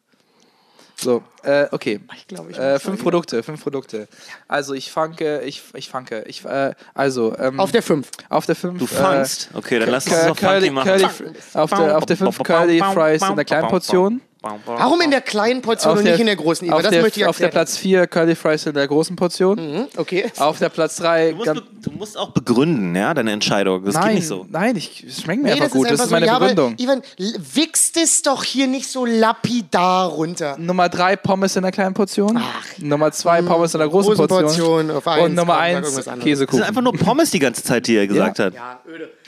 S5: So, äh, okay. Ich
S4: glaube, ich
S5: äh, fünf Produkte, fünf Produkte. Also ich fange, ich, ich fange, ich, äh, also ähm,
S4: Auf der 5.
S5: auf der 5.
S3: du fangst.
S5: Äh,
S3: Okay, dann lass uns das
S5: Curly,
S3: noch funky
S5: Curly,
S3: machen.
S5: auf der, auf der 5 Curly Fries in der kleinen Portion.
S4: Warum in der kleinen Portion und nicht in der großen? Iva?
S5: oh. auf
S4: Das
S5: der,
S4: möchte ich
S5: Auf der
S4: erklären. Mhm.
S5: Platz Ah, 4 Curly Fries in der großen Portion.
S4: Okay.
S5: Auf der Platz 3
S3: Du musst, be- du musst auch begründen, ja, deine Entscheidung. Das geht
S5: Nein,
S3: nicht so.
S5: nein, ich es schmeckt mir
S4: Nee,
S5: einfach gut. das ist
S4: so,
S5: meine
S4: ja, aber
S5: Begründung.
S4: Ivan, l- wichst es doch hier nicht so lapidar runter.
S5: Nummer 3 Pommes in der kleinen Portion.
S4: Ach.
S5: Nummer 2 Pommes in der großen
S4: Großen
S5: Portion.
S4: Portion, auf eins
S5: Und Nummer
S4: kommt noch
S5: 1
S4: irgendwas anderes.
S3: Das sind
S5: Käsekuchen.
S3: einfach nur Pommes die ganze Zeit, die er gesagt hat.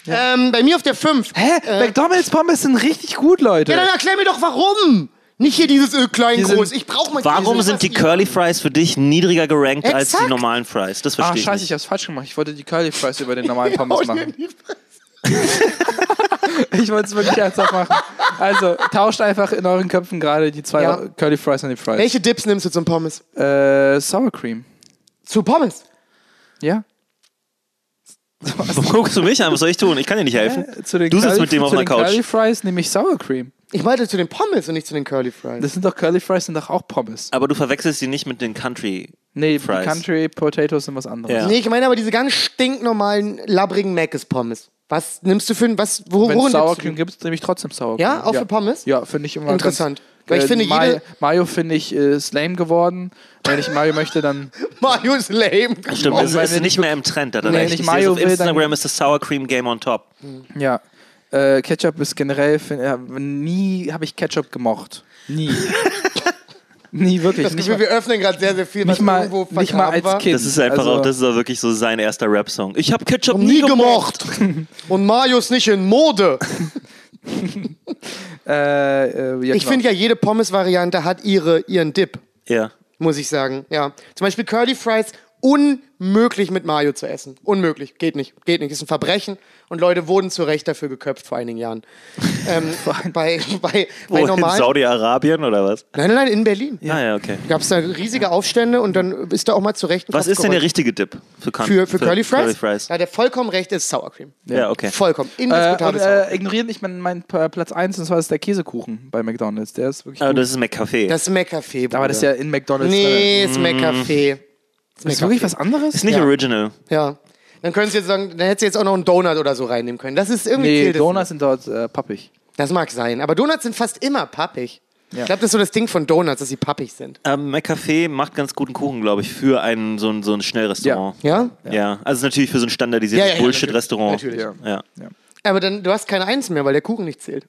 S4: Ähm, bei mir auf der 5.
S5: Hä? McDonalds Pommes sind richtig gut, Leute.
S4: Äh. Ja, dann erklär mir doch warum. Nicht hier dieses äh, klein
S5: Die sind-
S4: groß. Ich brauche mal
S3: Warum
S4: dieses,
S3: sind die
S4: was *laughs*
S3: Curly Fries für dich niedriger gerankt als die
S4: Exakt.
S3: normalen Fries? Das
S5: Ah,
S3: verstehe ich.
S5: scheiße,
S3: nicht.
S5: ich hab's falsch gemacht. Ich wollte die Curly Fries über
S4: *laughs*
S5: den normalen
S4: Oh,
S5: Pommes machen. Ich wollte es wirklich ernsthaft machen. Also, tauscht einfach in euren Köpfen gerade die zwei
S4: Ja.
S5: Curly Fries an die Fries.
S4: Welche Dips nimmst du zum Pommes?
S5: Äh, Sour Cream.
S4: Zu Pommes.
S5: Ja?
S3: Warum guckst du mich an? Was soll ich tun? Ich kann dir nicht helfen.
S5: Zu den
S3: Du sitzt
S5: Curly-
S3: mit dem auf
S5: zu
S3: einer
S5: den
S3: Couch.
S5: Curly Fries nehme ich Sour Cream.
S4: Ich meinte zu den Pommes und nicht zu den Curly Fries.
S5: Das sind doch Curly Fries, sind doch auch Pommes.
S3: Aber du verwechselst die nicht mit den Country.
S5: Nee, die
S3: Fries.
S5: Country Potatoes sind was anderes.
S3: Ja.
S4: Nee, ich meine aber diese ganz stinknormalen, labbrigen Mc's Pommes. Was nimmst du für ein, was, wo,
S5: Wenn
S4: worin
S5: es Sour
S4: nimmst du
S5: Cream
S4: die?
S5: gibt, nehme ich trotzdem Sour Cream.
S4: Ja, auch für Pommes?
S5: Ja, finde ich immer
S4: Interessant.
S5: Ganz, äh,
S4: Weil ich finde,
S5: Mayo,
S4: jede-
S5: Mayo finde ich äh, ist lame geworden. Wenn ich Mayo möchte, dann
S4: Mario ist lame.
S3: Stimmt,
S5: Warum
S3: es
S5: werden
S3: ist
S5: wir
S3: nicht mehr im Trend. Da hat er
S5: Nee,
S3: recht.
S5: nicht
S3: Ich sehe es Also
S5: Mayo
S3: auf
S5: will, dann-
S3: Instagram ist das Sour Cream Game on Top.
S5: ja. Äh, Ketchup ist generell find, ja, nie habe ich Ketchup gemocht.
S4: *laughs*
S5: Nie. nie wirklich.
S4: Das
S5: Nicht
S4: Gefühl,
S5: mal,
S4: wir öffnen gerade sehr, sehr viel, was
S5: nicht mal,
S4: irgendwo
S5: nicht mal
S4: vergraben war.
S5: als Kind.
S3: Das ist einfach
S5: Also,
S3: auch, das ist auch wirklich so sein erster Rap-Song. Ich habe Ketchup
S4: Nie gemocht. *laughs* Und Mario ist nicht in Mode.
S5: Äh, äh, ja,
S4: Ich
S5: genau.
S4: finde ja, jede Pommes-Variante hat ihre, ihren Dip,
S3: Ja.
S4: muss ich sagen. Ja. Zum Beispiel Curly Fries, unmöglich mit Mayo zu essen. Unmöglich. Geht nicht. Geht nicht. Ist ein Verbrechen. Und Leute wurden zu Recht dafür geköpft vor einigen Jahren. *laughs* Ähm, bei, bei, bei
S3: Wo, in
S4: normalen.
S3: Saudi-Arabien oder was?
S4: Nein, nein, nein, in Berlin.
S3: Ja. Ah ja, okay.
S4: Gab es da riesige Aufstände und dann ist da auch mal zu Recht ein
S3: Was
S4: Kopf
S3: ist denn der
S4: gerollt.
S3: richtige Dip für, Kan-
S4: für, für, Curly Fries?
S3: Curly Fries?
S4: Ja, der vollkommen recht ist Sour Cream.
S3: Ja, okay.
S4: Vollkommen.
S5: äh, und,
S4: Indiskutabel. Sour Cream.
S5: äh, ignoriert nicht meinen mein, äh, Platz 1, und zwar ist der Käsekuchen bei McDonalds. Der ist wirklich.
S3: Ah,
S5: gut.
S3: das ist McCafé.
S4: das ist McCafé.
S5: Aber das ist ja in McDonalds. drin.
S4: Nee, ist McCafé.
S5: Ist wirklich was anderes?
S3: ist nicht
S4: ja.
S3: original.
S4: Ja. Dann können sie jetzt sagen, dann hättest du jetzt auch noch einen Donut oder so reinnehmen können. Das ist irgendwie
S5: Nee,
S4: killt es
S5: Donuts sind dort äh, pappig.
S4: nicht. Das mag sein. Aber Donuts sind fast immer pappig. Ich glaube, das ist so das Ding von Donuts, dass sie pappig sind.
S3: Ähm, McCafé macht ganz guten Kuchen, glaube ich, für einen, so ein, so ein Schnellrestaurant.
S4: Ja?
S3: Ja. Also es ist natürlich für so ein standardisiertes
S4: Ja, ja, ja,
S3: Bullshit-Restaurant.
S4: natürlich,
S3: Ja.
S4: Aber dann, du hast keine Eins mehr, weil der Kuchen nicht zählt.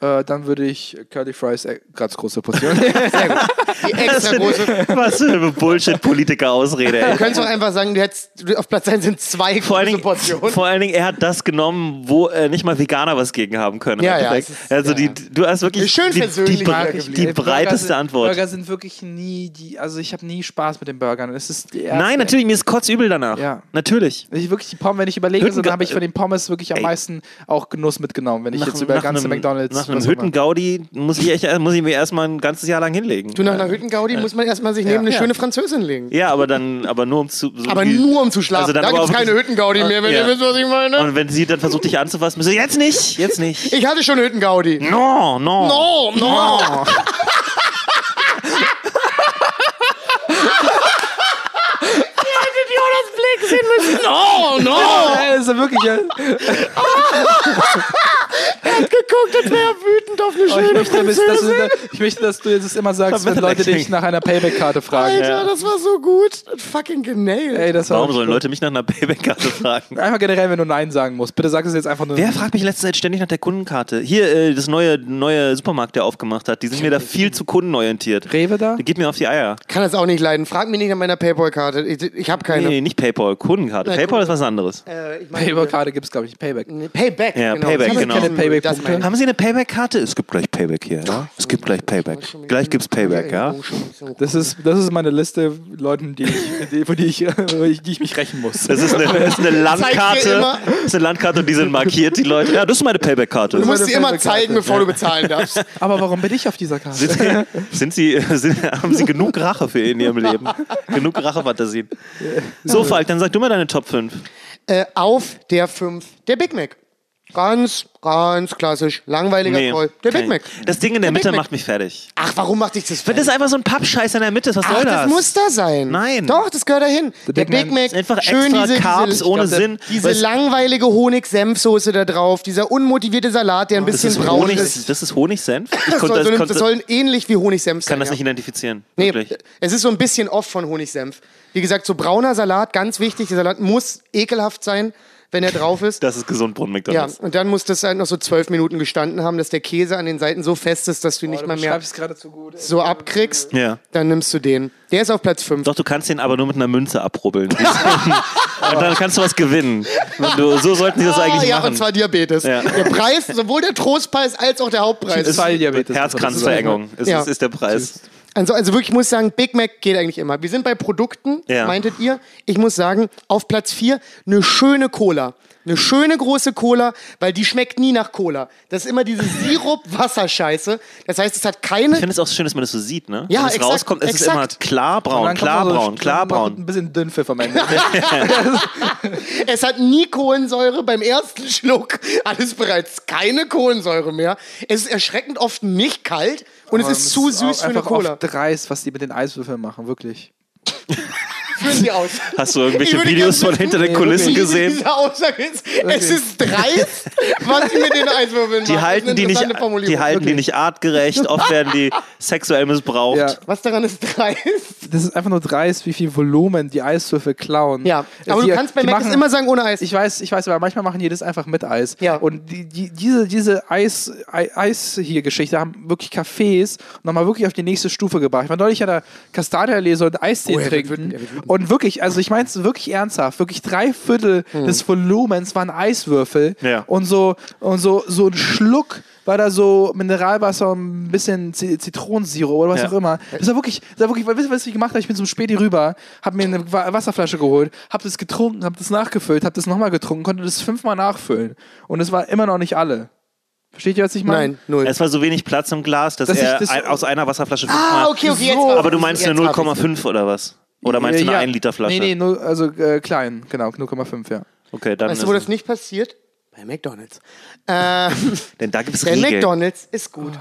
S5: Äh, dann würde ich Curly Fries äh, ganz
S3: *laughs*
S5: große Portion.
S4: Die extra große.
S3: Was für eine Bullshit-Politiker-Ausrede, ey.
S4: *laughs* Du könntest auch einfach sagen, du hättest, du, auf Platz 1 sind zwei
S3: Vor allen,
S4: große
S3: Dingen,
S4: Portionen.
S3: vor allen Dingen, er hat das genommen, wo äh, nicht mal Veganer was gegen haben können. im
S4: Ja, ja,
S3: Endeffekt.
S4: es ist-
S3: also
S4: ja,
S3: die,
S4: ja.
S3: du hast wirklich
S4: Schön
S3: die, die,
S4: versöhnlich
S3: bre
S4: wiedergeblieben.
S3: die
S5: Ey, Burger
S3: breiteste
S5: sind,
S3: Antwort.
S5: Burger sind wirklich nie die, also ich habe nie Spaß mit den Burgern. Es ist die erste-
S3: Nein, natürlich, mir ist kotzübel danach.
S5: Ja.
S3: Natürlich.
S5: Ich wirklich die Pommes, wenn ich überlege, so,
S3: Hüttenga-
S5: dann habe ich von den Pommes wirklich am
S3: Ey.
S5: meisten auch Genuss mitgenommen, wenn ich jetzt über ganze
S3: einem-
S5: McDonalds.
S3: nach nach einem Hüttengaudi muss ich, echt, muss ich mir erstmal ein ganzes Jahr lang hinlegen.
S4: Du nach einer Hüttengaudi muss man erstmal sich neben eine schöne Französin legen.
S3: Ja, aber dann, aber nur um zu. So
S4: Aber
S3: wie-
S4: nur um zu schlafen.
S3: Also dann
S4: da
S3: aber
S4: gibt es
S3: auch
S4: keine
S3: wirklich-
S4: Hüttengaudi mehr, wenn
S3: Ja.
S4: ihr wisst, was ich meine.
S3: Und wenn sie dann versucht, dich anzufassen, bist du, jetzt nicht, jetzt nicht.
S4: Ich hatte schon Hüttengaudi.
S3: No, no.
S4: No, no. No, no.
S5: *laughs* Äh, ist ja wirklich. ja-
S4: Geguckt, als wäre er wütend auf eine
S5: Aber Oh, ich,
S4: schöne
S5: möchte, dass
S4: Französin.
S3: *laughs*
S5: du, ich möchte, dass du jetzt immer sagst, wenn Leute dich nach einer Payback-Karte fragen.
S4: Alter, das war so gut. Fucking genailt.
S5: Ey, das war
S3: Warum sollen Leute mich nach einer Payback-Karte fragen?
S5: Einfach generell, wenn du Nein sagen musst. Bitte sag es jetzt einfach nur.
S3: Wer fragt mich letzte Zeit ständig nach der Kundenkarte? Hier, äh, das neue, neue Supermarkt, der aufgemacht hat, die sind mir da viel zu kundenorientiert.
S5: Rewe da?
S3: Der geht mir auf die Eier.
S4: kann das auch nicht leiden. Frag mich nicht nach meiner Paypal-Karte. Ich, ich habe
S3: Nee,
S4: keine.
S3: nee, nicht Paypal, Kundenkarte.
S4: Na,
S3: Paypal ist was anderes.
S4: Äh, ich meine,
S5: Payback-Karte gibt es, glaube ich, nicht. Payback.
S4: nee, Payback.
S3: Ja,
S4: genau.
S3: Payback,
S4: Das
S3: genau.
S4: meine ich. Das
S5: Keine
S4: meine ich.
S5: Payback-Punkte.
S3: Haben Sie eine Payback-Karte? Es gibt gleich Payback hier, ja? Es gibt gleich Payback. Gleich gibt's Payback, ja?
S5: Das ist, das ist meine Liste Leuten, die ich, die, für die ich, die ich mich rächen muss.
S3: Das ist eine, das ist eine
S4: Zeig mir
S3: Landkarte.
S4: immer.
S3: Das ist eine Landkarte und die sind markiert, die Leute. Ja, das ist meine Payback-Karte.
S4: Du musst
S5: meine
S4: sie immer
S5: Payback-Karte.
S4: zeigen, bevor du bezahlen darfst.
S5: Aber warum bin ich auf dieser Karte?
S3: Sind, sind Sie, *laughs* sind, haben Sie genug Rache für in Ihrem Leben? Genug Rachefantasien. So, Falk, dann sag du mal deine Top 5.
S4: äh, auf der 5 der Big Mac. Ganz, ganz klassisch. Langweiliger Call. Der Big Mac.
S3: Das Ding in der,
S4: Big
S3: Mitte
S4: Mac.
S3: macht mich fertig.
S4: Ach, warum macht dich das
S3: Das ist einfach so ein Pappscheiß in der Mitte. Was
S4: Ach,
S3: soll das?
S4: das muss da sein.
S3: Nein.
S4: Doch, das gehört dahin. der
S5: Big
S4: Big
S5: Mac
S4: Mac,
S3: ist einfach
S4: schön
S3: extra
S4: diese,
S3: Carbs
S4: diese,
S3: ohne
S4: glaub, der-
S3: Sinn.
S4: Diese
S3: Weil es-
S4: langweilige Honig-Senfsoße da drauf, dieser unmotivierte Salat, der ein
S3: Oh, das
S4: bisschen
S3: ist
S4: braun
S3: Honig,
S4: ist.
S3: das ist
S4: *laughs*
S3: Honigsenf. Ich
S4: Das
S3: konnte,
S4: soll,
S3: das,
S4: so ein-
S3: konnte,
S4: das soll ähnlich wie Honigsenf sein.
S3: kann das
S4: ja.
S3: nicht identifizieren.
S4: Nee,
S3: wirklich.
S4: es ist so ein bisschen off von Honigsenf. Wie gesagt, so brauner Salat, ganz wichtig. Der Salat muss ekelhaft sein, wenn er drauf ist.
S3: Das ist gesund, Brunnen
S4: Ja,
S3: McDonalds.
S4: und dann muss das halt noch so zwölf Minuten gestanden haben, dass der Käse an den Seiten so fest ist, dass du ihn nicht mal mehr
S5: es gerade zu gut. ey.
S4: so abkriegst.
S3: Ja.
S4: Dann nimmst du den. Der ist auf Platz 5.
S3: Doch, du kannst den aber nur mit einer Münze
S4: *laughs*
S3: abrubbeln. und dann kannst du was gewinnen. Und Du, so sollten die das eigentlich
S4: Ah, ja,
S3: machen.
S4: und zwar Diabetes.
S3: Ja.
S4: Der Preis, sowohl der Trostpreis als auch der Hauptpreis.
S5: Ist- zwei Diabetes.
S3: Herzkranzverengung. Es
S4: ne? Ja.
S3: ist, ist der Preis.
S4: Also, also wirklich, ich muss sagen, Big Mac geht eigentlich immer. Wir sind bei Produkten,
S3: Ja.
S4: meintet ihr? Ich muss sagen, auf Platz 4 eine schöne Cola. Eine schöne große Cola, weil die schmeckt nie nach Cola. Das ist immer diese Sirup-Wasserscheiße. Das heißt, es hat keine
S3: Ich finde es auch schön, dass man das so sieht, ne?
S4: Ja,
S3: Wenn es
S4: exakt,
S3: rauskommt, es ist
S4: exakt.
S3: immer klar
S5: Und
S3: braun,
S5: dann kommt
S3: klar
S5: noch so
S3: braun,
S5: ein-
S3: klar
S5: noch
S3: braun.
S5: Ein bisschen Dünnpfiff
S4: *laughs*
S5: am Ende.
S4: Es hat nie Kohlensäure beim ersten Schluck. *laughs* Hat es bereits keine Kohlensäure mehr. Es ist erschreckend oft nicht kalt und es ist zu süß für eine
S5: einfach
S4: Cola.
S5: Oft dreist, was die mit den Eiswürfeln machen, wirklich.
S4: Führen
S3: *laughs*
S4: Sie aus.
S3: Hast du
S4: Ich
S3: irgendwelche
S4: würde
S3: Videos
S4: gerne
S3: von hinter den
S4: *laughs* wissen,
S3: Kulissen
S4: wie
S3: gesehen?
S4: Diese Aussage ist, Es ist dreist, was Sie mit den
S3: Die
S4: Eiswürfeln machen. Genau, Das ist eine
S3: halten die nicht,
S4: interessante Formulierung.
S3: die halten die nicht
S4: *laughs*
S3: artgerecht, oft werden die sexuell missbraucht.
S5: Ja.
S4: Was daran ist dreist?
S5: Das ist einfach nur dreist, wie viel Volumen die Eiswürfel klauen. Äh,
S4: Ja, aber
S5: Die-
S4: du kannst bei
S5: die
S4: Mac
S5: machen-
S4: immer sagen, ohne Eis.
S5: Ich weiß, ich weiß, aber manchmal machen die das einfach mit Eis.
S4: Ja.
S5: Und die, die, diese, diese Eis, Ei- Eis hier Geschichte haben wirklich Cafés nochmal wirklich auf die nächste Stufe gebracht. Ich war neulich an der Kastanienlese und Eistee
S4: Oh, er wird
S5: trinken.
S4: wütend, er wird wütend.
S5: und wirklich, also ich meine es wirklich ernsthaft, wirklich drei Viertel
S4: Hm.
S5: des Volumens waren Eiswürfel.
S3: Ja.
S5: Und so, und so, so ein Schluck war da so Mineralwasser und ein bisschen Z Zitronensirup oder was
S3: Ja.
S5: auch immer. Das war wirklich, das war wirklich, weil, wisst ihr, was ich gemacht habe? Ich bin zum Späti rüber, habe mir eine Wa- Wasserflasche geholt, habe das getrunken, habe das nachgefüllt, habe das nochmal getrunken, konnte das fünfmal nachfüllen. Und es war immer noch nicht alle. Versteht ihr, was ich meine?
S4: Nein, null.
S3: Es war so wenig Platz im Glas, dass
S5: Dass ich
S3: er
S5: das-
S3: ein, aus einer Wasserflasche
S4: Ah,
S3: fünfmal-
S4: okay, okay, jetzt
S5: So.
S4: war's.
S3: Aber du meinst eine
S4: Jetzt hab ich's.
S3: 0,5 oder was? Oder meinst du
S5: Äh,
S3: eine
S5: ja.
S3: 1 Liter Flasche?
S5: Nee, nee, null, also äh, klein, genau, 0,5, ja.
S3: Okay, dann
S4: Weißt
S3: ist
S4: du, wo
S3: es-
S4: das nicht passiert? Bei McDonalds. Ähm,
S3: denn da gibt es
S4: Denn
S3: Regeln.
S4: McDonalds ist gut.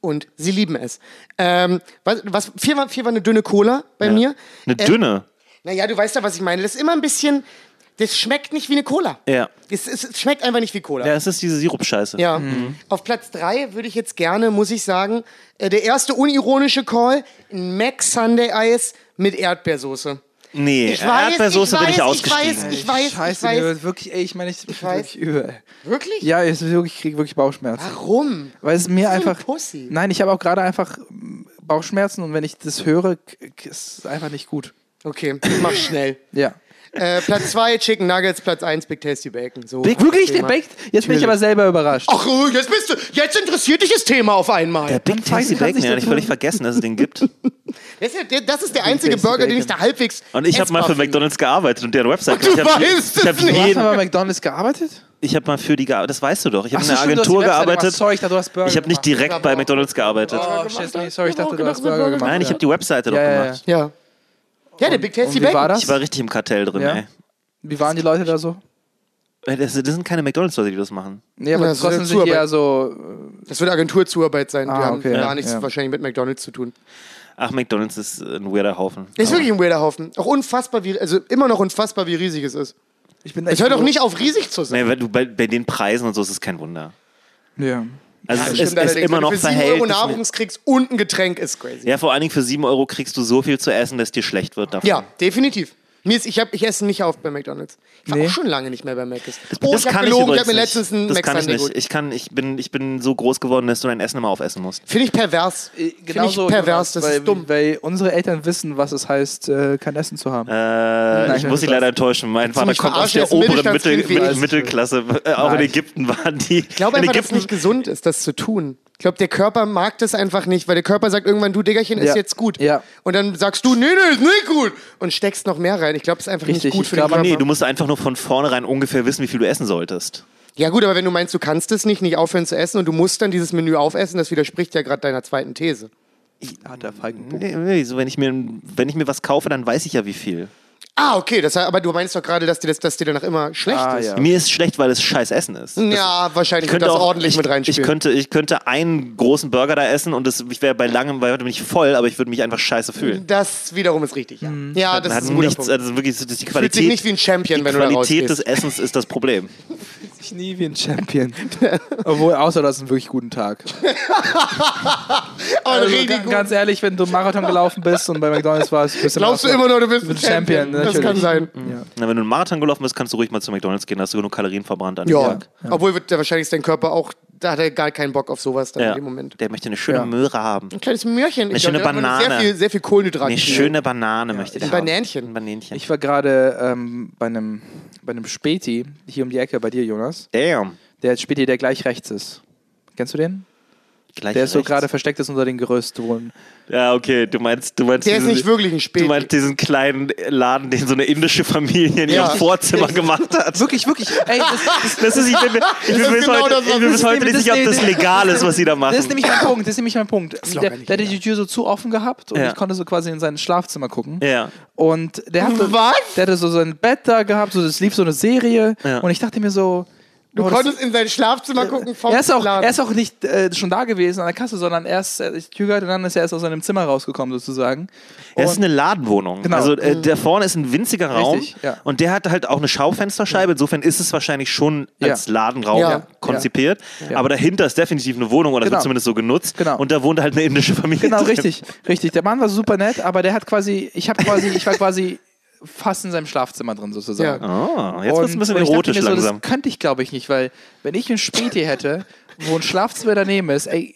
S4: Und sie lieben es. Ähm, was, was, vier, war, vier war eine dünne Cola bei mir. äh,
S3: Eine dünne.
S4: Naja, du weißt ja, was ich meine. Das ist immer ein bisschen. Das schmeckt nicht wie eine Cola.
S3: Ja.
S4: Es, es, es schmeckt einfach nicht wie Cola.
S3: Ja,
S4: Ja.
S3: es ist diese Sirup-Scheiße.
S4: Auf Platz drei würde ich jetzt gerne, muss ich sagen, äh, der erste unironische Call: ein Mac Sunday Eis mit Erdbeersoße.
S3: Nee,
S4: Ich weiß,
S3: Erdbeersoße
S4: ich
S3: bin ich
S4: weiß, ich
S3: ausgestiegen.
S4: weiß, Ich weiß, ich
S5: Scheiße,
S4: weiß.
S5: mir wird wirklich, ey, ich meine, ich, ich
S4: weiß.
S5: wirklich übel.
S4: Wirklich?
S5: Ja, ich, wirklich- ich kriege wirklich Bauchschmerzen.
S4: Warum?
S5: Weil es mir
S4: so eine
S5: einfach.
S4: Pussy.
S5: Nein, ich habe auch gerade einfach mm, Bauchschmerzen und wenn ich das höre, k- k- ist es einfach nicht gut.
S4: Okay, ich mach schnell.
S5: Ja.
S4: äh, Platz zwei Chicken Nuggets, Platz eins Big Tasty Bacon. So.
S5: wirklich
S4: Thema.
S5: der Baked? Jetzt bin ich aber selber überrascht.
S4: Ach, oh, jetzt bist du, jetzt interessiert dich das Thema auf einmal.
S3: Der Big Tasty
S5: kann
S3: Bacon,
S5: sich
S3: den hatte ich
S4: *laughs*
S5: dazu-
S3: völlig vergessen, dass es den gibt.
S4: Das ist, ja der- das ist der einzige Burger, den ich da halbwegs.
S3: Und ich habe mal für
S4: essbar finde.
S3: McDonalds gearbeitet und deren Website.
S4: Du
S3: ich hab,
S4: weißt
S3: ich
S4: es
S3: hab
S4: nicht.
S5: Du hast
S3: jeden,
S5: mal bei McDonalds gearbeitet?
S3: ich habe mal für die gearbeitet. Das weißt du doch. Ich habe
S5: Ach
S3: in
S5: so,
S3: einer
S5: stimmt, du
S3: Agentur
S5: hast die Website
S3: gearbeitet.
S5: gemacht. Sorry, ich dachte, du hast Burger
S3: Ich habe nicht
S5: gemacht.
S3: direkt bei McDonalds gearbeitet.
S5: Oh, shit, nee, sorry, ich dachte, du hast Burger gemacht.
S3: Nein, ich habe die Webseite doch
S5: Ja, ja, ja.
S3: gemacht.
S4: Ja. Ja, der Big Tasty
S5: Und wie war
S4: Bacon.
S5: das?
S3: Ich war richtig im Kartell drin,
S5: Ja.
S3: ey.
S5: Wie waren die Leute da so?
S3: Ey, Das, das sind keine McDonalds-Leute, die das machen.
S5: Nee, aber
S4: Ja, so eine
S5: trotzdem sind die
S4: Zuarbeit.
S5: ja so.
S4: Das wird Agenturzuarbeit sein.
S5: Ah,
S4: Wir haben
S5: okay.
S3: Ja,
S4: gar nichts
S5: ja.
S4: wahrscheinlich mit McDonalds zu tun.
S3: Ach, McDonalds ist äh, ein weirder Haufen.
S4: Das ist wirklich ein weirder Haufen. Auch unfassbar, wie, also immer noch unfassbar, wie riesig es ist.
S5: Ich bin
S4: Es hört auch nicht auf, riesig zu sein.
S3: Nee, weil du bei, bei den Preisen und so ist es kein Wunder.
S5: Ja.
S3: Also
S4: Das
S3: es,
S4: stimmt
S3: es ist
S4: allerdings.
S3: immer
S4: Wenn du
S3: noch
S4: für 7 Euro
S3: verhältnismäßig.
S4: Nahrung kriegst und ein Getränk ist crazy.
S3: Ja, vor allen Dingen für 7 Euro kriegst du so viel zu essen, dass dir schlecht wird davon.
S4: Ja, definitiv. Mir ist, ich, hab, ich esse nicht auf bei McDonalds. Ich war
S5: Nee.
S4: auch schon lange nicht mehr bei Mc's. Oh,
S3: Das
S4: ich habe
S3: kann
S4: gelogen,
S3: übrigens
S4: ich, habe mir
S3: nicht.
S4: letztens einen
S3: Das kann
S4: Mac
S3: ich nicht. Ich, kann, ich, bin, ich bin so groß geworden, dass du dein Essen immer aufessen musst.
S4: Finde ich pervers.
S3: Äh,
S4: Finde ich
S5: so,
S4: pervers, das
S5: weil,
S4: ist dumm.
S5: Weil unsere Eltern wissen, was es heißt, äh, kein Essen zu haben.
S3: Äh, ich
S5: ich
S3: muss dich
S5: weiß.
S3: leider enttäuschen. Mein Vater
S4: mich
S3: kommt aus
S4: verarschen,
S3: der
S4: er ist ein
S3: oberen Mittel,
S4: Mittelstandskind, wie
S3: Mittel,
S4: alles.
S3: Mittelklasse. Äh, auch in
S5: Nein.
S3: Ägypten waren die.
S4: Ich glaube
S3: in
S4: einfach, dass es
S3: Ägypten,
S4: nicht gesund ist, das zu tun. Ich glaube, der Körper mag das einfach nicht, weil der Körper sagt irgendwann, du Diggerchen, ist
S5: Ja.
S4: jetzt gut.
S5: Ja.
S4: Und dann sagst du, nee, nee, ist nicht gut. Und steckst noch mehr rein. Ich glaube, es ist einfach
S5: Richtig,
S4: nicht gut
S5: ich
S4: für den
S5: glaube,
S4: Körper.
S3: nee, du musst einfach nur von vornherein ungefähr wissen, wie viel du essen solltest.
S4: Ja gut, aber wenn du meinst, du kannst es nicht, nicht aufhören zu essen und du musst dann dieses Menü aufessen, das widerspricht ja gerade deiner zweiten These.
S5: Hat der Falken.
S3: Nee, nee, so, wenn, ich mir, wenn ich mir was kaufe, dann weiß ich ja, wie viel.
S4: Ah, okay, das, aber du meinst doch gerade, dass dir, das, dass dir danach immer schlecht
S5: Ah,
S4: ist.
S5: ja.
S3: Mir ist schlecht, weil es scheiß Essen ist. Das-
S4: Ja, wahrscheinlich wird Hm, das ordentlich
S3: ich,
S4: mit
S3: ich
S4: reinspielen.
S3: könnte, ich könnte einen großen Burger da essen und das, ich wäre bei langem, bei heute bin ich voll, aber ich würde mich einfach scheiße fühlen.
S4: das wiederum ist richtig, ja. Ja, das
S3: hat
S4: ist ein guter
S3: nichts,
S4: Punkt.
S3: also wirklich, das ist die
S4: Fühlt
S3: Qualität,
S4: sich nicht wie ein Champion,
S3: die
S4: wenn du da
S3: Qualität des
S4: rausgehst.
S3: Essens ist das Problem.
S5: Ich nie wie ein Champion. *laughs* Obwohl, außer du hast einen wirklich guten Tag.
S4: Oh,
S5: Also,
S4: richtig
S5: ga-
S4: gut.
S5: ganz ehrlich, wenn du Marathon gelaufen bist und bei McDonalds warst, bist du
S4: Glaubst du
S5: Marathon-
S4: immer noch, du bist ein
S5: bist Champion,
S4: Champion? das
S5: natürlich.
S4: kann sein.
S5: Ja.
S3: Na, wenn du einen Marathon gelaufen bist, kannst du ruhig mal zu McDonalds gehen, da hast du genug Kalorien verbrannt an dem
S4: Ja. also
S3: Tag.
S4: Obwohl wird der wahrscheinlich ist dein Körper auch, da hat er gar keinen Bock auf sowas dann
S3: Ja.
S4: in dem Moment.
S3: Der möchte eine schöne
S5: Ja.
S3: Möhre haben.
S4: Ein kleines Möhrchen.
S3: Eine
S4: Ich glaub,
S3: schöne
S4: da hat man
S3: Banane.
S4: Sehr viel, sehr viel Kohlenhydrate.
S3: Eine schöne Banane möchte der
S4: ein
S3: haben.
S4: Banänchen.
S3: Ein Banänchen.
S5: Ich war gerade ähm, bei einem bei einem Späti hier um die Ecke bei dir, Jonas.
S3: Damn.
S5: Der Späti, der gleich rechts ist. Kennst du den?
S3: Gleich
S5: Der ist so
S3: rechts.
S5: gerade versteckt ist unter den Gerüstwohnen.
S3: Ja, okay, du meinst, du meinst
S4: Der ist
S3: diesen-
S4: nicht wirklich ein
S3: Du
S4: Spät.
S3: meinst diesen kleinen Laden, den so eine indische Familie in
S4: Ja.
S3: ihrem Vorzimmer gemacht
S5: *laughs*
S3: hat.
S5: Wirklich, wirklich. Ey, das, das,
S3: Das ist, ich
S4: *laughs*
S3: bin, mir- ich bin
S4: ist
S3: bis
S4: genau
S3: heute,
S4: das, was
S3: ich bin bis
S5: ist
S3: heute
S5: nämlich-
S3: nicht sicher,
S5: das
S3: ob
S5: ist
S3: das
S5: nämlich-
S3: legal ist, was sie da machen.
S5: das ist nämlich mein Punkt. Das ist nämlich mein Punkt. Der,
S4: locker
S5: der
S4: nicht
S5: hatte die Tür so zu offen gehabt und
S3: Ja.
S5: ich konnte so quasi in sein Schlafzimmer gucken.
S3: ja.
S5: Und der hatte,
S4: Was?
S5: der hatte so sein Bett da gehabt, so es lief so eine Serie.
S3: Ja.
S5: Und ich dachte mir so.
S4: Du
S5: oh, das-
S4: konntest in sein Schlafzimmer gucken vom
S5: er, ist auch,
S4: Laden.
S5: er ist auch nicht äh, schon da gewesen an der Kasse, sondern erst äh, die Tür gehört und dann ist er erst aus seinem Zimmer rausgekommen, sozusagen.
S3: Das ist eine Ladenwohnung.
S5: Genau.
S3: Also äh, da vorne ist ein winziger Raum
S5: Richtig, ja.
S3: und der hat halt auch eine Schaufensterscheibe. Insofern ist es wahrscheinlich schon als
S5: Ja.
S3: Ladenraum
S4: Ja.
S3: konzipiert. Aber dahinter ist definitiv eine Wohnung oder das
S5: Genau.
S3: wird zumindest so genutzt.
S5: Genau.
S3: Und da wohnt halt eine indische Familie. *laughs*
S5: Genau,
S3: drin.
S5: richtig, richtig. Der Mann war super nett, aber der hat quasi, ich habe quasi, ich war quasi fast in seinem Schlafzimmer drin sozusagen.
S4: Ja.
S3: Ah, jetzt wird es ein bisschen
S5: und ich dachte
S3: erotisch
S5: mir so, *laughs*
S3: langsam.
S5: Das könnte ich glaube ich nicht, weil wenn ich ein Späti hätte, wo ein Schlafzimmer daneben ist, ey,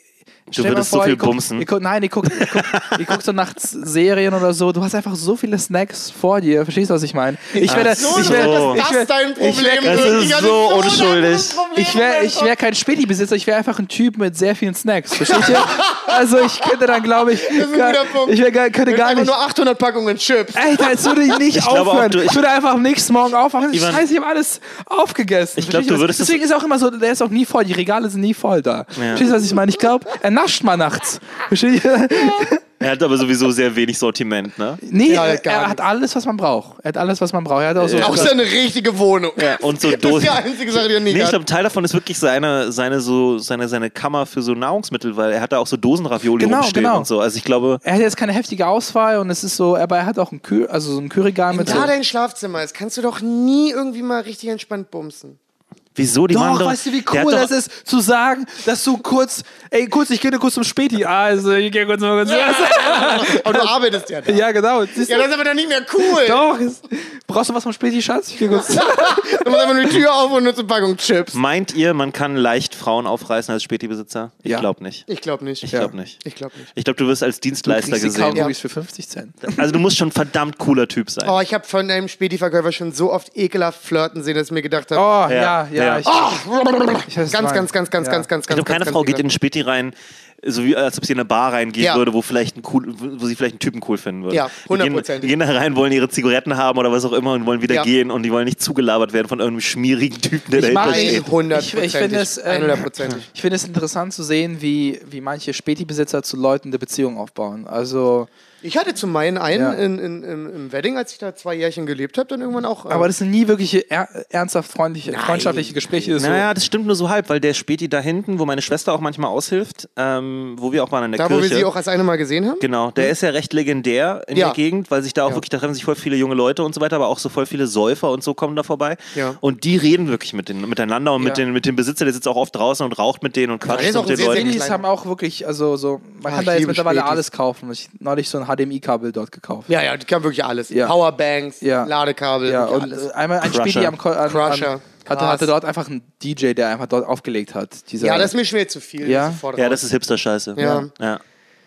S5: stell mal
S3: würdest so viel
S5: ihr guckt-
S3: bumsen.
S5: Ihr guckt, nein, ihr guckt, ihr, guckt, ihr guckt so nachts Serien oder so. Du hast einfach so viele Snacks vor dir. Verstehst du, was ich meine? Ich werde,
S4: so,
S5: ich
S3: so.
S5: werde,
S4: dass
S5: ich
S4: das
S5: werde,
S4: dein Problem
S3: Das
S4: wird.
S3: ist
S4: Ich hatte
S3: so
S4: ein
S3: unschuldig.
S4: anderes Problem
S5: Ich wäre
S4: im
S5: ich wär kein Späti-Besitzer, ich wäre einfach ein Typ mit sehr vielen Snacks.
S4: *laughs*
S5: Versteht ihr? also ich könnte dann, glaube ich,
S4: ist ein
S5: gar,
S4: guter Punkt.
S5: ich wär gar, könnte
S4: Mit
S5: gar
S4: einfach
S5: nicht...
S4: nur 800 Packungen Chips.
S5: Ey, als würde
S3: *laughs*
S5: ich nicht
S3: Ich glaube auch,
S5: aufhören.
S3: du-
S5: ich würde einfach am nächsten Morgen aufwachen.
S3: Ivan-
S5: Scheiße, ich habe alles aufgegessen.
S3: Ich glaub,
S5: Versteht ihr
S3: du würdest
S5: das. Deswegen ist auch immer so, der ist auch nie voll. Die Regale sind nie voll da. Verstehst du, was ich meine? Ich glaube, er nascht mal nachts.
S3: *laughs*
S5: Versteht ihr?
S3: Er hat aber sowieso sehr wenig Sortiment, ne?
S5: Nee,
S4: Ja,
S5: er,
S4: gar
S5: er hat
S4: nichts.
S5: alles, was man braucht. Er hat alles, was man braucht. Er hat auch so
S4: Auch seine richtige Wohnung.
S3: Und so
S4: Das ist
S3: Dosen.
S4: die einzige Sache, die er nicht
S3: Nee, ich
S4: hat.
S3: glaube, ein Teil davon ist wirklich seine, seine, so, seine, seine Kammer für so Nahrungsmittel, weil er hat da auch so Dosenravioli
S5: Genau,
S3: rumstehen
S5: genau.
S3: und so. Also ich glaube,
S5: er hat jetzt keine heftige Auswahl und es ist so, aber er hat auch ein Kühl, also so ein Kühlregal mit so.
S4: Da dein Schlafzimmer ist, kannst du doch nie irgendwie mal richtig entspannt
S5: *laughs*
S4: bumsen.
S3: wieso die
S5: Doch,
S3: machen doch-
S5: weißt du, wie
S3: der
S5: cool
S3: hat
S5: das
S3: doch,
S5: ist, zu sagen, dass du kurz, ey, kurz, ich gehe nur kurz zum Späti. Ah, also, ich gehe kurz mal kurz.
S4: Aber du arbeitest ja da.
S5: ja, genau. Siehst du?
S4: Ja, das ist aber dann nicht mehr cool.
S5: Doch, ist, brauchst du was vom Späti, Schatz? Ich gehe kurz.
S4: Du machst einfach nur die Tür auf und nutzt eine Packung Chips.
S3: Meint ihr, man kann leicht Frauen aufreißen als Späti-Besitzer? Ich
S5: Ja.
S3: glaube nicht.
S4: Ich glaube nicht.
S3: Ich glaube nicht.
S4: Ich glaube nicht.
S3: Ich glaube, du wirst als Dienstleister gesehen.
S5: Kaugummis für 50 Cent.
S3: Also du musst schon verdammt cooler Typ sein.
S4: Oh, ich habe von einem Späti-Verkäufer schon so oft ekelhaft flirten sehen, dass ich mir gedacht habe,
S5: Oh, ja,
S3: Ja. Ja,
S5: ja. ja.
S3: Ja.
S5: Ich,
S4: Oh,
S5: ich weiß, was
S4: ganz,
S5: du meinst.
S4: ganz, ganz, ganz,
S5: Ja.
S4: ganz, ganz,
S3: Ich
S4: ganz.
S3: glaube, keine
S4: ganz,
S3: Frau
S4: ganz
S3: geht in den Späti rein, so wie als ob sie in eine Bar reingehen
S4: Ja.
S3: würde, wo, vielleicht ein cool, wo sie vielleicht einen Typen cool finden würde.
S4: Ja,
S3: Die gehen, die
S4: hundertprozentig.
S3: gehen da rein, wollen ihre Zigaretten haben oder was auch immer und wollen wieder
S4: Ja.
S3: gehen und die wollen nicht zugelabert werden von irgendeinem schmierigen Typen, der
S5: Ich
S3: dahinter
S5: mag-
S3: steht.
S4: 100
S5: Ich- ich finde es, ähm,
S4: 100%.
S5: Ich finde es interessant zu sehen, wie, wie manche Späti-Besitzer zu Leuten eine Beziehung aufbauen. Also,
S4: Ich hatte zu meinen einen
S5: Ja.
S4: in, in, im, im Wedding, als ich da zwei Jährchen gelebt habe, dann irgendwann auch. äh,
S5: aber das sind nie wirkliche er, ernsthaft freundliche, freundschaftliche Gespräche. das ist
S3: Naja, das stimmt nur so halb, weil der Späti da hinten, wo meine Schwester auch manchmal aushilft, ähm, wo wir auch mal in der
S4: da,
S3: Kirche.
S4: wo wir sie auch als eine mal gesehen haben.
S3: Genau, der ist ja recht legendär in
S4: Hm. Ja.
S3: der Gegend, weil sich da auch wirklich, da treffen sich voll viele junge Leute und so weiter, aber auch so voll viele Säufer und so kommen da vorbei.
S4: Ja.
S3: Und die reden wirklich mit den, miteinander und mit,
S5: Ja.
S3: den, mit dem Besitzer, der sitzt auch oft draußen und raucht mit denen und
S4: der
S3: quatscht
S4: ist auch
S3: mit
S4: ein
S3: den
S5: so.
S4: sehr, sehr
S3: Leuten.
S5: Spätis
S4: klein.
S5: haben auch wirklich, also so, man
S4: Ah,
S5: kann
S4: ich
S5: da jetzt
S4: liebe
S5: mittlerweile
S4: Spätis.
S5: alles kaufen. Ich habe neulich so ein HDMI-Kabel dort gekauft.
S4: Ja, ja, die kann wirklich alles.
S5: Ja.
S4: Powerbanks,
S5: Ja.
S4: Ladekabel,
S5: Ja,
S4: wirklich
S5: und
S4: alles.
S5: äh, einmal ein
S3: Crusher.
S5: Späti am Ko- an,
S4: Crusher.
S5: an, hatte,
S4: Krass.
S5: hatte dort einfach einen DJ, der einfach dort aufgelegt hat. Dieser,
S4: ja, das ist mir schwer zu viel.
S5: Ja?
S4: sofort
S3: Ja,
S4: raus.
S3: das ist Hipster-Scheiße.
S4: Ja.
S3: ja.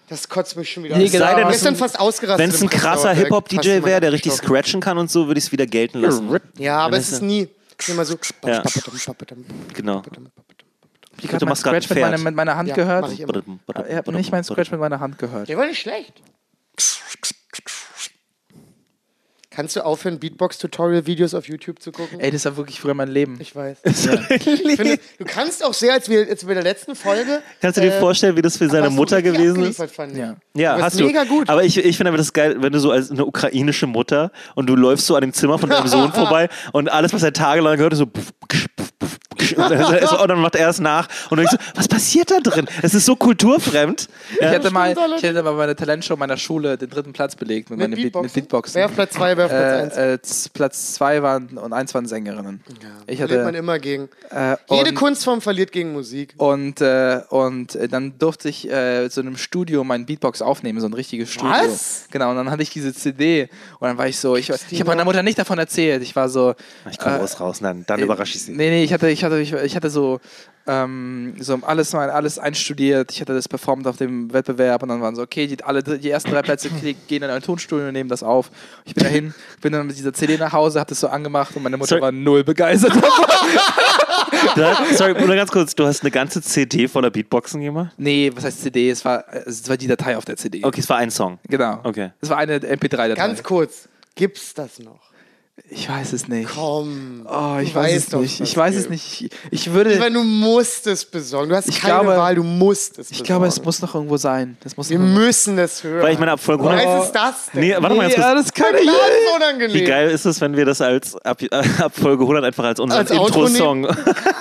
S4: Das kotzt mich schon wieder
S5: Nee,
S4: an.
S5: genau. Sei denn,
S4: Ich bin
S5: es
S4: gestern
S5: ein-
S4: fast ausgerastet.
S3: Wenn es ein
S4: im Prenzlauer
S3: krasser
S4: Berg, fast
S3: Hip-Hop-DJ
S4: in
S3: wäre,
S4: meinen
S3: der richtig
S4: Abstock.
S3: scratchen kann und so, würde ich es wieder gelten lassen.
S4: Ja, aber
S3: Wenn
S4: es
S3: es
S4: ist
S3: ein-
S4: nie. Es ist immer so.
S3: Ja. Genau.
S5: ich
S3: du
S5: habe meinen
S3: machst grad ein
S5: Scratch mit meiner,
S3: Pferd.
S5: mit meiner Hand
S4: Ja, mach
S5: gehört.
S4: ich
S5: Ich
S4: immer. *laughs*
S5: habe nicht meinen Scratch mit meiner Hand gehört.
S4: Der war nicht schlecht. Kannst du aufhören, Beatbox-Tutorial-Videos auf YouTube zu gucken?
S5: Ey, das war wirklich früher mein Leben.
S4: Ich weiß. Ich finde, du kannst auch sehr, als wir als bei der letzten Folge.
S3: Kannst du dir
S4: äh,
S3: vorstellen, wie das für seine
S4: hast du
S3: Mutter
S4: richtig
S3: gewesen ist?
S4: abgeliefert, Fand ich.
S5: Ja.
S3: Ja,
S4: Aber es
S3: hast
S4: ist
S3: du.
S4: mega gut.
S3: Aber ich, ich finde aber das geil, wenn du so als eine ukrainische Mutter und du läufst so an dem Zimmer von deinem
S4: *laughs*
S3: Sohn vorbei und alles, was er tagelang gehört, ist so. puff, ksch, puff, puff, ksch. Und dann, ist er- und dann macht er es nach und du denkst so, was passiert da drin? Es ist so kulturfremd. Ja,
S5: Ich hätte, mal,
S4: stimmt allerdings.
S5: ich hätte mal bei der Talentshow meiner Schule den dritten Platz belegt mit,
S4: Mit
S5: meinen Beat-
S4: Beatboxen.
S5: mit Beatboxen.
S4: Wer auf Platz 2, wer auf Platz 1?
S5: äh, äh, z- Platz 2 waren und 1 waren Sängerinnen. Ich
S4: verliert man
S5: hatte,
S4: immer gegen.
S5: äh,
S4: Jede
S5: und,
S4: Kunstform verliert gegen Musik.
S5: und, äh, und äh, dann durfte ich äh, zu einem Studio meinen Beatbox aufnehmen, so ein richtiges Studio.
S4: Was?
S5: Genau, und dann hatte ich diese CD und dann war ich so, ich, ich
S4: die
S5: habe meiner
S4: noch?
S5: Mutter nicht davon erzählt. Ich war so,
S3: Ich
S4: Äh,
S3: komme raus raus, dann, dann überrasche ich sie.
S5: Nee, nee, ich hatte, ich hatte, ich, ich hatte so, ähm, so alles mal alles einstudiert. Ich hatte das performt auf dem Wettbewerb und dann waren so, okay, die, alle, die ersten drei
S3: *clears throat*
S5: Plätze krieg- gehen in ein Tonstudio und nehmen das auf. Ich bin dahin, bin dann mit dieser CD nach Hause, hab das so angemacht und meine Mutter
S3: Sorry.
S5: war null begeistert. *laughs*
S3: Da, sorry, nur ganz kurz, du hast eine ganze CD voller Beatboxen gemacht?
S5: nee, was heißt CD? Es war, es war die Datei auf der CD.
S3: Okay, es war ein Song.
S5: Genau.
S3: Okay.
S5: Es war eine MP3-Datei.
S4: Ganz kurz, gibt's das noch?
S5: Ich weiß es nicht.
S4: Komm.
S5: Oh, ich
S4: Du
S5: weiß
S4: weißt
S5: es
S4: doch,
S5: nicht.
S4: was
S5: Ich weiß es
S4: gibt.
S5: nicht. Ich, ich würde.
S4: Weil du musst es besorgen. Du hast
S5: Ich
S4: keine
S5: glaube-
S4: Wahl, du musst es besorgen.
S5: ich glaube, es muss noch irgendwo sein. Das muss
S4: Wir
S5: noch irgendwo-
S4: müssen es hören.
S3: Weil ich meine, ab Folge
S4: Wie
S3: 100.
S4: heiß ist das denn?
S3: Nee, warte mal ganz kurz.
S5: Ja, das kann ich.
S4: Klar, ist
S3: Wie
S4: unangenehm.
S3: geil ist es, wenn wir das als ab, äh, ab Folge 100 einfach als unseren
S4: Als Outro
S3: Intro-Song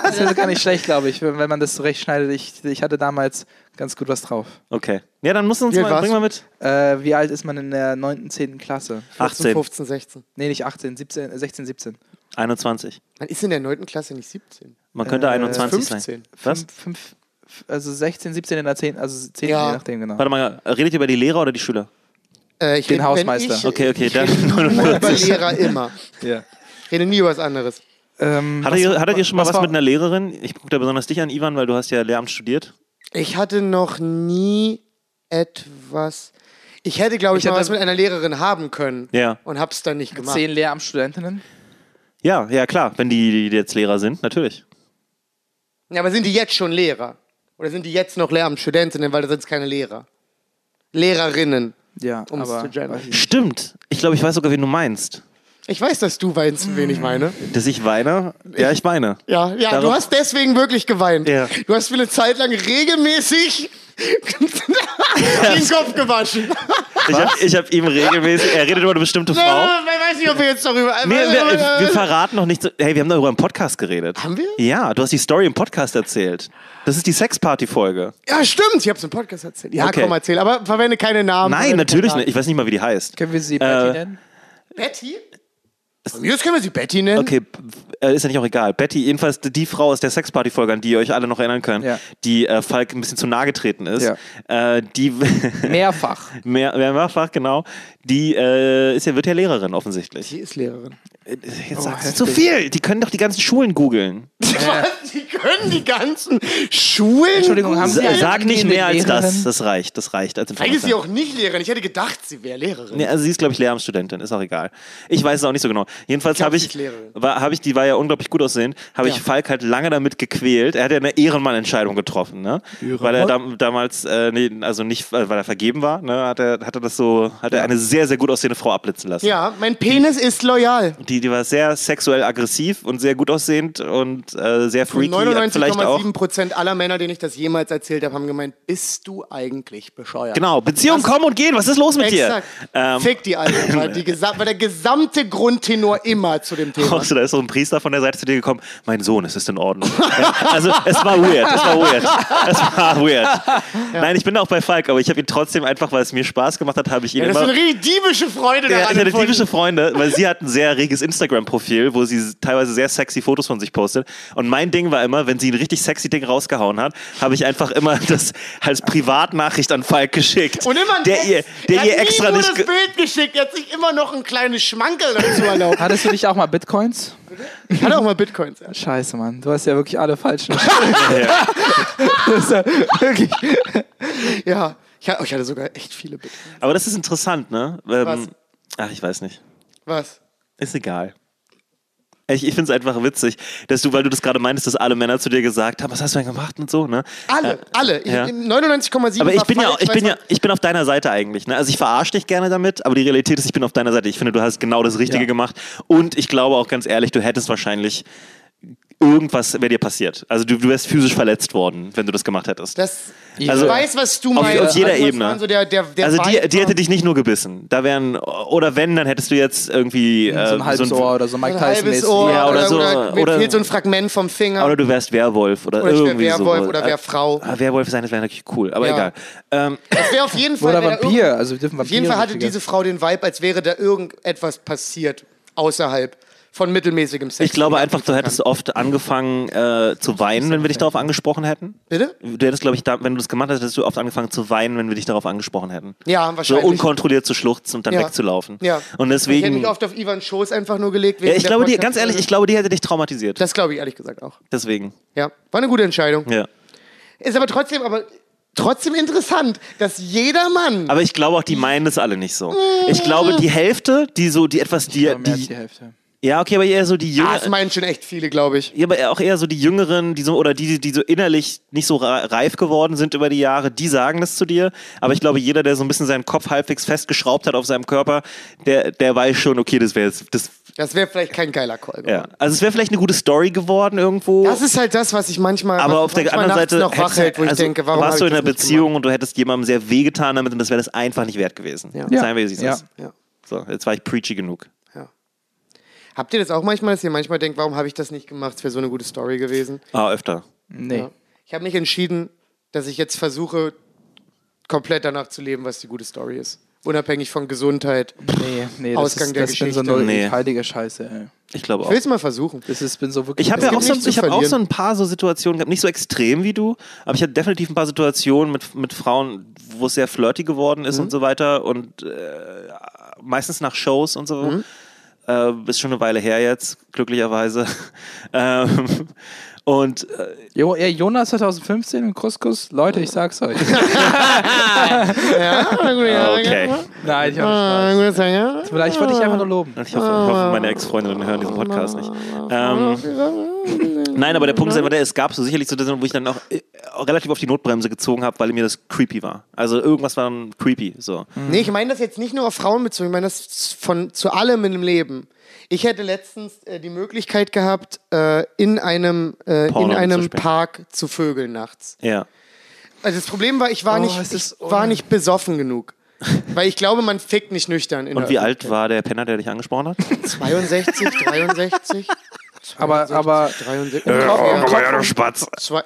S5: Das ist gar nicht schlecht, glaube ich, wenn, wenn man das zurechtschneidet. Ich, ich hatte damals ganz gut was drauf.
S3: Okay. Ja, dann musst du uns
S4: Wie alt
S3: mal,
S4: warst
S3: bring mal mit.
S5: Äh, wie alt ist man in der 9., 10. Klasse?
S4: 14,
S3: 18,
S4: 15, 16.
S5: Nee, nicht 18, 17, äh, 16, 17.
S3: 21.
S4: Man ist in der 9. Klasse nicht 17.
S3: Man könnte
S5: Äh,
S3: 21 sein.
S4: 15.
S3: Was?
S5: Fünf- fünf- f- also 16, 17 in der 10. Also 10,
S4: Ja.
S5: je nachdem, genau.
S3: Warte mal, redet ihr über die Lehrer oder die Schüler?
S4: Äh, ich
S5: Den
S4: rede- wenn
S5: Hausmeister.
S4: Ich,
S3: Okay, okay,
S4: ich *laughs*
S3: dann
S4: rede nur über
S3: 89.
S4: Lehrer immer.
S5: Ja.
S4: Ich rede nie über was anderes.
S5: Ähm,
S3: Hattet, ihr, hattet ihr schon mal was,
S5: war-
S3: mit einer Lehrerin? Ich gucke da besonders dich an, Ivan, weil du hast ja Lehramt studiert.
S4: Ich hatte noch nie etwas. Ich hätte, glaube ich,
S5: Ich
S4: mal
S5: hatte-
S4: was mit einer Lehrerin haben können.
S3: Ja.
S4: Und hab's dann nicht gemacht.
S5: Zehn Lehramtsstudentinnen?
S3: Ja, ja, klar, wenn die, die jetzt Lehrer sind, natürlich.
S4: Ja, aber sind die jetzt schon Lehrer? Oder sind die jetzt noch Lehramtsstudentinnen, weil da sind keine Lehrer? Lehrerinnen.
S5: Ja,
S4: Um es
S5: aber
S4: zu gendern.
S5: weiß ich nicht.
S3: Stimmt. Ich glaube, ich weiß sogar, wen du meinst.
S4: Ich weiß, dass du weinst, wen ich meine.
S3: Dass ich weine? Ja, ich weine.
S4: Ja, ja,
S3: Darum-
S4: du hast deswegen wirklich geweint.
S3: Ja.
S4: Du hast für eine Zeit lang regelmäßig *laughs* den Kopf
S3: *laughs*
S4: gewaschen.
S3: Ich habe ich hab ihm regelmäßig, er redet über eine bestimmte
S4: Ich
S3: Frau.
S4: Äh, weiß nicht, ob wir jetzt darüber. Äh,
S3: Nee, wir, wir verraten noch nicht. So, hey, wir haben darüber im Podcast geredet.
S4: Haben wir?
S3: Ja, du hast die Story im Podcast erzählt. Das ist die Sexparty-Folge.
S4: ja, stimmt. Ich hab's im Podcast erzählt. Ja,
S3: Okay.
S4: komm, erzähl. Aber verwende keine Namen.
S3: Nein,
S4: verwende
S3: natürlich
S4: keine
S3: nicht. Ich weiß nicht mal, wie die heißt.
S5: Können wir sie
S3: Äh,
S5: Betty nennen?
S4: Betty? Von mir aus können wir sie Betty nennen.
S3: Okay, äh, ist ja nicht auch egal. Betty, jedenfalls die Frau aus der Sexparty-Folge, an die ihr euch alle noch erinnern könnt,
S5: Ja.
S3: die äh, Falk ein bisschen zu nahe getreten ist, äh, die *laughs*
S5: Mehrfach.
S3: mehr, mehrfach, genau, die äh, ist ja, wird ja Lehrerin offensichtlich.
S5: Oh,
S4: Sie ist Lehrerin.
S3: Jetzt sagst du zu viel. Die können doch die ganzen Schulen googeln.
S4: Was? Die können die ganzen Schulen.
S5: Entschuldigung, haben Sie
S3: Sa-
S5: eine
S3: Sag nicht
S5: angehende
S3: mehr als das.
S5: Lehrerin?
S3: Das reicht, das reicht. Als
S4: Eigentlich ist sie
S3: Information.
S4: auch nicht Lehrerin. Ich hätte gedacht, sie wäre Lehrerin.
S3: Nee, also sie ist, glaube ich, Lehramtsstudentin, ist auch egal. Ich weiß es auch nicht so genau. Jedenfalls
S4: glaub,
S3: habe
S4: sie
S3: ich,
S4: ist Lehrerin.
S3: war, hab ich, die war ja unglaublich gut aussehen, habe
S4: Ja.
S3: ich Falk halt lange damit gequält. Er hat ja eine Ehrenmann-Entscheidung getroffen, ne? Weil er dam damals, äh, nee, also nicht, äh, weil er vergeben war, ne? Hat er, hat er das so, hat er eine sehr, sehr gut aussehende Frau abblitzen lassen.
S4: Ja, mein Penis ist loyal.
S3: Die, die war sehr sexuell aggressiv und sehr gut aussehend und äh, sehr freaky. vielleicht auch.
S4: 99,7% aller Männer, denen ich das jemals erzählt habe, haben gemeint, bist du eigentlich bescheuert?
S3: Genau, Beziehungen kommen und gehen, was ist los mit
S4: Exakt.
S3: dir? Ähm,
S4: Fick die Alte. War, die gesa- war der gesamte Grundtenor immer zu dem Thema.
S3: Auch so, da ist so ein Priester von der Seite zu dir gekommen. Mein Sohn, es ist in Ordnung. ja, also es war weird, es war weird, es war weird. Nein, ich bin auch bei Falk, aber ich habe ihn trotzdem einfach, weil es mir Spaß gemacht hat, habe ich ihn
S4: Ja, das ist
S3: immer.
S4: eine richtig diebische Freude
S3: Ja,
S4: daran.
S3: ich hatte
S4: empfunden.
S3: typische Freunde, weil sie hat ein sehr reges Instagram-Profil, wo sie teilweise sehr sexy Fotos von sich postet. Und mein Ding war immer, wenn sie ein richtig sexy Ding rausgehauen hat, habe ich einfach immer *laughs* das als Privatnachricht an Falk geschickt.
S4: und immer ein
S3: der
S4: Text.
S3: ihr, der
S4: er
S3: ihr
S4: hat
S3: extra
S4: nie nur
S3: nicht.
S4: das
S3: ge-
S4: Bild geschickt, er hat sich immer noch ein kleines Schmankerl dazu
S3: *laughs*
S4: erlaubt.
S5: Hattest du dich auch mal Bitcoins?
S4: Hat auch mal Bitcoins.
S5: Scheiße, Mann. Du hast ja wirklich alle
S3: Äh,
S5: falschen. Das ist ja wirklich.
S4: *laughs* Ja, ich hatte, oh, ich hatte sogar echt viele Bitcoins.
S3: Aber das ist interessant, ne? Ähm,
S4: Was?
S3: Ach, ich weiß nicht.
S4: Was?
S3: Ist egal. Ich, ich finde es einfach witzig, dass du, weil du das gerade meintest, dass alle Männer zu dir gesagt haben, was hast du denn gemacht und so, ne?
S4: Alle,
S3: Äh,
S4: alle. Ich-
S3: ja.
S4: 99,7
S3: Aber ich
S4: war
S3: bin ja,
S4: falsch,
S3: auch- ich
S4: weiß
S3: bin ja,
S4: man-
S3: ich bin auf deiner Seite eigentlich. Ne? Also ich verarsche dich gerne damit, aber die Realität ist, ich bin auf deiner Seite. Ich finde, du hast genau das Richtige
S5: Ja.
S3: gemacht. Und ich glaube auch ganz ehrlich, du hättest wahrscheinlich irgendwas wäre dir passiert. Also du, du wärst physisch verletzt worden, wenn du das gemacht hättest.
S4: Das,
S5: Also,
S4: ich weiß, was du
S3: auf-
S4: meinst.
S3: auf jeder
S4: Also, was
S3: Ebene.
S4: man So der, der, der
S3: also die,
S4: Vibe
S3: die hätte
S4: war.
S3: dich nicht nur gebissen. Da wären oder wenn, dann hättest du jetzt irgendwie äh,
S5: So ein halbes Ohr oder so Mike
S4: ein
S5: Tyson.
S4: halbes Ohr
S3: Ja, oder
S4: oder,
S3: so,
S4: oder, mir
S3: oder-
S4: fehlt so ein Fragment vom Finger.
S3: Oder du wärst Werwolf oder,
S4: Oder ich wär
S3: irgendwie
S4: Werwolf
S3: so.
S4: oder Werfrau.
S3: Ah, Werwolf sein, das wäre natürlich cool, aber
S4: Ja.
S3: egal. Ähm,
S4: das wäre
S3: *laughs*
S4: auf jeden Fall.
S5: Oder
S4: wär da
S5: Vampir. Also wir dürfen Vampir
S4: Auf jeden Fall hatte diese Frau den Vibe, als wäre da irgendetwas passiert außerhalb von mittelmäßigem Sex.
S3: ich glaube einfach, du hättest oft angefangen äh, zu weinen, wenn wir dich darauf angesprochen hätten.
S4: Bitte?
S3: Du hättest, glaube ich, da, wenn du das gemacht hättest, hättest du oft angefangen zu weinen, wenn wir dich darauf angesprochen hätten.
S4: Ja, wahrscheinlich.
S3: So unkontrolliert zu schluchzen und dann
S4: Ja.
S3: wegzulaufen.
S4: Ja.
S3: Und
S4: Ich hätte
S3: deswegen.
S4: mich
S3: Ja,
S4: oft auf Ivans Schoß einfach nur gelegt. wegen
S3: ich
S4: der
S3: glaube dir,
S4: Podcast-
S3: ganz ehrlich, ich glaube, die hätte dich traumatisiert.
S4: Das glaube ich ehrlich gesagt auch.
S3: Deswegen.
S4: Ja, war eine gute Entscheidung.
S3: Ja.
S4: Ist aber trotzdem, aber trotzdem interessant, dass jeder Mann.
S3: Aber ich glaube auch, die meinen das alle nicht so. Ich glaube, die Hälfte, die so, die etwas, die,
S5: Mehr als
S3: die
S5: die Hälfte.
S3: ja, okay, aber eher so die
S4: Ah, das
S3: Jüngeren,
S4: meinen schon echt viele, glaube ich.
S3: ja, aber auch eher so die Jüngeren, die so, oder die, die so innerlich nicht so ra- reif geworden sind über die Jahre, die sagen das zu dir. Aber ich glaube, jeder, der so ein bisschen seinen Kopf halbwegs festgeschraubt hat auf seinem Körper, der, der weiß schon, okay, das wäre jetzt, das
S4: Das wäre vielleicht kein geiler Call.
S3: Ja, also es wäre vielleicht eine gute Story geworden irgendwo.
S4: Das ist halt das, was ich manchmal,
S3: aber
S4: was
S3: auf der
S4: manchmal
S3: anderen
S4: nachts
S3: Seite
S4: noch wach
S3: hättest-
S4: hält, wo ich
S3: also
S4: denke, warum hab
S3: warst du
S4: ich
S3: in einer
S4: das nicht
S3: Beziehung und du hättest jemandem sehr wehgetan damit und das wäre das einfach nicht wert gewesen. Ja. Seien wir wie es
S5: Ja.
S3: ist.
S4: gemacht? Ja.
S3: So, jetzt war ich preachy genug.
S4: Habt ihr das auch manchmal, dass ihr manchmal denkt, warum habe ich das nicht gemacht? Es wäre so eine gute Story gewesen.
S3: Ah, öfter.
S5: Nee.
S4: Ich habe mich entschieden, dass ich jetzt versuche, komplett danach zu leben, was die gute Story ist. Unabhängig von Gesundheit.
S5: Nee, nee, das
S4: Ausgang
S5: ist,
S4: der
S5: das bin so
S4: Geschichte.
S5: eine
S3: Nee.
S5: heilige Scheiße, ey.
S3: Ich glaube
S4: Ich
S3: auch.
S4: will es mal versuchen.
S5: Das ist, bin so wirklich.
S3: Ich habe
S5: das
S3: ja auch
S4: gibt
S3: so,
S4: nichts zu
S3: ich hab auch
S4: verlieren.
S3: so ein paar so Situationen gehabt, nicht so extrem wie du, aber ich hatte definitiv ein paar Situationen mit, mit Frauen, wo es sehr flirty geworden
S4: Mhm.
S3: ist und so weiter und äh, meistens nach Shows und so.
S4: Mhm.
S3: Äh, ist schon eine Weile her jetzt, glücklicherweise. *laughs* ähm, und äh,
S5: Jo, ja, Jonas 2015 und Couscous. Leute, ich sag's
S3: *laughs*
S5: euch.
S3: Okay.
S5: Nein, ich hab nicht Spaß. Vielleicht wollte ich einfach nur loben.
S3: Ich hoffe, ich hoffe
S4: Ah.
S3: meine Ex-Freundinnen hören
S4: Oh,
S3: diesen Podcast nicht. Ähm, nein, aber der Punkt ist einfach der, es gab so sicherlich so Situationen, wo ich dann auch äh, auch relativ auf die Notbremse gezogen habe, weil mir das creepy war. Also irgendwas war dann creepy. So.
S4: Nee, ich meine das jetzt nicht nur auf Frauen bezogen, ich meine das von, zu allem im Leben. Ich hätte letztens äh, die Möglichkeit gehabt, äh, in einem, äh, in
S3: Porno
S4: einem
S3: mitzuspielen.
S4: Park zu vögeln nachts.
S3: Ja.
S4: Also das Problem war, ich war,
S5: Oh,
S4: nicht,
S5: es
S4: ich
S5: ist
S4: war
S5: un-
S4: nicht besoffen genug. Weil ich glaube, man fickt nicht nüchtern. In
S3: Und
S4: der
S3: wie alt war der Penner, der dich angesprochen hat?
S4: 62, 63.
S5: Aber, aber
S4: 63,
S5: Ja,
S4: ja,
S3: ja, du Spatz.
S4: zwei,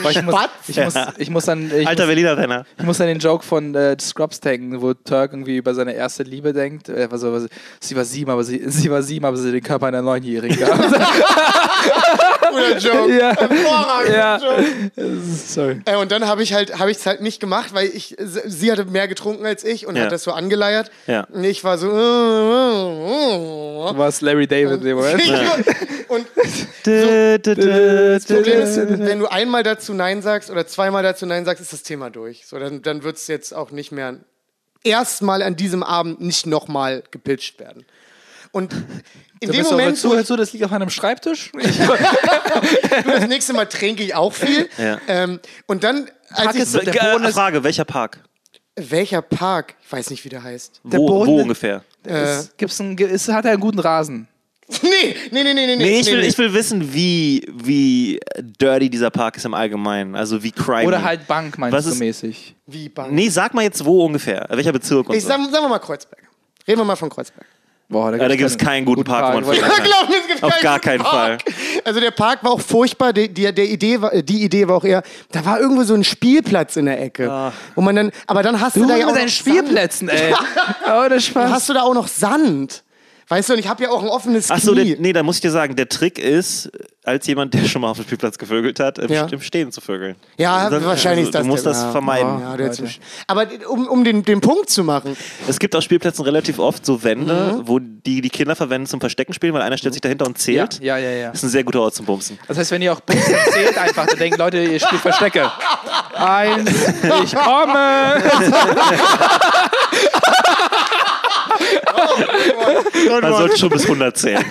S5: aber ich, muss,
S4: Spatz.
S5: ich, muss, ich muss dann. Ich
S3: Alter
S5: muss,
S3: Berliner Penner.
S5: Ich muss an den Joke von äh, Scrubs denken, wo Turk irgendwie über seine erste Liebe denkt. Äh, was, was, sie war sieben, aber sie, *laughs* sie war sieben, aber sie den Körper einer Neunjährigen. gehabt.
S3: *laughs*
S4: Guter Joke.
S5: *laughs* Ja.
S4: Hervorragender
S5: Ja.
S4: Joke.
S5: Sorry.
S4: Äh, und dann habe ich halt, habe ich es halt nicht gemacht, weil ich, sie hatte mehr getrunken als ich und
S3: Ja.
S4: hat das so angeleiert.
S3: Ja.
S4: Und ich war so, äh, äh,
S5: Du warst Larry David, dem, oder?
S4: Und
S3: *laughs* Dö, dö, dö,
S4: das
S3: dö.
S4: Problem ist, wenn du einmal dazu Nein sagst oder zweimal dazu Nein sagst, ist das Thema durch. So, dann, dann wird es jetzt auch nicht mehr erstmal an diesem Abend nicht nochmal gepitcht werden. Und in dem Moment, wo
S5: du, das liegt auf einem Schreibtisch? Ich
S4: das nächste Mal trinke ich auch viel.
S3: *laughs* Ja.
S4: Ähm, und dann, als ich,
S5: ist- der Boden
S3: Äh, Frage, welcher Park?
S4: welcher Park, ich weiß nicht, wie der heißt. *laughs*
S5: Der
S3: wo,
S5: Boden-
S3: wo ungefähr?
S5: ist, gibt's einen, ge- ist, hat er einen guten Rasen?
S4: Nee, nee, nee, nee, nee.
S3: Nee, ich will,
S4: nee.
S3: ich will wissen, wie, wie dirty dieser Park ist im Allgemeinen. Also wie crime.
S5: Oder halt Bank, meinst
S3: Was
S5: du
S3: ist-
S5: mäßig?
S4: Wie Bank.
S3: Nee, sag mal jetzt wo ungefähr. Welcher Bezirk und
S4: Ich
S3: so.
S4: sag, sagen wir mal Kreuzberg. Reden wir mal von Kreuzberg.
S5: Boah,
S3: Ja, da gibt's keinen guten Park, wo man vielleicht-
S4: Ja, *laughs* glaub mir, es gibt
S3: Auf
S4: keinen
S3: gar
S4: guten
S3: keinen
S4: Park. Also der Park war auch furchtbar. Die, die, der Idee war, äh, die Idee war auch eher, da war irgendwo so ein Spielplatz in der Ecke. Wo man dann, aber dann hast du,
S5: Du
S4: da
S5: mit
S4: ja auch
S5: deinen
S4: noch Sand.
S5: Spielplätzen, ey. Ohne
S4: Dann
S5: Spaß.
S4: hast du da auch noch Sand. Weißt du, und ich habe ja auch ein offenes
S3: Achso,
S4: Knie.
S3: nee, da muss ich dir sagen, der Trick ist, als jemand, der schon mal auf dem Spielplatz gevögelt hat, im,
S4: Ja.
S3: im Stehen zu vögeln. Also,
S4: Ja, wahrscheinlich ist
S3: du
S4: das
S3: Du musst
S4: der-
S3: das
S4: ja.
S3: vermeiden.
S4: ja, du hättest mich- aber um, um den, den Punkt zu machen,
S3: Es gibt auf Spielplätzen relativ oft so Wände, wo die, die Kinder verwenden zum Verstecken spielen, weil einer stellt sich dahinter und
S5: Ja,
S3: zählt.
S5: ja, ja, ja.
S3: Das ist ein sehr guter Ort zum Bumsen.
S5: Das heißt, wenn ihr auch Bums erzählt, einfach, dann denkt Leute, ihr spielt
S3: *laughs*
S5: Verstecke. Eins, ich komme.
S3: Man sollte Also schon bis 100 zählen.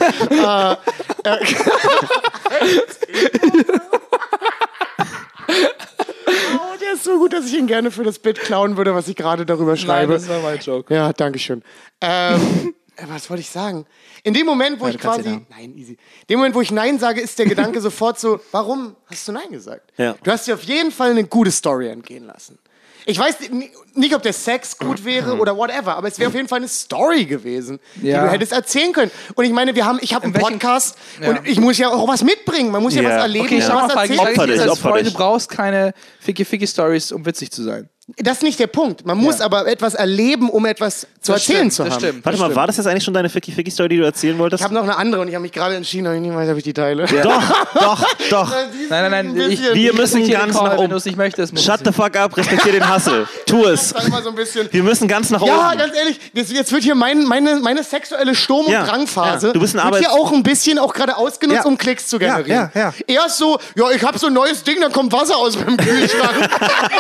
S4: oh, der ist so gut, dass ich ihn gerne für das Bit klauen würde, was ich gerade darüber schreibe.
S5: war mein Joke.
S4: Ja, danke schön.
S5: *laughs*
S4: Ähm, äh, was wollte ich sagen? In dem Moment, wo ich
S5: kannst ihn
S4: quasi.
S5: haben.
S4: Nein, easy. In dem Moment, wo ich Nein sage, ist der
S5: *laughs*
S4: Gedanke sofort so, warum hast du Nein gesagt?
S3: Ja.
S4: Du hast dir auf jeden Fall eine gute Story entgehen lassen. Ich weiß ni- nicht, ob der Sex gut
S5: *clears throat*
S4: wäre oder whatever, aber es wäre auf jeden Fall eine Story gewesen,
S5: Ja.
S4: die du hättest erzählen können. Und ich meine, wir haben, ich habe einen
S5: welchen-
S4: Podcast
S5: Ja.
S4: und ich muss ja auch was mitbringen. Man muss ja,
S3: Ja.
S4: was erleben,
S5: Okay,
S3: Ja.
S5: schau mal,
S4: was
S5: Falk, ich
S4: erzählen.
S5: sage
S3: Opfer
S5: dir
S3: dich,
S5: als
S3: opfer
S5: Freund, du
S3: dich.
S5: brauchst keine Ficky-Ficky-Stories, um witzig zu sein.
S4: Das ist nicht der Punkt. Man muss
S5: Ja.
S4: aber etwas erleben, um etwas zu erzählen
S5: stimmt,
S4: zu haben.
S5: das stimmt.
S3: Warte mal, war das jetzt eigentlich schon deine Ficky-Ficky-Story, die du erzählen wolltest?
S4: Ich habe noch eine andere und ich habe mich gerade entschieden, aber ich nicht weiß, ob ich die teile. Äh,
S3: doch, doch, doch.
S5: Nein, nein, nein. Ich,
S3: Wir
S5: ich
S3: müssen
S5: respektiere
S3: ganz
S5: Call,
S3: nach
S5: Wenn du
S3: oben.
S5: es nicht möchtest, musst
S3: Shut the fuck up, respektiere den Hustle. Tu es.
S4: Sag mal so
S3: *laughs*
S4: ein bisschen.
S3: Wir müssen ganz nach
S4: Ja,
S3: oben.
S4: ganz ehrlich, jetzt, jetzt wird hier mein, meine, meine sexuelle Sturm- und
S3: Ja,
S4: Drangphase
S3: ja. Du bist ein
S4: wird hier
S3: Arbeits-
S4: auch ein bisschen auch gerade ausgenutzt,
S3: Ja.
S4: um Klicks zu generieren.
S5: ja,
S4: Erst so, ja, ich habe so ein neues Ding, da kommt Wasser aus meinem
S3: *laughs*
S4: Kühlschrank.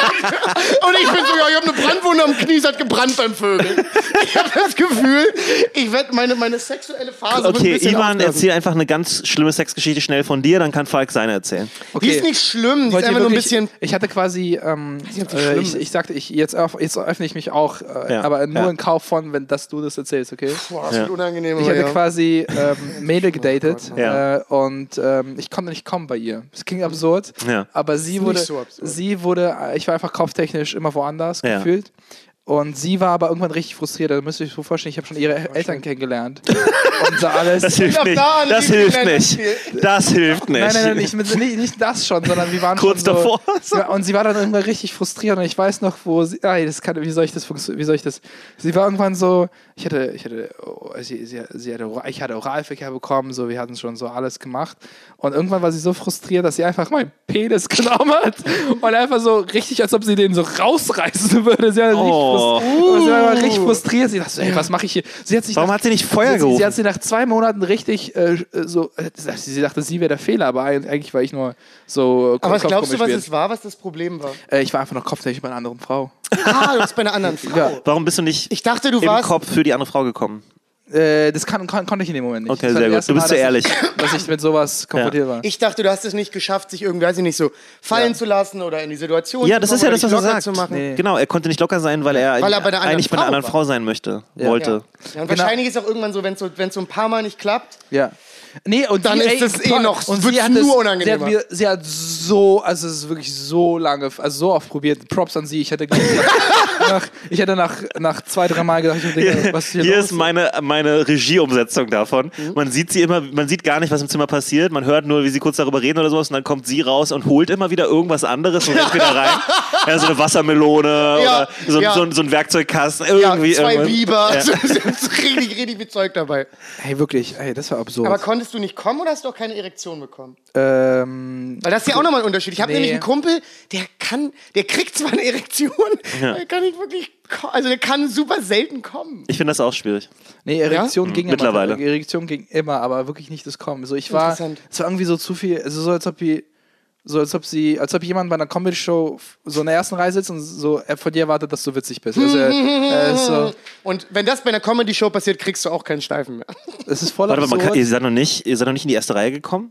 S4: und ich bin so, ja, ich habe eine Brandwunde am Knie, es hat gebrannt beim Vögeln. Ich habe das Gefühl, ich werde meine, meine sexuelle Phase wird also ein
S3: Okay,
S4: bisschen
S3: Ivan,
S4: auflassen.
S3: erzähl einfach eine ganz schlimme Sexgeschichte schnell von dir, dann kann Falk seine erzählen.
S5: Okay.
S4: Die ist nicht schlimm, die ist
S5: Wollt ihr
S4: einfach nur ein
S5: wirklich-
S4: bisschen
S5: Ich hatte quasi, ähm,
S4: nicht, ob die
S5: äh,
S4: schlimm
S5: ich,
S4: ist.
S5: ich sagte, ich, jetzt, auf, jetzt öffne ich mich auch, äh,
S3: Ja,
S5: aber nur
S3: ja.
S5: in Kauf von, wenn dass du das erzählst, okay?
S4: boah, das wird unangenehm.
S5: Ich
S4: aber
S5: hatte
S4: ja. Oh
S5: quasi
S4: *laughs*
S5: ähm, Mädel gedatet
S3: Ja.
S5: äh, und ähm, ich konnte nicht kommen bei ihr. Es klingt absurd,
S3: Ja.
S5: aber sie
S4: nicht
S5: wurde,
S4: so absurd.
S5: sie wurde, äh, ich war einfach kopftechnisch immer woanders
S3: Ja.
S5: gefühlt. Und sie war aber irgendwann richtig frustriert. Da müsst ihr euch so vorstellen, ich habe schon ihre Eltern kennengelernt. *laughs* und so
S3: *laughs*
S5: alles.
S3: Das hilft
S4: glaub,
S3: nicht.
S4: da an
S3: Das
S4: die
S3: hilft
S4: Kinder
S3: nicht. Das hilft nicht.
S5: Nein, nein, nein, nicht, mit- nicht, nicht das schon, sondern wir waren
S3: Kurz
S5: schon so,
S3: davor.
S5: *laughs* Ja, und sie war dann irgendwann richtig frustriert und ich weiß noch, wo sie, ah, das kann, wie soll ich das funktionieren, wie soll ich das, sie war irgendwann so, ich hatte, ich hatte, oh, sie, sie, sie hatte, Ora- ich hatte Oralverkehr bekommen, so, wir hatten schon so alles gemacht und irgendwann war sie so frustriert, dass sie einfach meinen Penis *laughs* genommen hat und einfach so richtig, als ob sie den so rausreißen würde, sie war,
S3: Oh.
S5: richtig, frust- sie war richtig frustriert, sie dachte so, ey, was mache ich hier, sie hat sich
S3: Warum
S5: nach-
S3: hat sie nicht Feuer
S5: sie, sie, sie
S3: gerufen?
S5: hat sie nach zwei Monaten richtig äh, so. äh, Sie sie dachte, sie wäre der Fehler, aber eigentlich war ich nur so.
S4: Aber was
S5: Kopf-
S4: glaubst du, was
S5: komisch
S4: es war, was das Problem war?
S5: wird. äh, Ich war einfach noch kopftechnisch bei einer anderen Frau.
S4: Ah, du bist bei einer anderen Frau.
S5: Ja.
S3: Warum bist du nicht
S4: Ich dachte, du
S3: im
S4: warst.
S3: Kopf für die andere Frau gekommen?
S5: Äh, das kann, kann, konnte ich in dem Moment nicht.
S3: Okay,
S5: Das war
S3: sehr
S5: das
S3: gut.
S5: erste
S3: Du bist
S5: Mal,
S3: so
S5: dass Ich, *laughs* dass ich mit sowas konfrontiert war.
S4: Ich dachte, du hast es nicht geschafft, sich irgendwie, weiß ich nicht, so fallen zu lassen oder in die Situation
S3: Ja,
S4: zu
S3: das
S4: kommen
S3: ist ja
S4: oder
S3: das, was
S4: dich
S3: er
S4: um locker
S3: sagt.
S4: Zu machen.
S5: Nee.
S3: Genau, er konnte nicht locker sein, weil er,
S4: Weil er bei einer anderen
S3: eigentlich bei einer
S4: Frau
S3: anderen
S4: war.
S3: Frau sein möchte, wollte.
S4: Ja, und wahrscheinlich ist auch irgendwann so, wenn es so, wenn's so ein paar Mal nicht klappt.
S5: Ja. Nee, und
S4: Dann
S5: sie,
S4: ist
S5: ey,
S4: das eh
S5: toll.
S4: noch-
S5: und
S4: wird's
S5: sie hat
S4: nur
S5: es-
S4: unangenehmer.
S5: Sie hat, mir, sie hat so, also es ist wirklich so lange, also so oft probiert. Props an sie. Ich hätte, *laughs* nach, ich hätte nach, nach zwei, drei Mal gedacht, ich denke, was ist
S3: *laughs*
S5: hier,
S3: Hier
S5: los?
S3: ist meine, meine Regieumsetzung davon.
S4: Mhm.
S3: Man sieht sie immer, man sieht gar nicht, was im Zimmer passiert. Man hört nur, wie sie kurz darüber reden oder sowas. Und dann kommt sie raus und holt immer wieder irgendwas anderes und rennt wieder
S4: *laughs*
S3: rein. Ja, so eine Wassermelone
S4: Ja,
S3: oder so, ein-
S4: ja.
S3: so, ein- so ein Werkzeugkasten.
S4: Ja,
S3: Irgendwie,
S4: zwei
S3: irgendwas.
S4: Biber. *laughs* Ja. richtig, richtig viel Zeug dabei.
S5: Hey, wirklich, ey, das war absurd.
S4: Aber konntest du nicht kommen oder hast du auch keine Erektion bekommen?
S5: ähm,
S4: Weil das ist ja auch nochmal ein Unterschied. Ich habe
S5: Nee.
S4: nämlich einen Kumpel, der kann, der kriegt zwar eine Erektion, der kann nicht wirklich, ko- also der kann super selten kommen.
S3: Ich finde das auch schwierig.
S5: Nee, Erektion ging
S3: Hm, Mittlerweile.
S5: immer. Erektion ging immer, aber wirklich nicht das Kommen. So, ich war, es
S4: Interessant.
S5: war irgendwie so zu viel, also so als ob die, so als ob sie, als ob jemand bei einer Comedy-Show f- so in der ersten Reihe sitzt und so er von dir erwartet, dass du witzig bist. Also, äh, äh, so,
S4: Und wenn das bei einer Comedy-Show passiert, kriegst du auch keinen Steifen mehr.
S5: es ist voll
S3: Warte mal, man kann, ihr
S5: absurd.
S3: seid noch nicht, ihr seid noch nicht in die erste Reihe gekommen?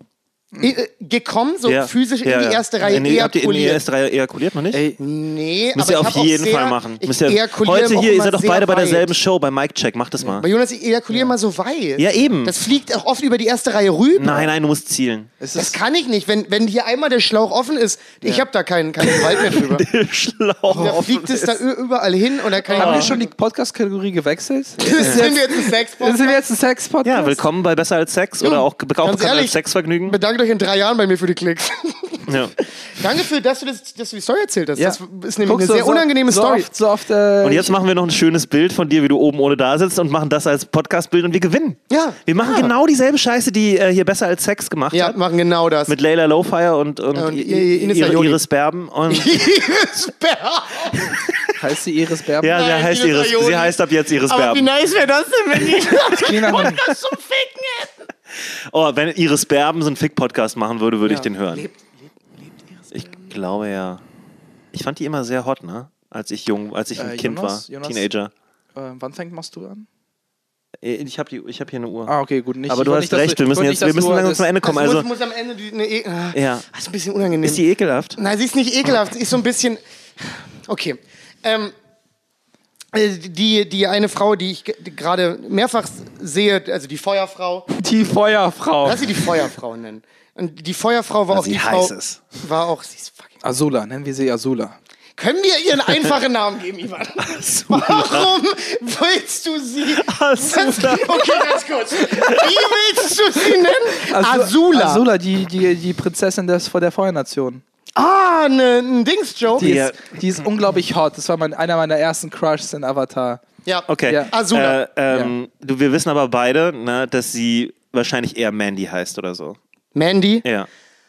S4: I- äh, Gekommen, so
S3: Mhm. Ja.
S4: physisch
S3: Ja,
S4: in
S3: ja.
S4: die erste Reihe
S3: Nee,
S4: eher
S3: habt ihr in die
S4: poliert.
S3: erste Reihe ejakuliert noch nicht?
S5: Ey,
S4: Nee,
S3: Müsst ihr
S4: aber ich
S3: auf
S4: hab auch
S3: jeden
S4: sehr,
S3: Fall machen.
S4: Ich
S3: Müsst ihr,
S4: ejakuliere
S3: heute
S4: aber
S3: hier,
S4: auch
S3: ihr seid
S4: immer
S3: doch beide
S4: sehr
S3: bei derselben
S4: weit.
S3: Show, bei Mike Check, macht das mal.
S4: Aber Jonas, ich ejakuliere mal so weit.
S3: Ja, eben.
S4: Das fliegt auch oft über die erste Reihe rüber.
S3: Nein, nein, du musst
S4: *laughs*
S3: zielen.
S5: es
S4: Das
S5: ist,
S4: kann ich nicht. Wenn, wenn hier einmal der Schlauch offen ist, ich habe da keinen, keinen Gewalt
S3: *laughs*
S4: mehr drüber. Da
S3: Schlauch.
S4: fliegt es da ü- überall hin und da kann
S5: haben wir
S4: ich
S5: schon die Podcast-Kategorie gewechselt?
S4: *laughs* Sind wir jetzt ein
S5: Sind
S4: Sexbox?
S5: wir jetzt ein Sex-Podcast?
S3: Ja, willkommen bei Besser als Sex oder auch, auch bekannt als Sexvergnügen.
S4: Bedankt euch in drei Jahren bei mir für die Klicks.
S3: Ja.
S4: Danke für, dass du, das, dass du die Story erzählt hast.
S5: Ja.
S4: Das ist nämlich
S5: Guckst
S4: eine
S5: du,
S4: sehr
S5: so-
S4: unangenehme
S5: so
S4: Story.
S5: Oft, so oft, äh,
S3: Und jetzt machen wir noch ein schönes Bild von dir, wie du oben ohne da sitzt und machen das als Podcast-Bild und wir gewinnen.
S4: Ja.
S3: Wir machen genau dieselbe Scheiße, die äh, hier Besser als Sex gemacht
S4: Ja,
S3: hat.
S4: machen genau das. *laughs*
S3: Mit Layla Lowfire und, und,
S4: Und
S3: i-
S4: I- Ines
S3: ihre,
S4: Aioli.
S3: Iris Berben. Und,
S4: *laughs*
S5: heißt sie Iris Berben?
S3: ja,
S4: Nein,
S3: sie heißt,
S4: Ines
S3: Iris,
S4: Aioli.
S3: sie heißt ab jetzt Iris
S4: Aber wie
S3: Berben.
S4: nice wäre das denn, wenn ich
S5: Klingt nach einem-
S4: das zum Ficken hätte?
S3: Oh, wenn Iris Berben so einen Fick-Podcast machen würde, würde ich den hören. ich glaube ja. Ich fand die immer sehr hot, ne? Als ich jung, als ich ein
S5: Äh,
S3: Kind
S5: Jonas?
S3: war,
S5: Jonas?
S3: Teenager.
S5: Äh, wann fängt machst du an?
S3: Äh, Ich habe hab hier eine Uhr.
S5: Ah, okay, gut. Nicht,
S3: Aber
S5: ich
S3: du
S5: wollte
S3: hast
S5: nicht, dass
S3: recht,
S5: du-
S3: wir
S5: ich
S3: müssen
S5: wollte
S3: jetzt
S5: nicht,
S3: wir
S5: dass
S3: müssen
S5: du
S3: langsam zum
S5: das-
S3: Ende kommen.
S4: Also,
S3: Also,
S4: muss, muss am Ende die, eine e ah,
S3: Ja.
S4: Das ist ein bisschen unangenehm.
S3: ist die ekelhaft?
S4: Nein, sie ist nicht ekelhaft. Sie ist so ein bisschen. Okay. Ähm, äh, die, die eine Frau, die ich ge- gerade mehrfach sehe, also die Feuerfrau,
S5: Die Feuerfrau.
S4: lass sie die Feuerfrau nennen. Und die Feuerfrau war auch
S3: sie
S4: die
S3: heiß
S4: Frau.
S3: ist.
S4: War auch. Sie ist fucking.
S5: Azula, nennen wir sie Azula.
S4: Können wir ihr einen
S5: *laughs*
S4: einfachen Namen geben, Ivan? Warum willst du sie.
S3: Azula.
S4: Okay, ganz kurz. Wie willst du sie nennen?
S5: Azu-
S4: Azula.
S5: Azula, die, die, die Prinzessin des, der Feuernation.
S4: Ah, ne, ein Dings-Joke.
S5: Die,
S3: Ja.
S5: ist, die ist unglaublich hot. Das war mein, einer meiner ersten Crushs in Avatar.
S4: Ja.
S3: Okay.
S5: Ja. Ah,
S4: Azula.
S3: Äh, ähm, du, wir wissen aber beide, ne, dass sie wahrscheinlich eher Mandy heißt oder so.
S4: Mandy.
S3: Ja.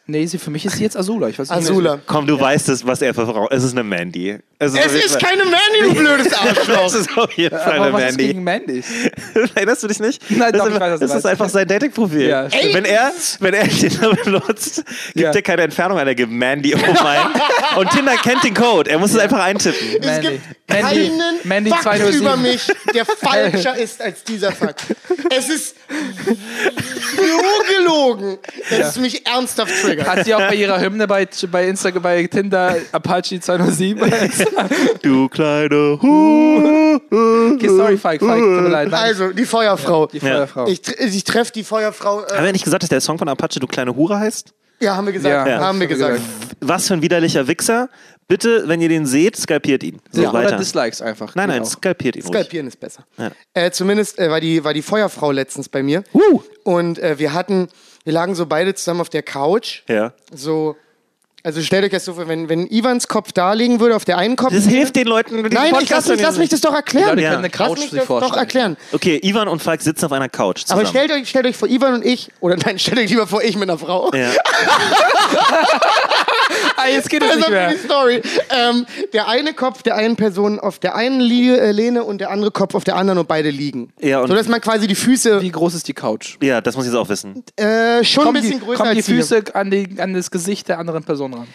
S5: Nee, sie, für mich ist sie jetzt Azula. Ich weiß nicht,
S4: Azula.
S3: Komm, du weißt es, was er für Frau. Es ist eine Mandy.
S4: Es
S3: auf jeden
S4: ist
S3: Fall-
S4: keine Mandy, du
S3: *laughs*
S4: blödes
S3: Es
S4: Arschloch.
S3: ist auf jeden Fall
S5: Äh, Aber
S3: eine
S5: was ist
S3: Mandy.
S5: gegen Mandys?
S3: *laughs* Erinnerst du dich nicht?
S5: Nein,
S3: das
S5: doch,
S3: ist,
S5: ich weiß, was
S3: das
S5: du
S3: ist
S5: meinst.
S3: einfach sein Dating-Profil.
S5: Ja, stimmt.
S3: wenn er, wenn er den Namen benutzt, gibt
S5: Ja.
S3: er keine Entfernung an, er gibt Mandy *laughs* um ein. Und Tinder kennt den Code. Er muss es einfach eintippen.
S4: Es
S5: Mandy.
S4: gibt
S5: Mandy.
S4: keinen
S5: Mandy
S4: Fakt
S5: 207.
S4: über mich,
S5: *laughs*
S4: der falscher ist als dieser Fakt. Es ist so gelogen, dass es mich ernsthaft triggert.
S5: Hat sie auch bei ihrer Hymne bei, bei Instagram, bei Tinder
S4: *laughs*
S5: Apache 207?
S3: Du kleine Hu.
S5: okay, sorry, Falk, Falk, tut mir leid. Nein,
S4: Also, die Feuerfrau.
S5: die Feuerfrau.
S4: Ich, tr- ich treffe die Feuerfrau. Äh,
S3: Haben wir nicht gesagt, dass der Song von Apache Du kleine Hure heißt?
S4: ja, haben wir gesagt.
S5: Ja,
S4: haben wir
S5: haben wir
S4: gesagt.
S3: Was für ein widerlicher Wichser. Bitte, wenn ihr den seht, skalpiert ihn. So
S5: Ja,
S3: weiter.
S5: oder Dislikes einfach. Genau.
S3: Nein,
S5: Geht
S3: nein,
S5: auch.
S3: skalpiert ihn. Ruhig.
S4: Skalpieren ist besser. Äh, zumindest äh, war, die, war die Feuerfrau letztens bei mir.
S3: Uh.
S4: Und äh, wir hatten, wir lagen so beide zusammen auf der Couch.
S3: Ja.
S4: So, also stellt euch das so vor, wenn, wenn Ivans Kopf da liegen würde, auf der einen Kopf.
S3: Das hilft den Leuten. diesen
S4: Nein, ich
S3: Podcast
S4: lass,
S3: zu
S4: mich, lass
S3: nehmen.
S4: mich das doch
S5: Die
S4: erklären.
S5: Leute
S3: Ja.
S5: können eine
S4: Lass
S5: Couch
S4: mich
S5: sich
S4: das doch
S5: vorstellen.
S4: erklären.
S3: Okay, Ivan und Falk sitzen auf einer Couch zusammen.
S4: Aber stellt euch, stellt euch vor, Ivan und ich, oder nein, stellt euch lieber vor, ich mit einer Frau.
S3: ja.
S5: Ah, jetzt geht
S4: *laughs*
S5: es
S4: Das ist
S5: nicht mehr.
S4: die Story. Ähm, der eine Kopf der einen Person auf der einen Lie äh, Lehne und der andere Kopf auf der anderen und beide liegen.
S3: Ja, und-
S4: so dass man quasi die Füße
S5: Wie groß ist die Couch?
S3: ja, das muss ich jetzt auch wissen.
S4: äh, schon ein
S5: Kommen
S4: bisschen
S5: die,
S4: größer
S5: kommen die
S4: als hier.
S5: Füße an, die, an das Gesicht der anderen Person ran?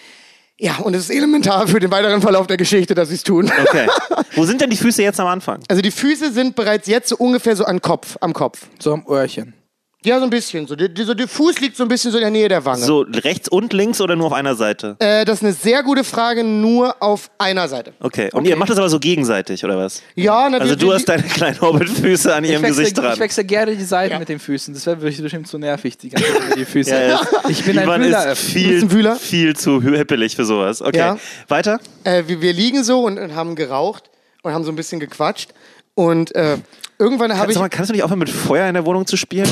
S4: Ja, und es ist elementar für den weiteren Verlauf der Geschichte, dass sie es tun.
S3: Okay. Wo sind denn die Füße jetzt am Anfang?
S4: *laughs* Also die Füße sind bereits jetzt so ungefähr so an Kopf, am Kopf.
S5: So am Öhrchen.
S4: Ja, so ein bisschen. So, die, die- so, der Fuß liegt so ein bisschen so in der Nähe der Wange.
S3: So, rechts und links oder nur auf einer Seite?
S4: Äh, das ist eine sehr gute Frage, nur auf einer Seite.
S3: Okay. Und ihr macht das aber so gegenseitig, oder was?
S4: Ja, na,
S3: Also
S4: wir-
S3: du
S4: wir-
S3: hast deine kleinen Hobbit-Füße an
S5: Ich
S3: ihrem
S5: wechsle,
S3: Gesicht dran.
S5: ich wechsle gerne die Seiten
S4: Ja.
S5: mit den Füßen. Das wäre bestimmt zu nervig, die ganze Zeit mit den Füßen.
S3: *laughs*
S4: *laughs*
S3: Ja, ja.
S5: Ich bin ein
S3: Äh, Ivan
S5: Wühler.
S3: ist
S4: Bist du ein
S3: viel,
S4: Wühler?
S3: viel zu hü- hippelig für sowas. Okay.
S4: Ja.
S3: Weiter?
S4: äh, wir, wir liegen so und, und haben geraucht und haben so ein bisschen gequatscht. Und äh, irgendwann habe
S3: Kannst,
S4: ich.
S3: sag mal, kannst du nicht aufhören, mit Feuer in der Wohnung zu
S4: *laughs*
S3: spielen?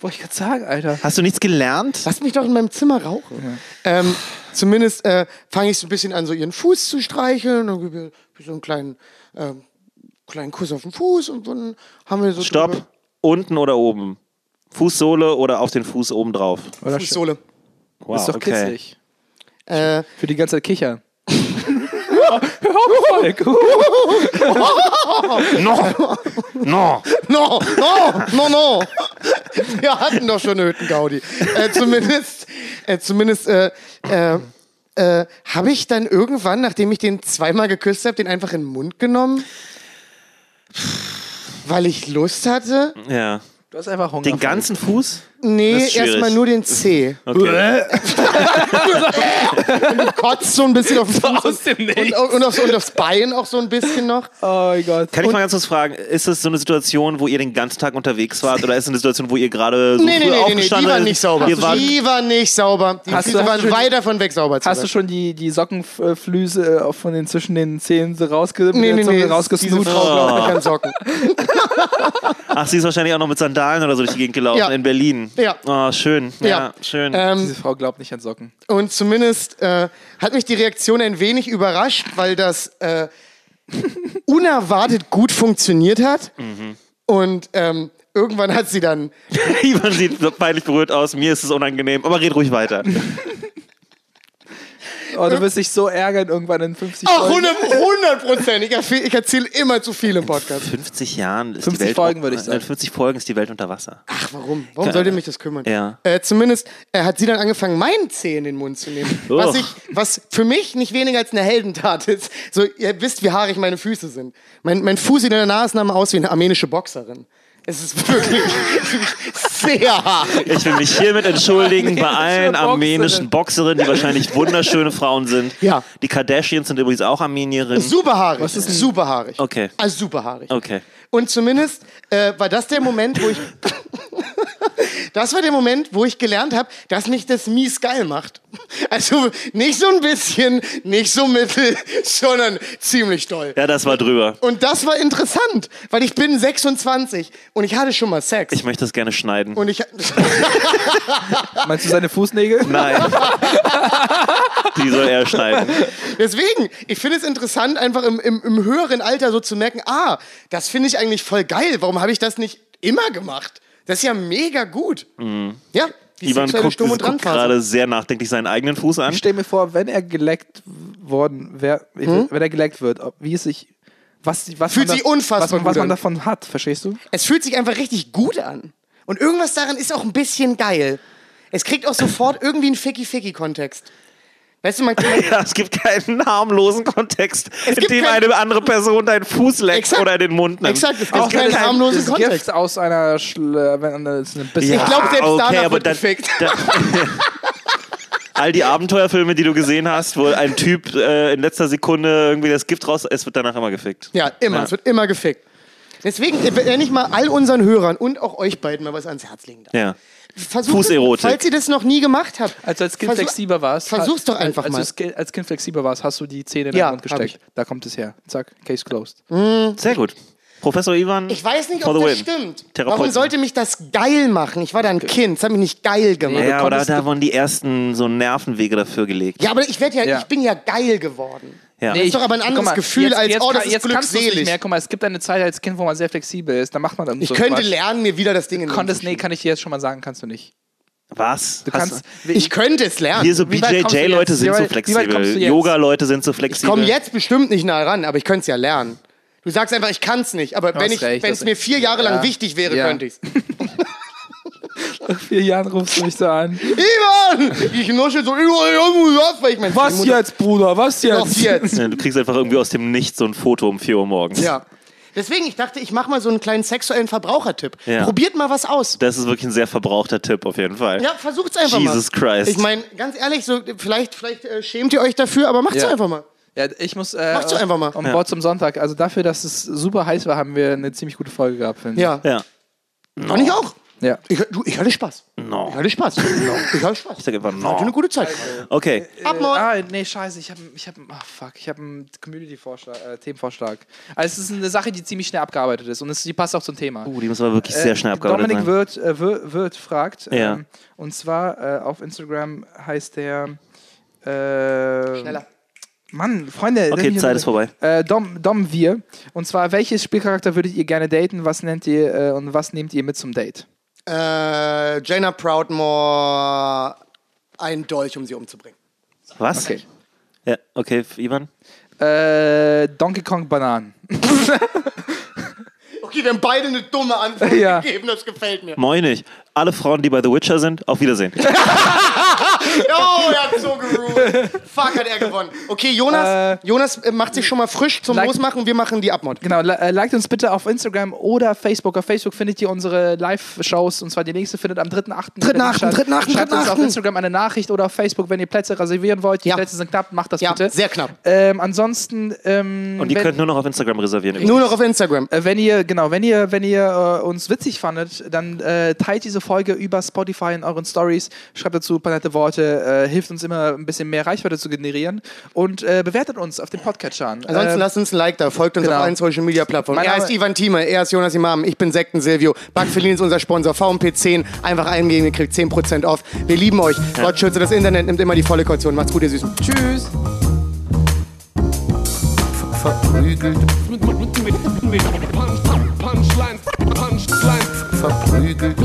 S5: Wollte ich gerade sagen, Alter.
S3: Hast du nichts gelernt?
S4: Lass mich doch in meinem Zimmer rauchen. Ähm, zumindest äh, fange ich so ein bisschen an, so ihren Fuß zu streicheln. Und dann gebe ihr so einen kleinen, ähm, kleinen Kuss auf den Fuß. Und dann haben wir so.
S3: Stopp.
S4: drüber-
S3: Unten oder oben? Fußsohle oder auf den Fuß oben drauf?
S5: Oder
S4: Fußsohle.
S5: ist doch
S3: okay.
S5: kitzlig.
S4: Äh,
S5: Für die ganze
S3: *laughs*
S5: Zeit kichern. Hör auf, Volk.
S3: No! No!
S4: no, no, no, no. *laughs* Wir hatten doch schon Nöten, Gaudi. Äh, zumindest äh, zumindest äh, äh, äh, habe ich dann irgendwann, nachdem ich den zweimal geküsst habe, den einfach in den Mund genommen. Weil ich Lust hatte?
S3: Ja.
S5: Du hast einfach Hunger.
S3: Den
S5: Volk.
S3: ganzen Fuß? Das
S4: Nee,
S3: ist schwierig.
S4: erstmal nur den C.
S3: Okay.
S4: Kotzt so ein bisschen auf den Fuß
S5: Aus dem
S4: und,
S5: Nichts.
S4: und, aufs, und aufs Bein auch so ein bisschen noch.
S5: Oh mein Gott.
S3: Kann ich mal ganz kurz fragen, ist es so eine Situation, wo ihr den ganzen Tag unterwegs
S4: *laughs*
S3: wart oder ist es eine Situation, wo ihr gerade so
S4: Nee, nee,
S3: früh
S4: nee, nee, nee, die
S3: aufgestanden
S4: waren nicht sauber.
S3: Ihr wart,
S4: Die waren nicht sauber. Die
S5: Hast
S4: Füße
S5: du- hast du
S4: waren
S5: schon-
S4: weit davon weg, sauber zu
S5: Hast
S4: sein.
S5: du schon die, die Sockenflüse äh, von den zwischen den Zähnen so rausge mit
S4: Nee,
S5: der
S4: nee,
S5: Zunge
S4: nee. Diese
S5: rausgesnoozt?
S4: Frau glaubt mir
S5: Oh.
S4: keinen Socken.
S3: ach, sie ist wahrscheinlich auch noch mit Sandalen oder so durch die Gegend gelaufen
S4: Ja.
S3: in Berlin.
S4: Ja.
S3: Oh, schön. Ja,
S4: Ja.
S3: schön. *laughs*
S4: Ähm,
S5: Diese Frau glaubt nicht an Socken.
S4: und zumindest äh, hat mich die Reaktion ein wenig überrascht, weil das äh, unerwartet gut funktioniert hat.
S3: Mhm.
S4: Und ähm, irgendwann hat sie dann
S3: Ivan sieht so peinlich berührt aus, mir ist es unangenehm, aber red ruhig weiter.
S5: Oh, du wirst dich so ärgern irgendwann in 50
S4: Ach,
S5: Folgen.
S4: 100 Ah, Prozent. Ich, erf- ich erzähle immer zu viel im Podcast.
S3: 50 Jahren ist
S5: 50
S3: die Welt
S5: Folgen, würde ich
S3: äh,
S5: sagen.
S3: 50 Folgen ist die Welt unter Wasser.
S4: Ach, warum? Warum sollte mich das kümmern?
S3: Ja.
S4: Äh, zumindest äh, hat sie dann angefangen, meinen Zeh in den Mund zu nehmen. Was,
S3: Uch.
S4: ich, was für mich nicht weniger als eine Heldentat ist. So, ihr wisst, wie haarig meine Füße sind. Mein, mein Fuß sieht in der Nasenahme aus wie eine armenische Boxerin. Es ist wirklich *laughs* sehr haarig.
S3: Ich will mich hiermit
S4: *laughs*
S3: entschuldigen bei allen
S5: Boxerin.
S3: armenischen Boxerinnen, die wahrscheinlich wunderschöne Frauen sind.
S4: Ja.
S3: Die Kardashians sind übrigens auch Armenierinnen.
S4: Super haarig.
S5: ist denn-
S4: super haarig.
S3: Okay.
S4: Also super haarig.
S3: Okay.
S4: Und zumindest äh, war das der Moment, wo
S3: *laughs*
S4: ich. das war der Moment, wo ich gelernt habe, dass mich das mies geil macht. Also nicht so ein bisschen, nicht so mittel, sondern ziemlich doll.
S3: Ja, das war drüber.
S4: Und das war interessant, weil ich bin 26 und ich hatte schon mal Sex.
S3: Ich möchte das gerne schneiden.
S4: und ich.
S5: Meinst du seine Fußnägel?
S3: Nein. die soll er schneiden.
S4: *laughs* Deswegen, ich finde es interessant, einfach im, im, im höheren Alter so zu merken, ah, das finde ich eigentlich voll geil. Warum habe ich das nicht immer gemacht? Das ist ja mega gut. Ja, die
S3: Mhm. Ivan
S4: sexuelle
S3: guckt,
S4: Sturm- und
S3: guckt
S4: Drangphase.
S3: gerade sehr nachdenklich seinen eigenen Fuß an.
S5: Ich stelle mir vor, wenn er geleckt worden wär, ich- wenn er geleckt wird, ob, wie es sich. Was, was
S4: Hm? Fühlt
S5: man
S4: sich unfassbar
S5: was, man- was
S4: gut
S5: man
S4: an.
S5: davon hat, verstehst du?
S4: Es fühlt sich einfach richtig gut an. Und irgendwas daran ist auch ein bisschen geil. Es kriegt auch sofort irgendwie einen Ficky-Ficky-Kontext. Weißt du, man kann.
S3: *laughs* Ja, es gibt keinen harmlosen Kontext, in
S4: gibt
S3: dem
S4: kein-
S3: eine andere Person deinen Fuß leckt
S4: Exakt.
S3: oder in den Mund nimmt.
S4: Exakt, es
S3: Auch
S4: gibt keinen
S3: kein-
S4: harmlosen
S5: Das Gift
S4: Kontext.
S5: aus einer Schle wenn das ist eine bisschen
S4: Ich glaub, selbst danach wird
S3: dann-
S4: gefickt.
S3: *laughs* da- all die Abenteuerfilme, die du gesehen hast, wo ein Typ äh, in letzter Sekunde irgendwie das Gift raus, es wird danach immer gefickt.
S4: Ja, immer. Es wird immer gefickt. Deswegen, äh, wenn ich mal all unseren Hörern und auch euch beiden mal was ans Herz legen darf.
S3: Ja.
S4: Versucht,
S3: Fußerotik.
S4: Falls ihr das noch nie gemacht habt.
S5: Als du als Kind
S4: Versuch-
S5: flexibler warst.
S4: versuch's doch
S5: als-
S4: einfach
S5: als,
S4: mal.
S5: Als, du als Kind flexibler warst, hast du die Zähne in
S4: Ja,
S5: den Mund
S4: hab
S5: gesteckt. Da kommt es her. Zack, Case closed.
S3: Sehr gut. Professor Ivan.
S4: Ich weiß nicht,
S3: for
S4: ob
S3: the
S4: das
S3: win.
S4: stimmt.
S3: Therapeuten.
S4: Warum sollte mich das geil machen? Ich war da ein Kind. Es hat mich nicht geil gemacht.
S3: ja,
S5: Du
S3: oder
S5: konntest-
S3: da wurden die ersten so Nervenwege dafür gelegt.
S4: Ja, aber ich werd ja,
S5: Ja.
S4: ich bin ja geil geworden.
S3: Ja.
S4: ist doch aber ein
S5: guck
S4: anderes Gefühl als, oh,
S5: kann-
S4: das ist
S5: jetzt kannst du's
S4: glückselig.
S5: nicht mehr. Guck mal, es gibt eine Zeit als Kind, wo man sehr flexibel ist. Da macht man dann
S4: Ich
S5: so
S4: könnte
S5: Quatsch.
S4: lernen, mir wieder das Ding in den
S5: Konntest,
S4: Mund
S5: nee, kann ich dir jetzt schon mal sagen, kannst du nicht.
S3: Was?
S5: Du
S3: Hast-
S5: kannst.
S4: zu schieben. Ich könnte es lernen.
S3: Hier so
S5: Wie weit kommst du
S3: BJJ-Leute
S5: jetzt?
S3: sind
S5: Wie
S3: so
S5: weit- wie weit kommst
S3: flexibel.
S5: du jetzt?
S3: Yoga-Leute sind so
S4: ich
S3: flexibel.
S4: komme jetzt bestimmt nicht nah ran, aber ich könnte es ja lernen. Du sagst einfach, ich kann es nicht, aber wenn
S5: hast
S4: ich,
S5: recht,
S4: wenn es
S5: das-
S4: mir vier Jahre lang
S5: Ja.
S4: wichtig wäre,
S5: Ja.
S4: könnte ich's.
S5: Nach vier Jahren rufst du mich so an.
S4: Ivan! Ich nuschel so überall irgendwo ab, weil ich mein
S5: Was jetzt, Bruder? Was jetzt?
S4: Was jetzt?
S3: Ja, Du kriegst einfach irgendwie aus dem Nichts so ein Foto um 4 Uhr morgens.
S4: Ja. Deswegen, ich dachte, ich mache mal so einen kleinen sexuellen Verbrauchertipp.
S3: Ja.
S4: Probiert mal was aus.
S3: Das ist wirklich ein sehr verbrauchter Tipp auf jeden Fall.
S4: Ja, versucht's einfach mal.
S3: Jesus Christ.
S4: Ich meine, ganz ehrlich, so, vielleicht, vielleicht äh, schämt ihr euch dafür, aber macht's
S5: Ja.
S4: einfach mal.
S5: Ja, ich muss. Äh,
S4: Mach's doch einfach mal.
S5: Um
S4: Ja.
S5: Bord zum Sonntag. Also dafür, dass es super heiß war, haben wir eine ziemlich gute Folge gehabt, finde ich.
S4: Ja.
S3: Ja.
S4: Fand ich auch.
S5: Ja.
S4: Ich, du, ich hatte Spaß.
S3: No.
S4: Ich hatte Spaß. Ich hatte Spaß. Ich
S3: sag einfach, no.
S4: Hatte eine gute Zeit.
S3: Okay.
S4: Ab morgen.
S5: Ah, nee, scheiße, ich habe ich hab, ah, fuck, ich habe einen Community-Vorschlag, äh, Themenvorschlag. Also es ist eine Sache, die ziemlich schnell abgearbeitet ist und es, die passt auch zum Thema.
S3: Uh, die muss aber wirklich sehr schnell abgearbeitet
S5: äh, Dominik
S3: sein.
S5: Wirth, äh, Wirth, Wirth fragt,
S3: Ja.
S5: ähm, und zwar äh, auf Instagram heißt der äh,
S4: Schneller.
S5: Mann, Freunde.
S3: Okay,
S5: nenn mich-
S3: Zeit ist vorbei.
S5: Äh, Dom, Dom, wir. Und zwar, welches Spielcharakter würdet ihr gerne daten? Was nennt ihr äh, und was nehmt ihr mit zum Date?
S4: Äh, Jaina Proudmore, ein Dolch, um sie umzubringen.
S3: Was?
S5: Okay.
S3: Ja, okay, Ivan?
S5: Äh, Donkey Kong Bananen.
S4: Okay, wir haben beide eine dumme *laughs* Antwort
S5: Ja.
S4: gegeben, das gefällt mir.
S3: Moinig. Alle Frauen, die bei The Witcher sind, auf Wiedersehen.
S4: Oh, er hat so geruht. Fuck, hat er gewonnen. Okay, Jonas, Jonas äh, macht sich schon mal frisch zum
S5: like-
S4: Losmachen. Wir machen die Abmod.
S5: Genau, li- äh, liked uns bitte auf Instagram oder Facebook. Auf Facebook findet ihr unsere Live-Shows und zwar die nächste findet am 3.8.
S4: 3.8.,
S5: statt.
S4: 3.8.,
S5: Schreibt uns auf
S4: 3.8..
S5: Instagram eine Nachricht oder auf Facebook, wenn ihr Plätze reservieren wollt. Die
S4: Ja.
S5: Plätze sind knapp, macht das
S4: Ja,
S5: bitte.
S4: sehr knapp.
S5: Ähm, ansonsten, ähm,
S3: Und ihr
S5: wenn-
S3: könnt nur noch auf Instagram reservieren. übrigens.
S4: Nur noch auf Instagram.
S5: Äh, wenn ihr, genau, wenn ihr, wenn ihr äh, uns witzig fandet, dann äh, teilt diese Folge über Spotify in euren Stories, schreibt dazu ein paar nette Worte, äh, hilft uns immer ein bisschen mehr Reichweite zu generieren und äh, bewertet uns auf den Podcatchern.
S4: Ansonsten
S5: äh,
S4: lasst uns ein Like da, folgt uns
S5: genau.
S4: auf allen Social Media Plattformen.
S5: Mein
S4: Er
S5: Name-
S4: heißt Ivan Thieme, er ist Jonas Imam, ich bin Sekten Silvio. Backfelin ist unser Sponsor, VMP10. Einfach eingehen, ihr kriegt 10% off. Wir lieben euch. Gott schütze das Internet, nimmt immer die volle Kaution. Macht's gut, ihr Süßen.
S5: tschüss.
S2: verprügelt,
S1: mit, mit, mit, mit Punch, Punchlines, Punchlines,
S2: verprügelt,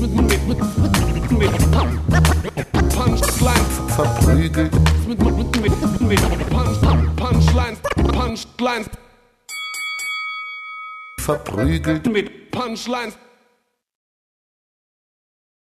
S1: mit, mit, mit, mit, mit Punch, Punchlines,
S2: verprügelt.
S1: mit, mit, mit, mit, mit Punch, Punchlines, Punchlines,
S2: verprügelt.
S1: mit Punchlines.